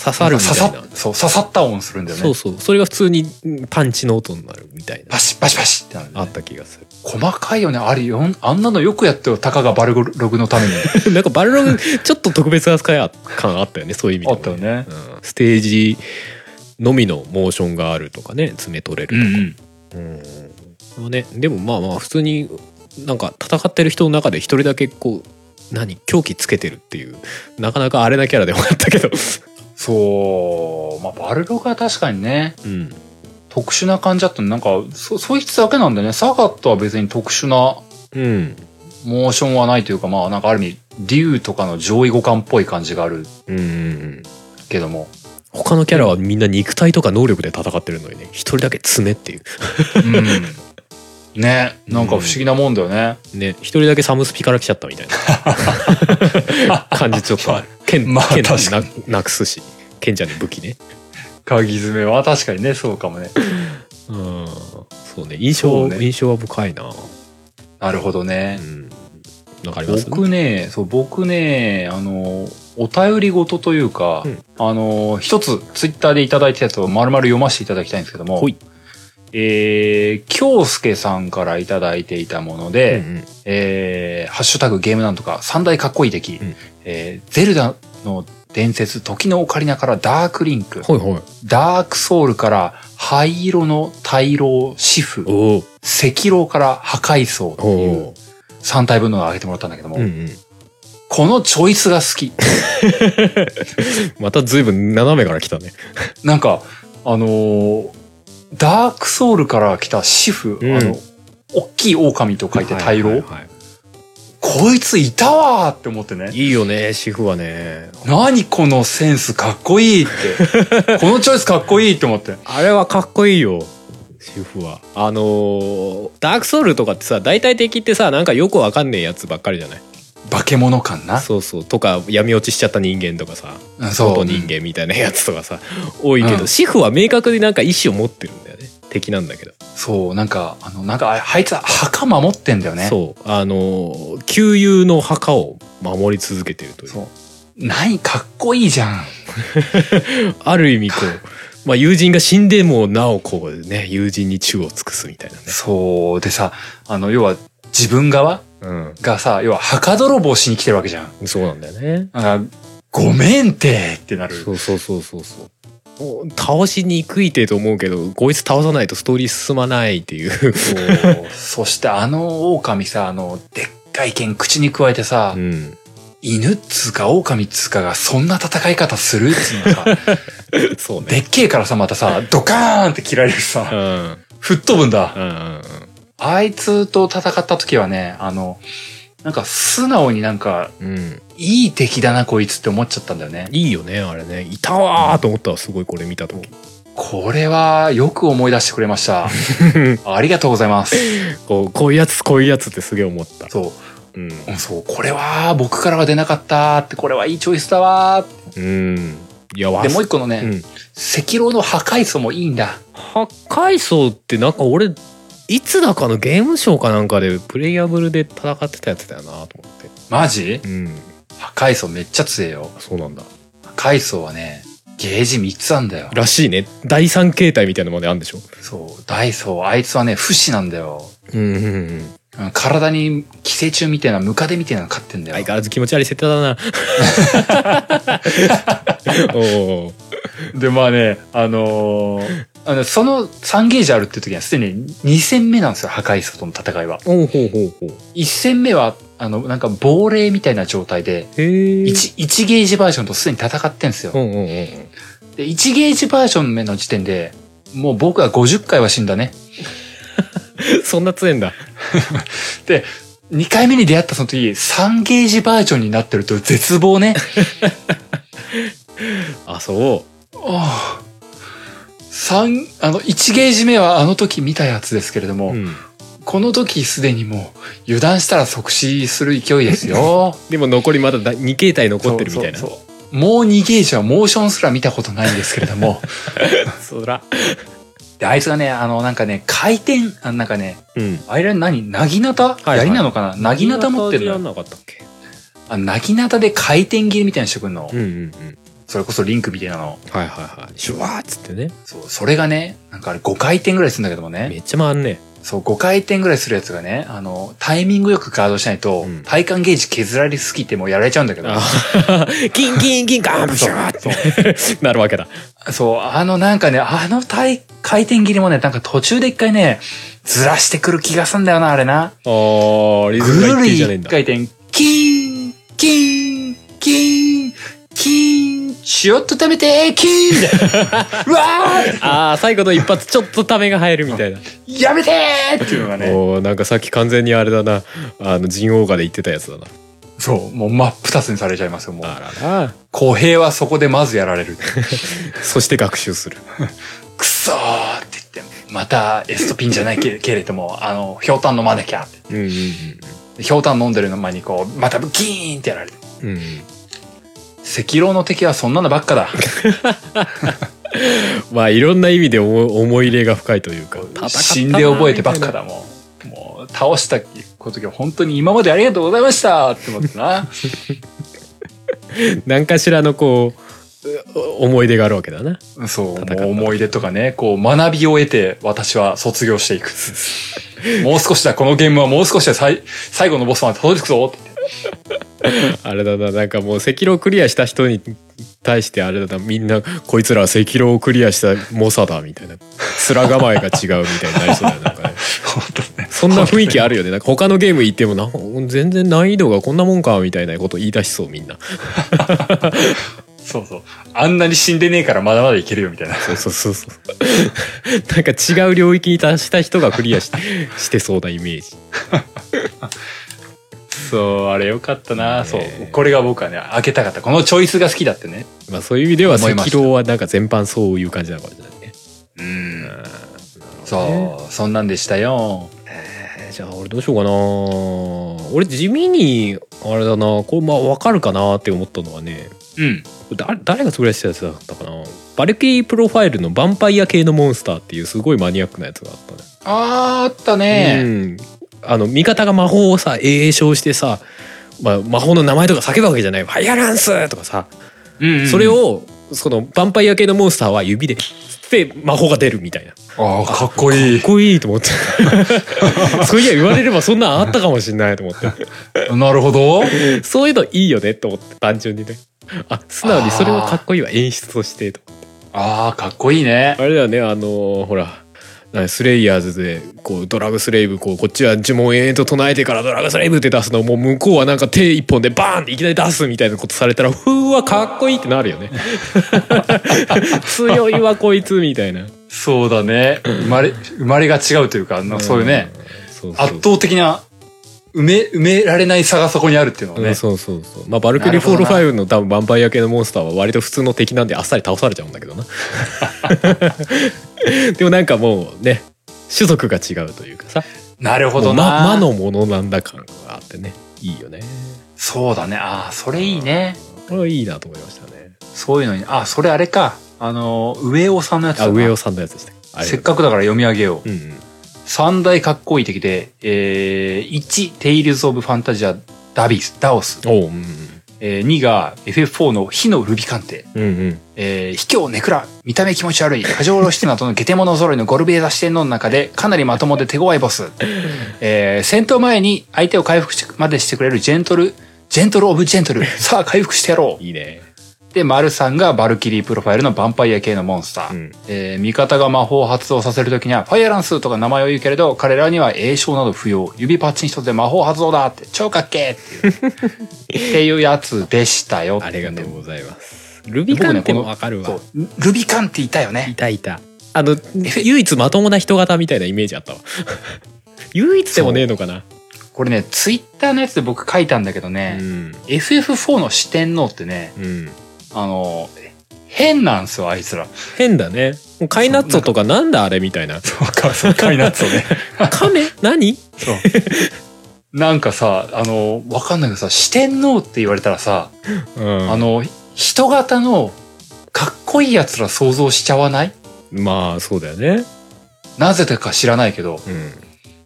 Speaker 2: 刺さるみたいな
Speaker 1: なんか刺さそう、刺さった音するんだよね。
Speaker 2: そうそうそれが普通にうんパンチの音になるみたいな
Speaker 1: パシッパシッパシッってなるんだ
Speaker 2: あ
Speaker 1: よ
Speaker 2: っ
Speaker 1: ね、
Speaker 2: た気がす
Speaker 1: 細かいよね。あれよん、あんなのよくやってよ。たかがバルログのために。
Speaker 2: る なんかバルログちょっと特別扱いあ感あったよねそういう意味 で
Speaker 1: あ
Speaker 2: も
Speaker 1: ったよね。
Speaker 2: うんステージのみのモーションがあるとかね爪取れ
Speaker 1: うんう
Speaker 2: る
Speaker 1: ん。
Speaker 2: とか、うんまあね、でもまあまあ普通になんか戦ってる人の中で一人だけこう何狂気つけてるっていうなかなか荒れなキャラでもあったけど
Speaker 1: そう、まあ、バルログは確かにね、
Speaker 2: うん
Speaker 1: 特殊な感じだったなんか、そ、そいつだけなんだよね。サガットは別に特殊な
Speaker 2: うん
Speaker 1: モーションはないというか、まあ、なんかある意味、竜とかの上位互換っぽい感じがある
Speaker 2: うんうんうん
Speaker 1: けども。
Speaker 2: 他のキャラはみんな肉体とか能力で戦ってるのにね一人だけ爪っていう
Speaker 1: うん。ね、なんか不思議なもんだよね。
Speaker 2: ね一人だけサムスピから来ちゃったみたい な感じちょっとある剣,、
Speaker 1: まあ
Speaker 2: 剣
Speaker 1: 確かに
Speaker 2: ななくすし剣じゃね武器ね
Speaker 1: 鍵詰めは確かにね、そうかもね。
Speaker 2: うんそうね印象
Speaker 1: そうね
Speaker 2: 印象は深いな
Speaker 1: なるほどね
Speaker 2: う。んなんかあります
Speaker 1: 僕ね、そう、僕ね、あの、お便りごとというか、
Speaker 2: うん
Speaker 1: あの、一つ、ツイッターでいただいたやつを丸々読ませていただきたいんですけども、
Speaker 2: ほい
Speaker 1: えー、京介さんからいただいていたもので、
Speaker 2: うんうん
Speaker 1: えーハッシュタグゲームなんとか、三大かっこいい敵、
Speaker 2: うん
Speaker 1: えーゼルダの伝説、時のオカリナからダークリンク、
Speaker 2: ほいほい
Speaker 1: ダークソウルから灰色の大老シフ、
Speaker 2: おー
Speaker 1: 赤老から破壊層とい
Speaker 2: お
Speaker 1: う3体分のを挙げてもらったんだけども、
Speaker 2: ーうんうん
Speaker 1: このチョイスが好き。
Speaker 2: また随分斜めから来たね。
Speaker 1: なんか、あのーダークソウルから来たシフ、
Speaker 2: うん
Speaker 1: あの、大きい狼と書いて大老、
Speaker 2: はいはいはい
Speaker 1: こいついたわーって思ってね。
Speaker 2: いいよね、シフはね。
Speaker 1: 何このセンスかっこいい って。このチョイスかっこいいって思って。
Speaker 2: あれはかっこいいよ。シフはあのーダークソウルとかってさ大体敵ってさなんかよくわかんねえやつばっかりじゃない
Speaker 1: 化け物感な。
Speaker 2: そうそうとか闇落ちしちゃった人間とかさ
Speaker 1: うんそ
Speaker 2: 元
Speaker 1: う。
Speaker 2: 人間みたいなやつとかさ多いけど、
Speaker 1: うん
Speaker 2: シフは明確になんか意思を持ってるんだよね敵なんだけど、
Speaker 1: そう、なんか、あの、なんか、ああいつは墓守ってんだよね。
Speaker 2: そうあのー旧友の墓を守り続けてるという
Speaker 1: そう。何かっこいいじゃん。
Speaker 2: ある意味こ う、まあ、友人が死んでもなおこうね友人に忠を尽くすみたいなね
Speaker 1: そう。でさ、あの、要は、自分側
Speaker 2: う
Speaker 1: がさ、要は、墓泥棒しに来てるわけじゃん。
Speaker 2: ん、そうなんだよね。
Speaker 1: あごめんてってなる。
Speaker 2: そうそうそうそうそう。お倒しにくいってと思うけどこいつ倒さないとストーリー進まないっていう
Speaker 1: そうそしてあの狼さ、あの、でっかい剣口に加えてさ、
Speaker 2: ん
Speaker 1: 犬っつうか狼っつうかがそんな戦い方するっつうのさ、
Speaker 2: そうね
Speaker 1: でっけえからさ、またさ、ドカーンって切られる
Speaker 2: う
Speaker 1: さ、
Speaker 2: んうん
Speaker 1: 吹っ飛ぶんだ。
Speaker 2: うん
Speaker 1: あいつと戦った時はね、あの、なんか素直になんか、
Speaker 2: うんうん
Speaker 1: いい敵だなこいつって思っちゃったんだよね。
Speaker 2: いいよねあれねいたわーと思ったわすごいこれ見た時
Speaker 1: これはよく思い出してくれま した。ありがとうございます。
Speaker 2: こうこういうやつこういうやつってすげえ思った
Speaker 1: そう。
Speaker 2: うん
Speaker 1: うんそう、これは僕からは出なかったって、これはいいチョイスだわー
Speaker 2: うんいやわ
Speaker 1: で、もう一個のね、
Speaker 2: うん、
Speaker 1: 赤狼の破壊層もいいんだ。
Speaker 2: 破壊層ってなんか俺いつだかのゲームショーかなんかでプレイヤブルで戦ってたやつだよなと思って
Speaker 1: マジ
Speaker 2: うん
Speaker 1: 破壊層めっちゃ強えよ。
Speaker 2: そうなんだ
Speaker 1: 破壊層はね、ゲージ3つあんだよ。
Speaker 2: らしいね第三形態みたいなのまであるんでしょ
Speaker 1: そう、ダイソー、あいつはね、不死なんだよ。
Speaker 2: うんうんうん
Speaker 1: うん体に寄生虫みたいなムカデみたいなの飼ってんだよ。
Speaker 2: 相変わらず気持ち悪い設定だなおう
Speaker 1: で、まあね、あのーあのその3ゲージあるって時にはすでに2戦目なんですよ、破壊層との戦いは。
Speaker 2: おうほうほうほう
Speaker 1: 1戦目は、あの、なんか亡霊みたいな状態で、
Speaker 2: へえ
Speaker 1: 1, 1ゲージバージョンとすでに戦ってんですよ
Speaker 2: う。んうんうんうん
Speaker 1: で、1ゲージバージョン目の時点で、もう僕は50回は死んだね。
Speaker 2: そんな強いんだ
Speaker 1: 2回目に出会ったその時、3ゲージバージョンになってると絶望 ね。
Speaker 2: あそ
Speaker 1: ああ。三あの、1ゲージ目はあの時見たやつですけれども、
Speaker 2: う、うん、
Speaker 1: この時すでにもう油断したら即死する勢いです よ。
Speaker 2: でも残りまだ2形態残ってるみたいな
Speaker 1: そうそうそうもう2ゲージはモーションすら見たことないんですけれど も、
Speaker 2: そら
Speaker 1: で、あいつがね、あの、なんかね、回転、あなんかね、
Speaker 2: うん
Speaker 1: あれ何なぎなた
Speaker 2: いはい
Speaker 1: 槍なのかななぎなた持ってるの
Speaker 2: や
Speaker 1: よ
Speaker 2: んなかったっけ
Speaker 1: あ、なぎなたで回転切りみたいにしてくんの。
Speaker 2: うんうんうん
Speaker 1: それこそリンクみたいなの。
Speaker 2: はいはいはいシュワーっつってね
Speaker 1: そう、それがね、なんかあれ5回転ぐらいするんだけども
Speaker 2: め
Speaker 1: ね。
Speaker 2: っちゃ回んね
Speaker 1: そう、5回転ぐらいするやつがね、あの、タイミングよくガードしないと、
Speaker 2: うん
Speaker 1: 体幹ゲージ削られすぎてもうやられちゃうんだけど。
Speaker 2: キンキンキンガンブシュワーってなる わけだ
Speaker 1: そう、あのなんかね、あの体、回転切りもね、なんか途中で一回ね、ずらしてくる気がすんだよな、あれな。
Speaker 2: あー、リ
Speaker 1: ぐ
Speaker 2: ズムが
Speaker 1: る
Speaker 2: 一定じゃねえ
Speaker 1: り
Speaker 2: ん
Speaker 1: 一
Speaker 2: だ。
Speaker 1: 回転、キーン、キーン、キーン、キーン、ちょっと食べて、キーンうわー
Speaker 2: ああ、最後の一発、ちょっとためが入るみたい な。
Speaker 1: やめてーっていうのがね、
Speaker 2: おーなんかさっき完全にあれだな。あの、ジンオーガで言ってたやつだな。
Speaker 1: そう、もう真っ二つにされちゃいますよ、もう。
Speaker 2: あらら。
Speaker 1: 公平はそこでまずやられる。
Speaker 2: そして学習する。
Speaker 1: くそーって言って、またエストピンじゃないけけれども、あの、ひょうたん飲まなきゃって。
Speaker 2: うんうん
Speaker 1: ひょうたん飲んでるの前にこう、またギーンってやられて。
Speaker 2: うん。うん、
Speaker 1: 赤狼の敵はそんなのばっかだ。
Speaker 2: まあいろんな意味で思思い入れが深いというか
Speaker 1: 死んで覚えてばっか
Speaker 2: だ
Speaker 1: だもん。もう、倒した時は本当に今までありがとうございましたって思って な。
Speaker 2: 何かしらのこうう思い出があるわけだな
Speaker 1: そう、
Speaker 2: 戦った
Speaker 1: もう思い出とかね、こう学びを得て私は卒業 していく。もう少しだ、このゲームはもう少しで最最後のボスまでたどり着くぞって。
Speaker 2: あれだななんかもう赤狼クリアした人に対してあれだなみんなこいつらは赤狼をクリアした猛者だみたいな面構えが違うみたいになりそうだよなんかね
Speaker 1: 本当ね。
Speaker 2: そんな雰囲気あるよねなんか他のゲーム行ってもな全然難易度がこんなもんかみたいなこと言い出しそうみんな
Speaker 1: そうそう。あんなに死んでねえからまだまだいけるよみたいな。
Speaker 2: そうそうそうそうなんか違う領域に達した人がクリアししてそうなイメージ
Speaker 1: そう、あれよかったな。
Speaker 2: ね
Speaker 1: そう。これが僕はね、開けたかった。このチョイスが好きだってね。
Speaker 2: まあそういう意味では
Speaker 1: 思
Speaker 2: 赤
Speaker 1: いました
Speaker 2: 狼はなんか全般そういう感じなのかもしれないね
Speaker 1: うん。そう、そんなんでしたよ。
Speaker 2: えーじゃあ俺どうしようかな俺地味にあれだなこれまあ分かるかなって思ったのはね
Speaker 1: うん。
Speaker 2: だ誰が作られてたやつだったかなバルキープロファイルのヴァンパイア系のモンスターっていうすごいマニアックなやつがあったね
Speaker 1: あーあった
Speaker 2: う
Speaker 1: ね。
Speaker 2: ん、あの味方が魔法をさ栄称してさ、まあ、魔法の名前とか叫ぶわけじゃない「ファイアランス!」とかさ、
Speaker 1: うんうん
Speaker 2: それ。をそのヴァンパイア系のモンスターは指でで魔法が出るみたいなか
Speaker 1: ああ、かっこい
Speaker 2: っ
Speaker 1: い。
Speaker 2: こいいと思って そういや言われればそんなんあったかもしんないと思って
Speaker 1: なるほど。
Speaker 2: そういうのいいよねと思って単純にねあ素直にそれはかっこいいわ演出としてと
Speaker 1: ああ、かっこいいね
Speaker 2: あ。れだよねあのーほらなスレイヤーズでこうドラグスレイブこうこっちは呪文延々と唱えてからドラグスレイブって出すのもう向こうはなんか手一本でバーンっていきなり出すみたいなことされたらうーわかっこいいってなるよ ね強いわこいつみたいな
Speaker 1: そうだね。生まれ、生まれが違うというか、あのそういうね、
Speaker 2: んそうそう
Speaker 1: 圧倒的な、埋め、埋められない差がそこにあるっていうのは
Speaker 2: う
Speaker 1: ね
Speaker 2: ん。そうそうそうまあバルクリーフォールファイブの多分ヴァンパイア系のモンスターは割と普通の敵なんであっさり倒されちゃうんだ けどなでもなんかもうね種族が違うというかさ
Speaker 1: なるほど
Speaker 2: もう
Speaker 1: な。
Speaker 2: ま魔のものなんだ感があってねいいよね
Speaker 1: そうだね。ああ、それいいね。
Speaker 2: これはいいなと思いましたね
Speaker 1: そういうのに、あ、それあれか。あの、上尾さんのやつだ
Speaker 2: あ
Speaker 1: な
Speaker 2: 上尾さんのやつでしたあれ
Speaker 1: せっかくだから読み上げよう。
Speaker 2: うんうん
Speaker 1: 三大かっこいい敵で、えー、1、テイルズ・オブ・ファンタジア・ダビス、ダオス。
Speaker 2: おううん
Speaker 1: えー、2が FF4 の火のルビカンテ。
Speaker 2: うんうんうん
Speaker 1: えー、卑怯ネクラ、見た目気持ち悪い、過剰露出などのゲテモノ揃いのゴルベーザ視点の中で、かなりまともで手強いボス。えー、戦闘前に相手を回復しまでしてくれるジェントル、ジェントルオブジェントル。さあ、回復してやろ
Speaker 2: いいね
Speaker 1: う。で、丸さんがバルキリープロファイルのヴァンパイア系のモンスター。
Speaker 2: うん
Speaker 1: えー味方が魔法を発動させるときには、ファイアランスとか名前を言うけれど、彼らには栄称など不要。指パッチン一つで魔法発動だって、超かっけーっていう。っていうやつでしたよ。
Speaker 2: ありがとうございますルビカンテもわかる
Speaker 1: そ
Speaker 2: わ
Speaker 1: う。ルビカンっていたよね。
Speaker 2: いたいたあの唯一まともな人型みたいなイメージあったわ 唯一でもねえのかな
Speaker 1: これね、ツイッターのやつで僕書いたんだけど
Speaker 2: う
Speaker 1: ね、
Speaker 2: ん
Speaker 1: FF4 の四天王ってね、
Speaker 2: うん
Speaker 1: あの、変なんすよ、あいつら。
Speaker 2: 変だねもうカイナッツォとかなんだあれみたいな
Speaker 1: そうか、そう、カイナッツを ね。
Speaker 2: カメ何
Speaker 1: そう。 なんかさ、あの、わかんないけどさ、四天王って言われたらさ、
Speaker 2: うん
Speaker 1: あの、人型のかっこいいやつら想像しちゃわない
Speaker 2: まあそうだよね
Speaker 1: なぜだか知らないけど、
Speaker 2: うん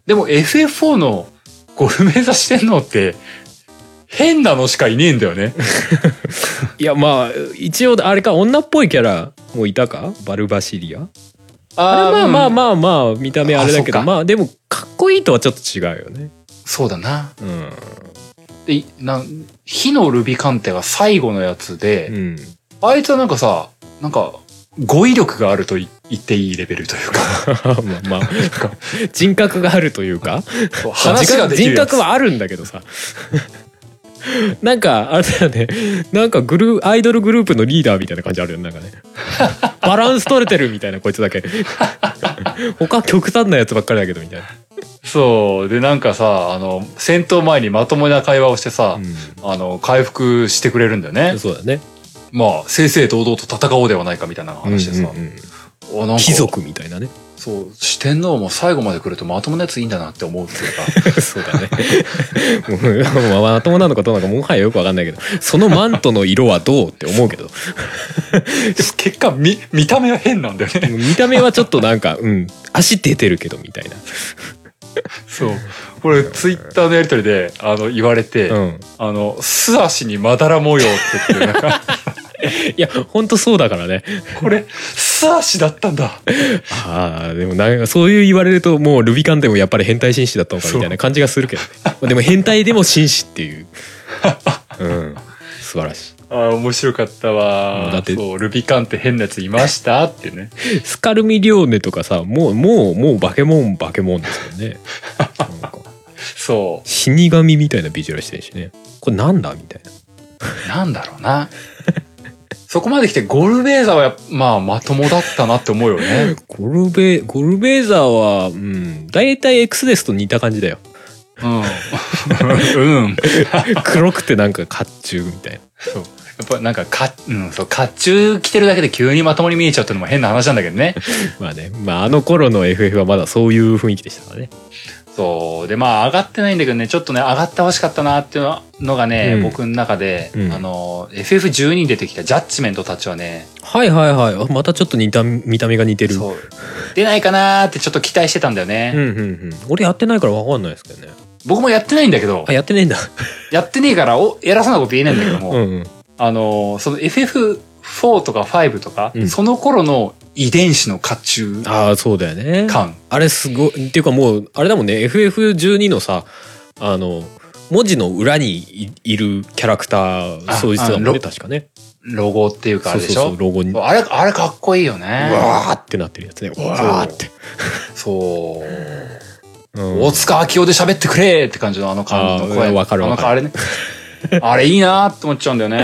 Speaker 1: でも FF4 のゴルメーザ四天王って、変なのしかいねえんだよね。
Speaker 2: いやまあ一応あれか女っぽいキャラもいたかバルバシリアあれまあまあ
Speaker 1: あ。
Speaker 2: まあまあ見た目あれだけど
Speaker 1: あそうか
Speaker 2: まあでもかっこいいとはちょっと違うよね
Speaker 1: そうだな。
Speaker 2: うん
Speaker 1: で、なん、火のルビカンテが最後のやつで、
Speaker 2: うん
Speaker 1: あいつはなんかさ、なんか、語彙力があるとい言っていいレベルというか、
Speaker 2: まあまあ人格があるというか
Speaker 1: 話ができる
Speaker 2: 人
Speaker 1: やつ
Speaker 2: 格はあるんだけどさ なんかあれだよねなんかグルーアイドルグループのリーダーみたいな感じあるよねな んかねバランス取れてるみたいなこいつだけ 他極端なやつばっかりだけどみたいな、
Speaker 1: そう。で、なんかさ、あの、戦闘前にまともな会話をしてさ、
Speaker 2: う
Speaker 1: あの、回復してくれるんだよね
Speaker 2: ん、。そうだね
Speaker 1: まあ、正々堂々と戦おうではないかみたいな話でさ、
Speaker 2: うんうんうん
Speaker 1: おなんか
Speaker 2: 貴族みた いなね
Speaker 1: そう、四天王も最後まで来るとまともなやついいんだなって思うっていうか、
Speaker 2: そうだねもうまともなのかどうなのかもはやよくわかんないけどそのマントの色はどうって思うけど
Speaker 1: 結果、見、見た目は変なんだよね。
Speaker 2: 見た目はちょっとなんか、うん、足出てるけどみたいな。
Speaker 1: そう。これ、ツイッターのやりとりで、あの、言われて、
Speaker 2: うん。
Speaker 1: あの、素足にまだら模様って言って、なん か、
Speaker 2: いや、ほんとそうだからね。
Speaker 1: これ、素足だったんだ。
Speaker 2: ああ、でもなんか、そういう言われると、もうルビカンでもやっぱり変態紳士だったのかみたいな感じがするけどね。まあでも変態でも紳士っていう。うん。素晴らし
Speaker 1: ああ、面白かったわ。
Speaker 2: だって
Speaker 1: そう、ルビカンって変なやついましたってね。
Speaker 2: い。スカルミリョーネとかさ、もう、もう、もう化け物化け物ですよね。なんか
Speaker 1: そ
Speaker 2: 死神みたいなビジュアルしてるしね。これなんだみたいな。
Speaker 1: う。なんだろうな。そこまで来て、ゴルベーザはやっぱ、まあ、まともだったなって思うよ ね。
Speaker 2: ゴルベ、ゴルベーザーは、うん、大体エクスデスと似た感じだよ。
Speaker 1: うん。うん。
Speaker 2: 黒くてなんか甲冑みたいな。
Speaker 1: そう。やっぱなんか、か、うん、そう、甲冑着てるだけで急にまともに見えちゃうってのも変な話なんだけど ね。
Speaker 2: まあね、まああの頃の FF はまだそういう雰囲気でしたからね。
Speaker 1: そう。で、まあ、上がってないんだけどね、ちょっとね、上がってほしかったなっていうののがね、
Speaker 2: うん
Speaker 1: 僕の中で、
Speaker 2: うん
Speaker 1: あの、FF12 に出てきたジャッジメントたちはね、
Speaker 2: はいはいはい。あまたちょっと似た、見た目が似てる。
Speaker 1: そう、出ないかなーってちょっと期待してたんだよね。
Speaker 2: うんうんうん。俺やってないからわかんないですけどね。
Speaker 1: 僕もやってないんだけど
Speaker 2: あ、、やってねえんだ。
Speaker 1: やってねえから、お、偉そうなこと言えないんだけども、
Speaker 2: うんうん。
Speaker 1: あの、その FF4 とか5とか、
Speaker 2: うん
Speaker 1: その頃の遺伝子の甲冑
Speaker 2: ああ、そうだよね。
Speaker 1: 感。
Speaker 2: あれすごい。っていうかもう、あれだもんね、FF12 のさ、あの、文字の裏にいいるキャラクター、
Speaker 1: あ
Speaker 2: そういう人だも
Speaker 1: あ
Speaker 2: んね、
Speaker 1: の
Speaker 2: 確かね。
Speaker 1: ロゴっていうかあ
Speaker 2: そう
Speaker 1: れで
Speaker 2: そう
Speaker 1: し
Speaker 2: そ
Speaker 1: ょ
Speaker 2: う、ロゴに。うわ
Speaker 1: あれ、あれかっこいいよね。
Speaker 2: ーってなってるやつね。うわーって。
Speaker 1: そう。
Speaker 2: うん
Speaker 1: 大塚明夫で喋ってくれって感じのあの感じの
Speaker 2: あ
Speaker 1: 声。
Speaker 2: ーわかるわ
Speaker 1: あ
Speaker 2: かる
Speaker 1: のあれね。あれいいなーって思っちゃうんだよね。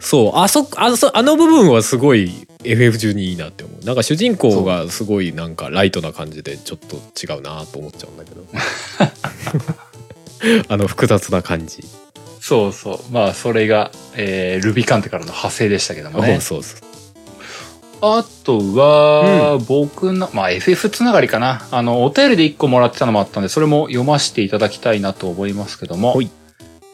Speaker 2: そう、あそ、あそ、あの部分はすごい FF12 いいなって思う。なんか主人公がすごいなんかライトな感じでちょっと違うなと思っちゃうんだけど。 あの複雑な感じ。
Speaker 1: そうそう。まあ、それが、えー、ルビカンテからの派生でしたけども
Speaker 2: ね、
Speaker 1: ね。
Speaker 2: そうそう。
Speaker 1: あとは、僕の、まあ、FF つながりかな。あの、お便りで1個もらってたのもあったんで、それも読ませていただきたいなと思いますけども。
Speaker 2: ほい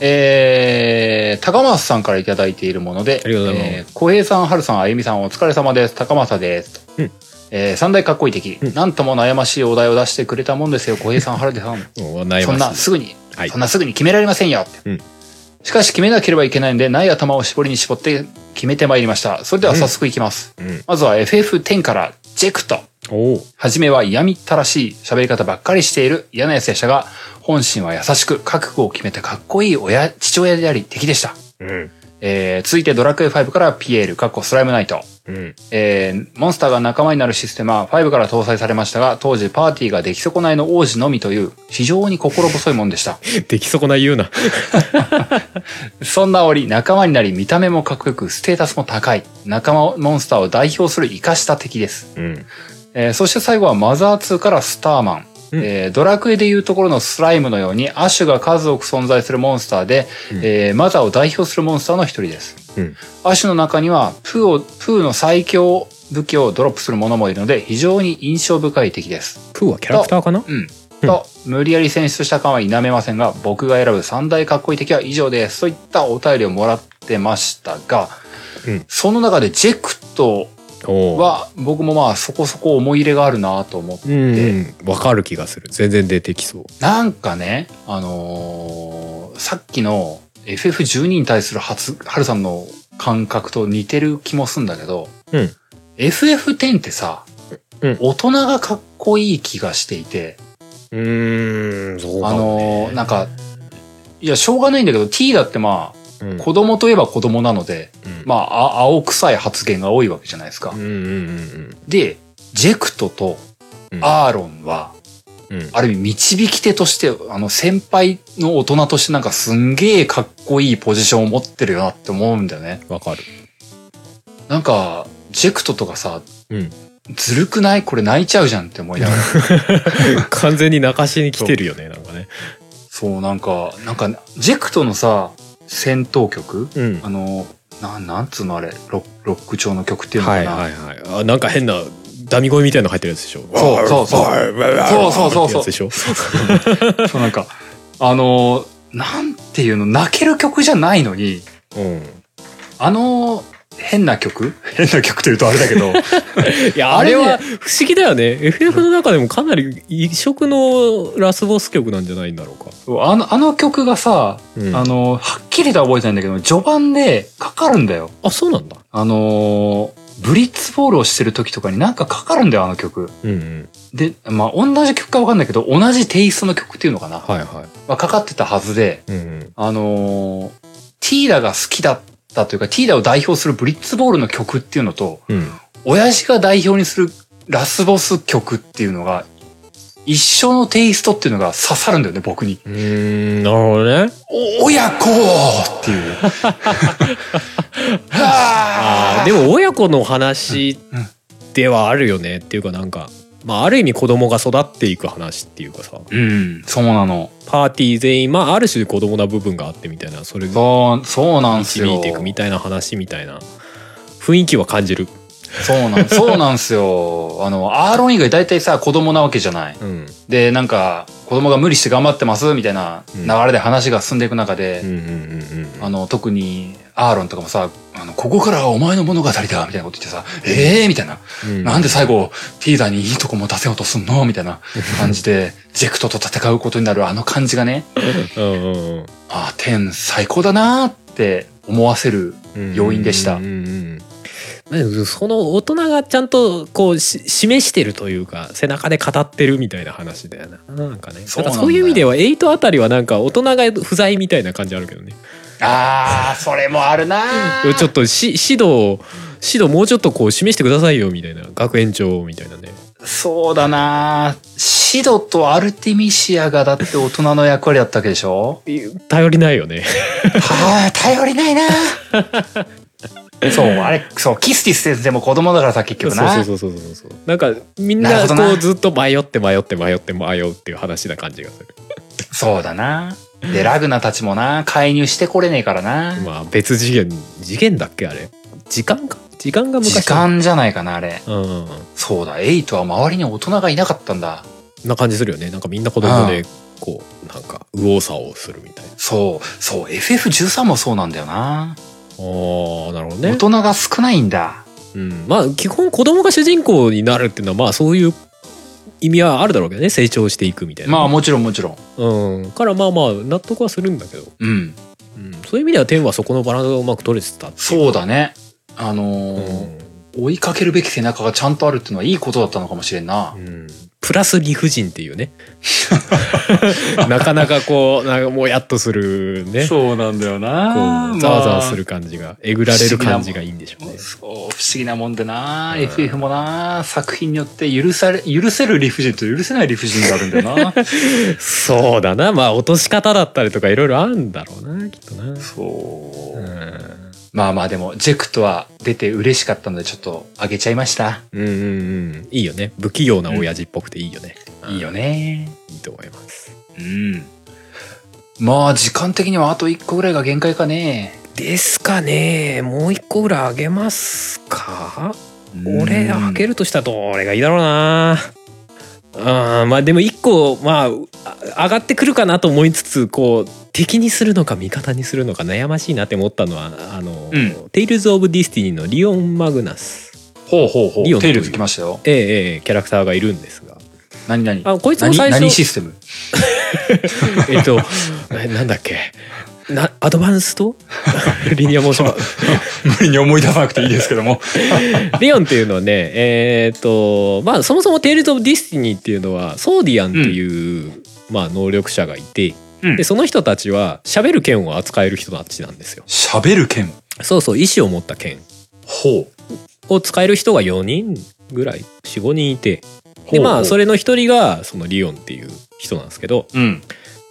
Speaker 1: えー、高松さんからいただいているもので、
Speaker 2: ありがとうございます
Speaker 1: えー小平さん、春さん、あゆみさん、お疲れ様です。高松です。
Speaker 2: うん
Speaker 1: えー三大かっこいい敵、
Speaker 2: うん
Speaker 1: なんとも悩ましいお題を出してくれたもんですよ、小平さん、春さん。
Speaker 2: もう 悩
Speaker 1: そんな
Speaker 2: ましい。
Speaker 1: すぐに、
Speaker 2: はい
Speaker 1: そんなすぐに決められませんよって、
Speaker 2: うん
Speaker 1: しかし決めなければいけないんで、ない頭を絞りに絞って決めてまいりました。それでは早速いきます。
Speaker 2: うん
Speaker 1: まずは FF10 からジェクト。
Speaker 2: おう
Speaker 1: はじめは嫌みったらしい喋り方ばっかりしている嫌な奴でしたが、本心は優しく覚悟を決めたかっこいい親、父親であり敵でした。
Speaker 2: うん。
Speaker 1: えー、続いてドラクエ5からピエール、かっこスライムナイト。
Speaker 2: うん。
Speaker 1: えーモンスターが仲間になるシステムは5から搭載されましたが、当時パーティーが出来損ないの王子のみという、非常に心細いもんでした。
Speaker 2: でき損ない言うな。
Speaker 1: そんな折、仲間になり、見た目もかっこよく、ステータスも高い、仲間モンスターを代表する生かした敵です。
Speaker 2: うん。
Speaker 1: えーそして最後はマザー2からスターマン。
Speaker 2: うん
Speaker 1: えードラクエでいうところのスライムのように、アシュが数多く存在するモンスターで、
Speaker 2: うん
Speaker 1: えーマザーを代表するモンスターの一人です。
Speaker 2: うん。
Speaker 1: アシュの中には、プーを、プーの最強武器をドロップする者もいるので、非常に印象深い敵です。
Speaker 2: プーはキャラクターかな
Speaker 1: うん。と、無理やり選出した感は否めませんが、僕が選ぶ三大かっこいい敵は以上です。といったお便りをもらってましたが、
Speaker 2: うん
Speaker 1: その中でジェクト
Speaker 2: おう
Speaker 1: は、僕もまあそこそこ思い入れがあるなと思って、
Speaker 2: うんうん。わかる気がする。全然出てきそう。
Speaker 1: なんかね、あのーさっきの FF12 に対する初、春さんの感覚と似てる気もすんだけど、
Speaker 2: うん
Speaker 1: FF10 ってさ、
Speaker 2: うん
Speaker 1: 大人がかっこいい気がしていて、
Speaker 2: うーん、そう
Speaker 1: あ
Speaker 2: かも
Speaker 1: の
Speaker 2: ね
Speaker 1: ーなんか、いや、しょうがないんだけど、T だってまあ、
Speaker 2: うん
Speaker 1: 子供といえば子供なので、
Speaker 2: うん
Speaker 1: まあ、あ青臭い発言が多いわけじゃないですか。
Speaker 2: うんうんうん
Speaker 1: で、ジェクトと
Speaker 2: うん
Speaker 1: アーロンは、
Speaker 2: うんうん
Speaker 1: ある意味導き手として、あの先輩の大人としてなんかすんげえかっこいいポジションを持ってるよなって思うんだよね。
Speaker 2: わかる
Speaker 1: なんか、ジェクトとかさ、
Speaker 2: うん
Speaker 1: ずるくないこれ泣いちゃうじゃんって思いながら。
Speaker 2: 完全に泣かしに来てるよねなんかね
Speaker 1: そう、なんか、なんか、ジェクトのさ、戦闘曲
Speaker 2: うん
Speaker 1: あの、なん、なんつうのあれ、ロッロック調の曲っていうの
Speaker 2: は
Speaker 1: か
Speaker 2: い
Speaker 1: な。
Speaker 2: はいはいあなんか変なダミ声みたいなの入ってるやつでしょ
Speaker 1: そうそうそうそうそうそうそう
Speaker 2: ってやつでしょ
Speaker 1: そうなんか、あの、なんていうの、泣ける曲じゃないのに、
Speaker 2: うん
Speaker 1: あの、変な曲 変な曲というとあれだ けど、
Speaker 2: いや、
Speaker 1: あ
Speaker 2: あ
Speaker 1: れ
Speaker 2: れ
Speaker 1: ね
Speaker 2: は不思議だよね。FF の中でもかなり異色のラスボス曲なんじゃないんだろうか。
Speaker 1: あの、あの曲がさ、
Speaker 2: うん
Speaker 1: あの、はっきりとは覚えてないんだけど、序盤でかかるんだよ。
Speaker 2: あ、そうなんだ。
Speaker 1: あの、ブリッツボールをしてる時とかになんかかかるんだよ、あの曲。
Speaker 2: うんうん。
Speaker 1: で、まあ、同じ曲かわかんないけど、同じテイストの曲っていうのかな。
Speaker 2: はいは
Speaker 1: まあ、かかってたはずで、
Speaker 2: い。うん
Speaker 1: あのーティーダが好きだったというか、ティーダを代表するブリッツボールの曲っていうのと、
Speaker 2: うん。うん。
Speaker 1: 親父が代表にするラスボス曲っていうのが、一緒のテイストっていうのが刺さるんだよね、僕に。
Speaker 2: うーん、なるほどね。
Speaker 1: お、親子っていう。 は
Speaker 2: あ
Speaker 1: あ
Speaker 2: あ、でも親子の話
Speaker 1: うんうん
Speaker 2: ではあるよね。っていうかなんか、まあある意味子供が育っていく話っていうかさ、
Speaker 1: うん、そうなの。
Speaker 2: パーティー全員、まあある種子供な部分があってみたいな、それが
Speaker 1: そう、そうなんすよ。
Speaker 2: 導いていくみたいな話みたいな雰囲気は感じる。
Speaker 1: そうなん、そうなんすよ。あの、アーロン以外大体さ、子供なわけじゃない。
Speaker 2: うん。
Speaker 1: で、なんか、子供が無理して頑張ってます、みたいな
Speaker 2: う
Speaker 1: 流
Speaker 2: ん
Speaker 1: れで話が進んでいく中で
Speaker 2: うんう、んうんうん。
Speaker 1: あの、特に、アーロンとかもさ、あの、ここからはお前の物語だみたいなこと言ってさ、ええー、みたいな。
Speaker 2: うん
Speaker 1: なんで最後、ティーダにいいとこも出せようとすんのみたいな感じで、 ジェクトと戦うことになるあの感じがね、
Speaker 2: うんうんうん。
Speaker 1: ああ、天最高だなーって思わせる。要因でした
Speaker 2: うんうんうんまあでもその大人がちゃんとこうし示してるというか背中で語ってるみたいな話だよななんかね
Speaker 1: そうなんだよ
Speaker 2: だからそういう意味では8あたりはなんか大人が不在みたいな感じあるけどね
Speaker 1: ああ、それもあるなー
Speaker 2: ちょっとし指導指導もうちょっとこう示してくださいよみたいな学園長みたいなね
Speaker 1: そうだなーシドとアルティミシアがだって大人の役割だったわけでしょ
Speaker 2: 頼りないよね
Speaker 1: はあ、頼りないな。 そう、あれ、そう、キスティス先生も子供だからさ、結
Speaker 2: そう
Speaker 1: 局な。
Speaker 2: そうそうそうそうそうなんかみん
Speaker 1: なる
Speaker 2: な
Speaker 1: ほど
Speaker 2: こ
Speaker 1: な
Speaker 2: うずっと迷って迷って迷って迷うっていう話な感じがする
Speaker 1: そうだな。で、ラグナたちもな、介入してこれねえからな。
Speaker 2: まあ別次元次元だっけあれ時間か時間が昔
Speaker 1: 時間じゃないかな、あれ。
Speaker 2: うん
Speaker 1: そうだ、エイトは周りに大人がいなかったんだ。
Speaker 2: な感じするよねなんかみんな子供でこうなんか右往左往するみたいな
Speaker 1: そう、そう、FF13 もそうなんだよな。
Speaker 2: ああなるほど
Speaker 1: 大
Speaker 2: ね、
Speaker 1: 人が少ないんだ。
Speaker 2: うん、まあ基本子供が主人公になるっていうのはまあそういう意味はあるだろうけどね成長していくみたいな
Speaker 1: まあ、もちろんもちろん。
Speaker 2: うんからまあまあ納得はするんだけど、
Speaker 1: うん。
Speaker 2: うん、そういう意味では天はそこのバランスがうまく取れてたっていう
Speaker 1: そうだね。あの
Speaker 2: う
Speaker 1: ー
Speaker 2: ん
Speaker 1: 追いかけるべき背中がちゃんとあるってのはいいことだったのかもしれんな。
Speaker 2: うんプラス理不尽っていうね なかなかこうなんかもうやっとするね
Speaker 1: そうなんだよな
Speaker 2: こうざわざわする感じがえぐられる感じがいいんでしょうね。
Speaker 1: そう不思議なもんでな、
Speaker 2: うん
Speaker 1: FF もな作品によって許され許せる理不尽と許せない理不尽があるんだよな
Speaker 2: そうだなまあ落とし方だったりとかいろいろあるんだろうなきっとな。
Speaker 1: そう、
Speaker 2: うん
Speaker 1: まあまあでもジェクトは出て嬉しかったのでちょっとあげちゃいました
Speaker 2: うんうんうんいいよね不器用な親父っぽくていいよね。
Speaker 1: いいよね
Speaker 2: いいと思います。
Speaker 1: うんまあ時間的にはあと1個ぐらいが限界かね
Speaker 2: ですかねもう一個ぐらいあげますか俺あげ
Speaker 1: る
Speaker 2: るとしたらどれがいいだろうな。あまあでも一個まああ上がってくるかなと思いつつこう敵にするのか味方にするのか悩ましいなって思ったのはあの、
Speaker 1: うん
Speaker 2: テイルズ・オブ・ディスティニーのリオン・マグナス
Speaker 1: ほうほうほう
Speaker 2: いいよね
Speaker 1: テイルズ来ましたよ
Speaker 2: ええええキャラクターがいるんですが
Speaker 1: 何何
Speaker 2: あこいつも
Speaker 1: 何
Speaker 2: 最
Speaker 1: 何
Speaker 2: 初
Speaker 1: システム
Speaker 2: えっとえなんだっけなアドバンスと リニアモーション
Speaker 1: 無理に思い出さなくていいですけども
Speaker 2: レオンっていうのはね、えーっと、まあ、そもそもテイルズ・オブ・ディスティニーっていうのは、ソーディアンっていう、まあ、能力者がいて、
Speaker 1: うん
Speaker 2: でその人たちは喋る剣を扱える人たちなんですよ
Speaker 1: 喋る剣。
Speaker 2: そうそう意思を持った剣
Speaker 1: ほう。
Speaker 2: を使える人が4人ぐらい45人いて
Speaker 1: ほう
Speaker 2: でまあそ
Speaker 1: れ。
Speaker 2: れの一人がそのリオンっていう人なんですけど
Speaker 1: うん。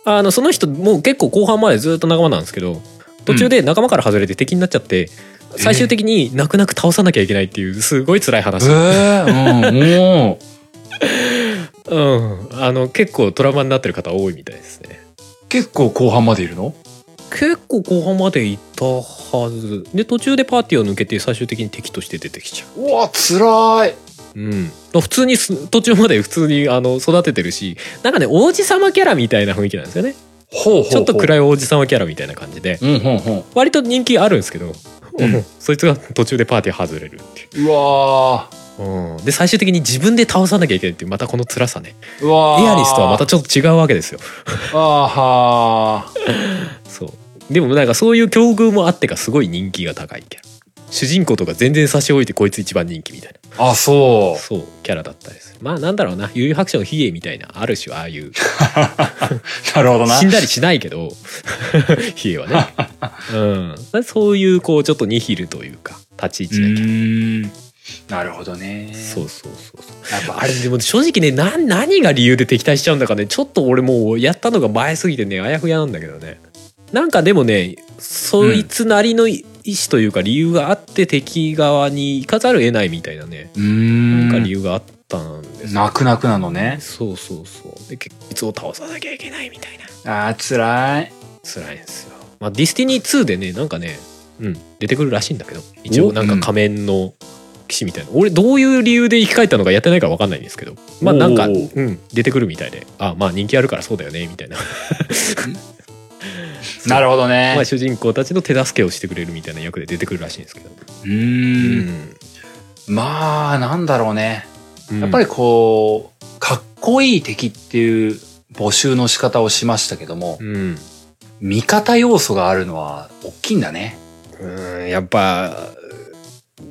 Speaker 2: あのその人もう結構後半までずっと仲間なんですけど途中で仲間から外れて敵になっちゃって、
Speaker 1: え
Speaker 2: 最終的に泣く泣く倒さなきゃいけないっていうすごい辛い
Speaker 1: え
Speaker 2: 話、
Speaker 1: えうん。おー
Speaker 2: うんあの結構トラウマになってる方多いみたいですね
Speaker 1: 結構後半までいるの
Speaker 2: 結構後半までいたはずで途中でパーティーを抜けて最終的に敵として出てきちゃ
Speaker 1: うわ、辛い。
Speaker 2: ううん普通にす途中まで普通にあの育ててるしなんかね王子様キャラみたいな雰囲気なんですよね
Speaker 1: ほうほうほう。
Speaker 2: ちょっと
Speaker 1: い。
Speaker 2: 暗い王子様キャラみたいな感じで
Speaker 1: うん、ほんほん。
Speaker 2: 割と人気あるんですけど、
Speaker 1: うん
Speaker 2: そいつが途中でパーティー外れるっていう
Speaker 1: わー
Speaker 2: う、で最終的に自分で倒さなきゃいけないっていうまたこの辛さね
Speaker 1: うわー
Speaker 2: エアリスとはまたちょっと違うわけですよ
Speaker 1: ああはー
Speaker 2: そうでもなんかそういう境遇もあってかすごい人気が高いキャラ主人公とか全然差し置いてこいつ一番人気みたい
Speaker 1: あ
Speaker 2: な
Speaker 1: そ
Speaker 2: そうキャラだったでするまあなんだろうな悠々白書の比叡みたいなある種ああいう
Speaker 1: うなるほどな
Speaker 2: 死んだりしないけど 比 叡はね、うん、だからそういうこうちょっとニヒルというか立ち位
Speaker 1: う
Speaker 2: 置だ
Speaker 1: ー
Speaker 2: け
Speaker 1: んなるほどね
Speaker 2: そうそうそうそ
Speaker 1: や
Speaker 2: う
Speaker 1: っぱ
Speaker 2: あれでも正直ねな何が理由で敵対しちゃうんだかねちょっと俺もうやったのが前すぎてねあやふやなんだけどねなんかでもねそいつなりの意思というか理由があって敵側に行かざるを得ないみたいなね
Speaker 1: うー
Speaker 2: なんか理
Speaker 1: ん
Speaker 2: 由があったんですよ
Speaker 1: 泣く泣くなのね
Speaker 2: そうそうそうで結構いつを倒さなきゃいけないみたいな
Speaker 1: あー辛い
Speaker 2: 辛いんですよ、まあ、ディスティニー2でねなんかねうん出てくるらしいんだけど一応なんか仮面の騎士みたいな、俺どういう理由で生き返ったのかやってないから分かんないんですけどまあなんか、
Speaker 1: お
Speaker 2: う
Speaker 1: ー
Speaker 2: ん、出てくるみたいであまあ人気あるからそうだよねみたいな
Speaker 1: なるほどね
Speaker 2: まあ主人公たちの手助けをしてくれるみたいな役で出てくるらしいんですけど、
Speaker 1: うーんまあなんだろうね
Speaker 2: うん
Speaker 1: やっぱりこうかっこいい敵っていう募集の仕方をしましたけども
Speaker 2: うん、
Speaker 1: 味方要素があるのは大きいんだね
Speaker 2: うんやっぱ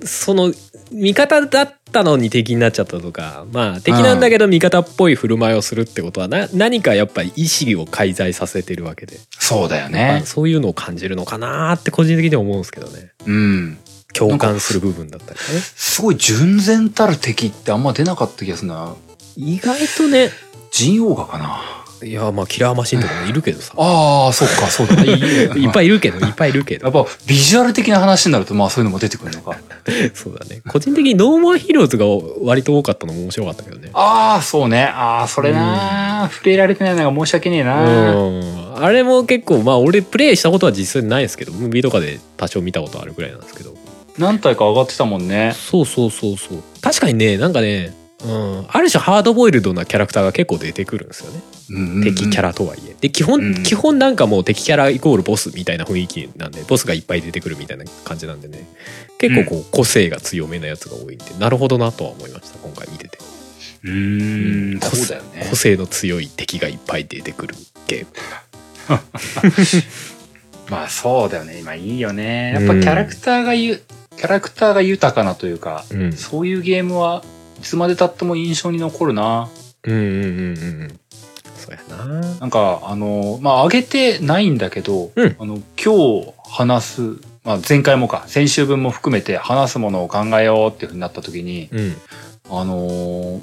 Speaker 2: その味方だったのに敵になっちゃったとかまあ敵なんだけど味方っぽい振る舞いをするってことはな何かやっぱり意識を介在させてるわけで、
Speaker 1: そうだよ
Speaker 2: まあ
Speaker 1: ね
Speaker 2: そういうのを感じるのかなーって個人的には思うんですけどね
Speaker 1: うん
Speaker 2: 共感する部分だったりとかね
Speaker 1: すごい純然たる敵ってあんま出なかった気がするな
Speaker 2: 意外とね
Speaker 1: 人王がかない
Speaker 2: やまあキラーマシンとかもいるけどさ
Speaker 1: ああ、そっか、そうだね。
Speaker 2: いっぱいいるけどいっぱいいる け
Speaker 1: や
Speaker 2: ど
Speaker 1: っぱビジュアル的な話になると、まあそういうのも出てくるのか。
Speaker 2: そうだね個人的にノーマンヒーローズが割と多かったのも面白かったけどね
Speaker 1: ああ、そうね。ああ、それな、触れられてないのが申し訳ねえな。
Speaker 2: うんあれも結構まあ俺プレイしたことは実際ないですけどムービーとかで多少見たことあるぐらいなんですけど
Speaker 1: 何体か上がってたもんね。
Speaker 2: そうそうそうそう確かにねなんかね、うん、ある種ハードボイルドなキャラクターが結構出てくるんですよね敵キャ
Speaker 1: ラ。
Speaker 2: ラとはいえで基本、
Speaker 1: うん
Speaker 2: 基本なんかもう敵キャライコールボスみたいな雰囲気なんでボスがいっぱい出てくるみたいな感じなんでね結構こう個性が強めなやつが多いんでなるほどなとは思いました今回見てて
Speaker 1: うーん、
Speaker 2: 個
Speaker 1: そう
Speaker 2: 性
Speaker 1: だよね
Speaker 2: 個。性の強い敵がいっぱい出てくるゲーム
Speaker 1: まあそうだよね。今いいよね。やっぱキャラクターがゆ、キャラクターが豊かなというか、
Speaker 2: うん
Speaker 1: そういうゲームはいつまで経っても印象に残るな。
Speaker 2: うんうんうんうんうんそうやな
Speaker 1: なんか、あの、まあ、上げてないんだけど、
Speaker 2: うん
Speaker 1: あの、今日話す、まあ、前回もか、先週分も含めて話すものを考えようっていうふうになった時に、
Speaker 2: うん
Speaker 1: あのー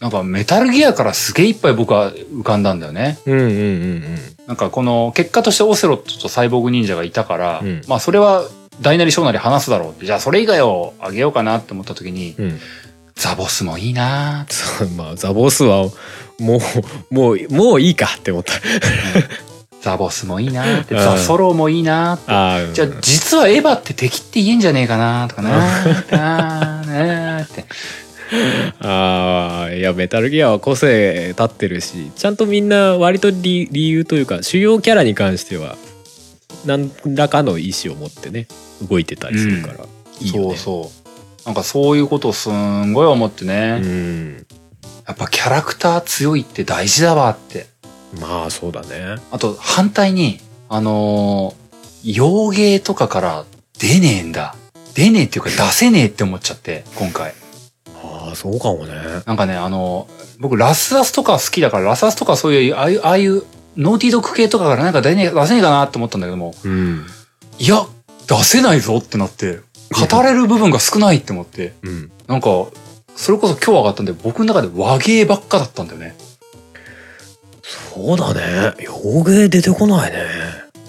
Speaker 1: なんかメタルギアからすげえいっぱい僕は浮かんだんだよね。
Speaker 2: うんうんうん
Speaker 1: なんかこの結果としてオセロットとサイボーグ忍者がいたから、
Speaker 2: うん
Speaker 1: まあそれは大なり小なり話すだろうって、じゃあそれ以外をあげようかなって思った時に、
Speaker 2: うんうん
Speaker 1: ザボスもいいな
Speaker 2: そう まあザボスはもうもうもういいかって思った
Speaker 1: ザボスもいいなって、
Speaker 2: うん
Speaker 1: ザソロもいいなって
Speaker 2: あー、うん、
Speaker 1: じゃあ、実はエヴァって敵って言えんじゃねえかなと かななーって。
Speaker 2: あーいやメタルギアは個性立ってるしちゃんとみんな割と理理由というか主要キャラに関しては何らかの意思を持ってね動いてたりするから、いいよ
Speaker 1: そ
Speaker 2: ね
Speaker 1: うそう。なんかそういうことをすんごい思ってね、
Speaker 2: ん、
Speaker 1: やっぱキャラクター強いって大事だわって。
Speaker 2: まあそうだね
Speaker 1: あと反対に、あのー、洋芸とかから出ねえんだ。出ねえっていうか出せねえって思っちゃって、今回。
Speaker 2: ああそうかもね
Speaker 1: なんかね、あのー、僕ラスアスとか好きだから、ラスアスとかそういう、ああいう、ああいうノーティードック系とかからなんか出ね出せねえかなと思ったんだけども、
Speaker 2: うん
Speaker 1: いや、出せないぞってなって、語れる部分が少ないって思って、
Speaker 2: うん
Speaker 1: なんか、それこそ今日上がったんで、僕の中で和芸ばっかだったんだよね。
Speaker 2: そうだね洋芸出てこないね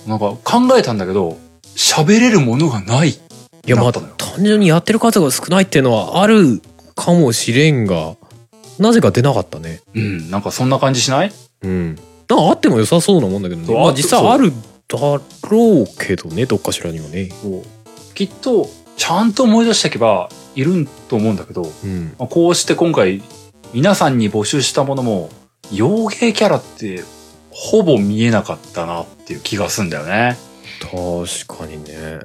Speaker 1: なんか考えたんだけど、喋れるものがない。
Speaker 2: いやまあ
Speaker 1: なったのよ
Speaker 2: 単純にやってる数が少ないっていうのはあるかもしれんがなぜか出なかったね
Speaker 1: うん、なんかそんな感じしない
Speaker 2: うんなんかあっても良さそうなもんだけどね
Speaker 1: そう
Speaker 2: ま
Speaker 1: あ
Speaker 2: あ実際
Speaker 1: そう
Speaker 2: あるだろうけどねどっかしらにはね
Speaker 1: きっと、ちゃんと思い出していけば、いると思うんだけど、
Speaker 2: うん
Speaker 1: まあこうして今回、皆さんに募集したものも、洋芸キャラって、ほぼ見えなかったなっていう気がすんだよね。
Speaker 2: 確かにね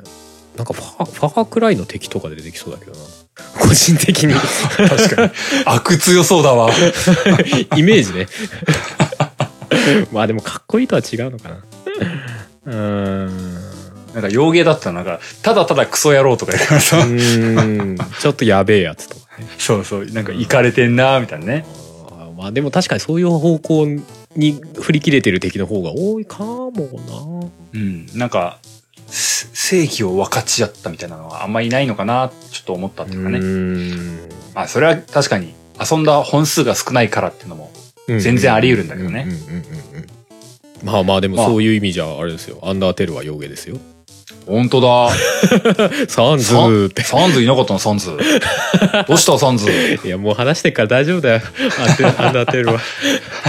Speaker 2: なんかファファークライの敵とかで出てきそうだけどな 個人的に
Speaker 1: 確かに。 悪強そうだわ。
Speaker 2: イメージね まあでもかっこいいとは違うのかなうーん
Speaker 1: なんか洋芸だったらなんか、ただただクソ野郎とか言うから
Speaker 2: う
Speaker 1: さ、
Speaker 2: ーんちょっとやべえやつとかね
Speaker 1: そうそう、なんかイかれてんなみたいなね。
Speaker 2: あーまあでも確かにそういう方向に振り切れてる敵の方が多いかも
Speaker 1: うん、なんか、せ正義を分かち合ったみたいなのはあんまりいないのかな、ちょっと思ったっ
Speaker 2: な
Speaker 1: ていうかね。
Speaker 2: ーん
Speaker 1: まあ、それは確かに、遊んだ本数が少ないからっていうのも、全然あり得るんだけどね
Speaker 2: うんうんうんうんうんまあまあでもそういう意味じゃあれですよ、アンダーテルは幼芸ですよ
Speaker 1: 本当だ。
Speaker 2: サンズーって
Speaker 1: サンズいなかったの、サンズ。どうした、サンズ。
Speaker 2: いやもう話してっから大丈夫だよア ンテアンダーテールは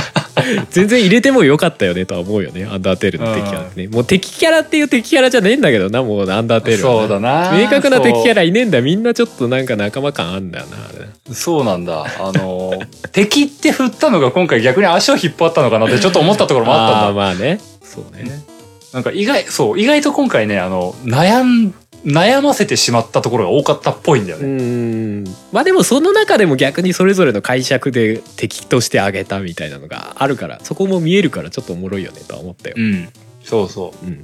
Speaker 2: 全然入れてもよかったよねとは思うよねアンダーテールの敵キャラってねもう敵キャラっていう敵キャラじゃねえんだけどなもうアンダーテールはな
Speaker 1: そうだな。
Speaker 2: 明確な敵キャ
Speaker 1: ラ。
Speaker 2: ラいねえんだみんなちょっとなんか仲間感あんだよなあれ
Speaker 1: そうなんだ。あの、 敵って振ったのが今回逆に足を引っ張ったのかなってちょっと思ったところ もあったんだ
Speaker 2: あー。まあねそうね
Speaker 1: なんか意外、そう、意外と今回ね、あの、悩ん、悩ませてしまったところが多かったっぽいんだよ
Speaker 2: う
Speaker 1: ね。
Speaker 2: んまあでもその中でも逆にそれぞれの解釈で敵としてあげたみたいなのがあるからそこも見えるからちょっとおもろいよねとは思ったよ、
Speaker 1: うん。そうそ
Speaker 2: うんうん、
Speaker 1: う。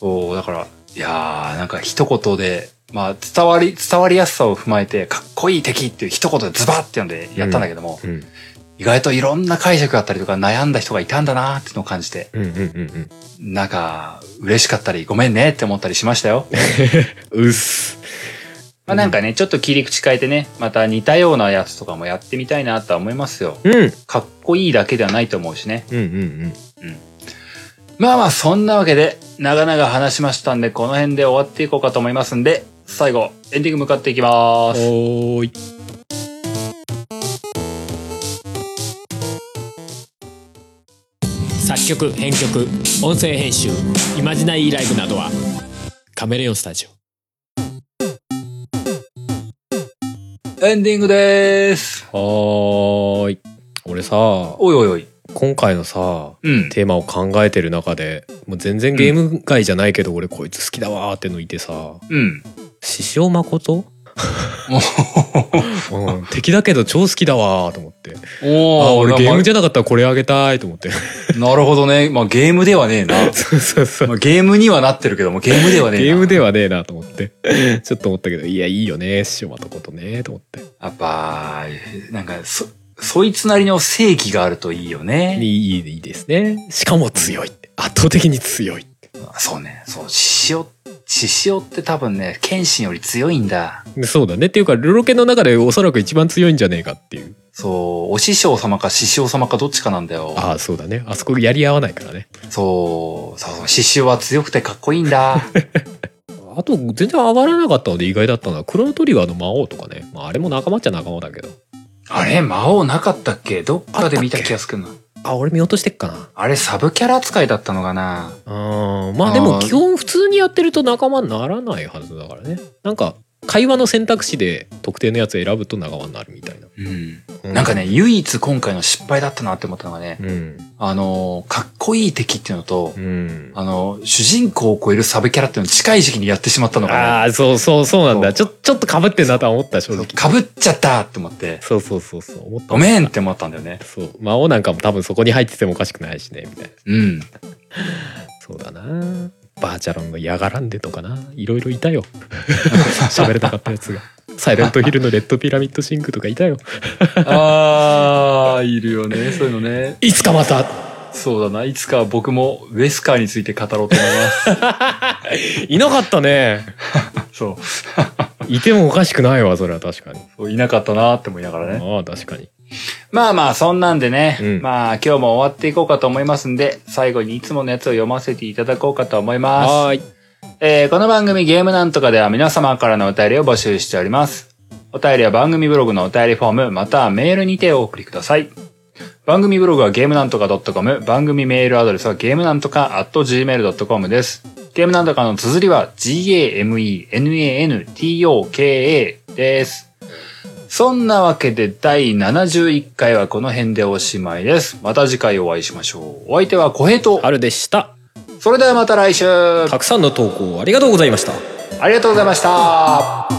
Speaker 1: そう、だから、いやー、なんか一言で、まあ、伝わり、伝わりやすさを踏まえて、かっこいい敵っていう一言でズバッっていうのでやったんだけども、
Speaker 2: うん
Speaker 1: 意外といろんな解釈があったりとか悩んだ人がいたんだなーっていうのを感じて、
Speaker 2: うんうんうん
Speaker 1: なんか、嬉しかったり、ごめんねって思ったりしました よ。
Speaker 2: うんうっす
Speaker 1: まあなんかね、ちょっと切り口変えてね、また似たようなやつとかもやってみたいなとは思いますよ。
Speaker 2: うんうん
Speaker 1: かっこいいだけではないと思うしね。
Speaker 2: うんうん
Speaker 1: まあまあそんなわけで長々話しましたんでこの辺で終わっていこうかと思いますんで最後エンディング向かっていきます。
Speaker 2: おーい
Speaker 3: 作曲編曲音声編集イマジナイーライブなどはカメレオンスタジオ
Speaker 1: エンディングでーす。
Speaker 2: はーい俺さ
Speaker 1: おいおいおい。
Speaker 2: 今回のさ
Speaker 1: うん。
Speaker 2: テーマを考えてる中でもう全然ゲーム外じゃないけど、俺こいつ好きだわーってのいてさ
Speaker 1: うん。
Speaker 2: 獅子王誠うん、敵だけど超好きだわーと思って
Speaker 1: お
Speaker 2: あ俺ゲーム
Speaker 1: じ
Speaker 2: じゃなかったらこれあげたいと思って
Speaker 1: ゃ。なるほどね。まあゲームではねえな。
Speaker 2: そうそう そ う
Speaker 1: まあ、ゲームにはなってるけどもゲームではねえな。
Speaker 2: ゲームではねえなと思ってちょっと思ったけどいやいいよね師匠まとことねと思って
Speaker 1: やっぱ、なんかそ、そいつなりの正義があるといいよ
Speaker 2: い
Speaker 1: ね。
Speaker 2: いいいいいですねしかも強いって圧倒的に強いって
Speaker 1: そうね。そう、獅子王、獅子王って多分ね、剣心より強いんだ。
Speaker 2: でそうだねっていうかルロケの中でおそらく一番強いんじゃねえかっていう
Speaker 1: そう、お師匠様か獅子王様かどっちかなんだよ。
Speaker 2: ああそうだねあそこやり合わないからね
Speaker 1: そう、そうそう、獅子王は強くてかっこいいん だ。
Speaker 2: あと全然上がらなかったので意外だったのはクロノトリガーの魔王とかね、まあ、あれも仲間っちゃ仲間だけど
Speaker 1: あれ、魔王なかったっけどっかで見た気がするな。
Speaker 2: あ俺見落としてっかな
Speaker 1: あれ、サブキャラ扱いだったのかな
Speaker 2: あーま
Speaker 1: あー
Speaker 2: あでも基本普通にやってると仲間にならないはずだからねなんか会話の選択肢で特定のやつ選ぶと仲間になるみたいな、
Speaker 1: うん。
Speaker 2: う
Speaker 1: なんかね、唯一今回の失敗だったなって思ったのがね
Speaker 2: う、ん
Speaker 1: あのー、かっこいい敵っていうのと
Speaker 2: う、ん
Speaker 1: あのー、主人公を超えるサブキャラっていうのを近い時期にやってしまったのが
Speaker 2: ああそうそうそうなんだ
Speaker 1: そ
Speaker 2: ちょちょっとかぶってんなとは思った正
Speaker 1: ね、
Speaker 2: 直
Speaker 1: かぶっちゃったって思って、
Speaker 2: そうそうそうそう思った
Speaker 1: ごめんって思ったんだよね。
Speaker 2: そう魔王なんかも多分そこに入っててもおかしくないしねみたいな
Speaker 1: うん。
Speaker 2: そうだなバーチャロンのヤガランデとかないろいろい たよ喋れなかったやつがサイレントヒルのレッドピラミッドシンクとかいたよ
Speaker 1: あー、いるよね、そういうのね。
Speaker 2: いつかまた
Speaker 1: そうだな。いつか僕もウェスカーについて語ろうと思い ます。
Speaker 2: いなかったね
Speaker 1: そう
Speaker 2: いてもおかしくないわそれは確かに
Speaker 1: そう。いなかったなって思いながらね。
Speaker 2: ああ確かに
Speaker 1: まあまあ、そんなんでね、
Speaker 2: うん
Speaker 1: まあ今日も終わっていこうかと思いますんで、最後にいつものやつを読ませていただこうかと思います。
Speaker 2: はーい
Speaker 1: えーこの番組ゲームなんとかでは皆様からのお便りを募集しております。お便りは番組ブログのお便りフォーム、またはメールにてお送りください。番組ブログはゲームなんとか .com、番組メールアドレスはゲームなんとか .gmail.com です。ゲームなんとかの綴りは g-a-m-e-n-a-n-t-o-k-a です。そんなわけで第71回はこの辺でおしまいです。また次回お会いしましょう。お相手は小平と、
Speaker 2: 春でした
Speaker 1: それではまた来週
Speaker 2: たくさんの投稿ありがとうございました
Speaker 1: ありがとうございました。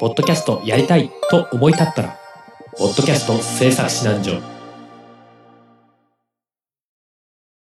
Speaker 3: ポッドキャストやりたいと思い立ったら、ポッドキャスト制作指南所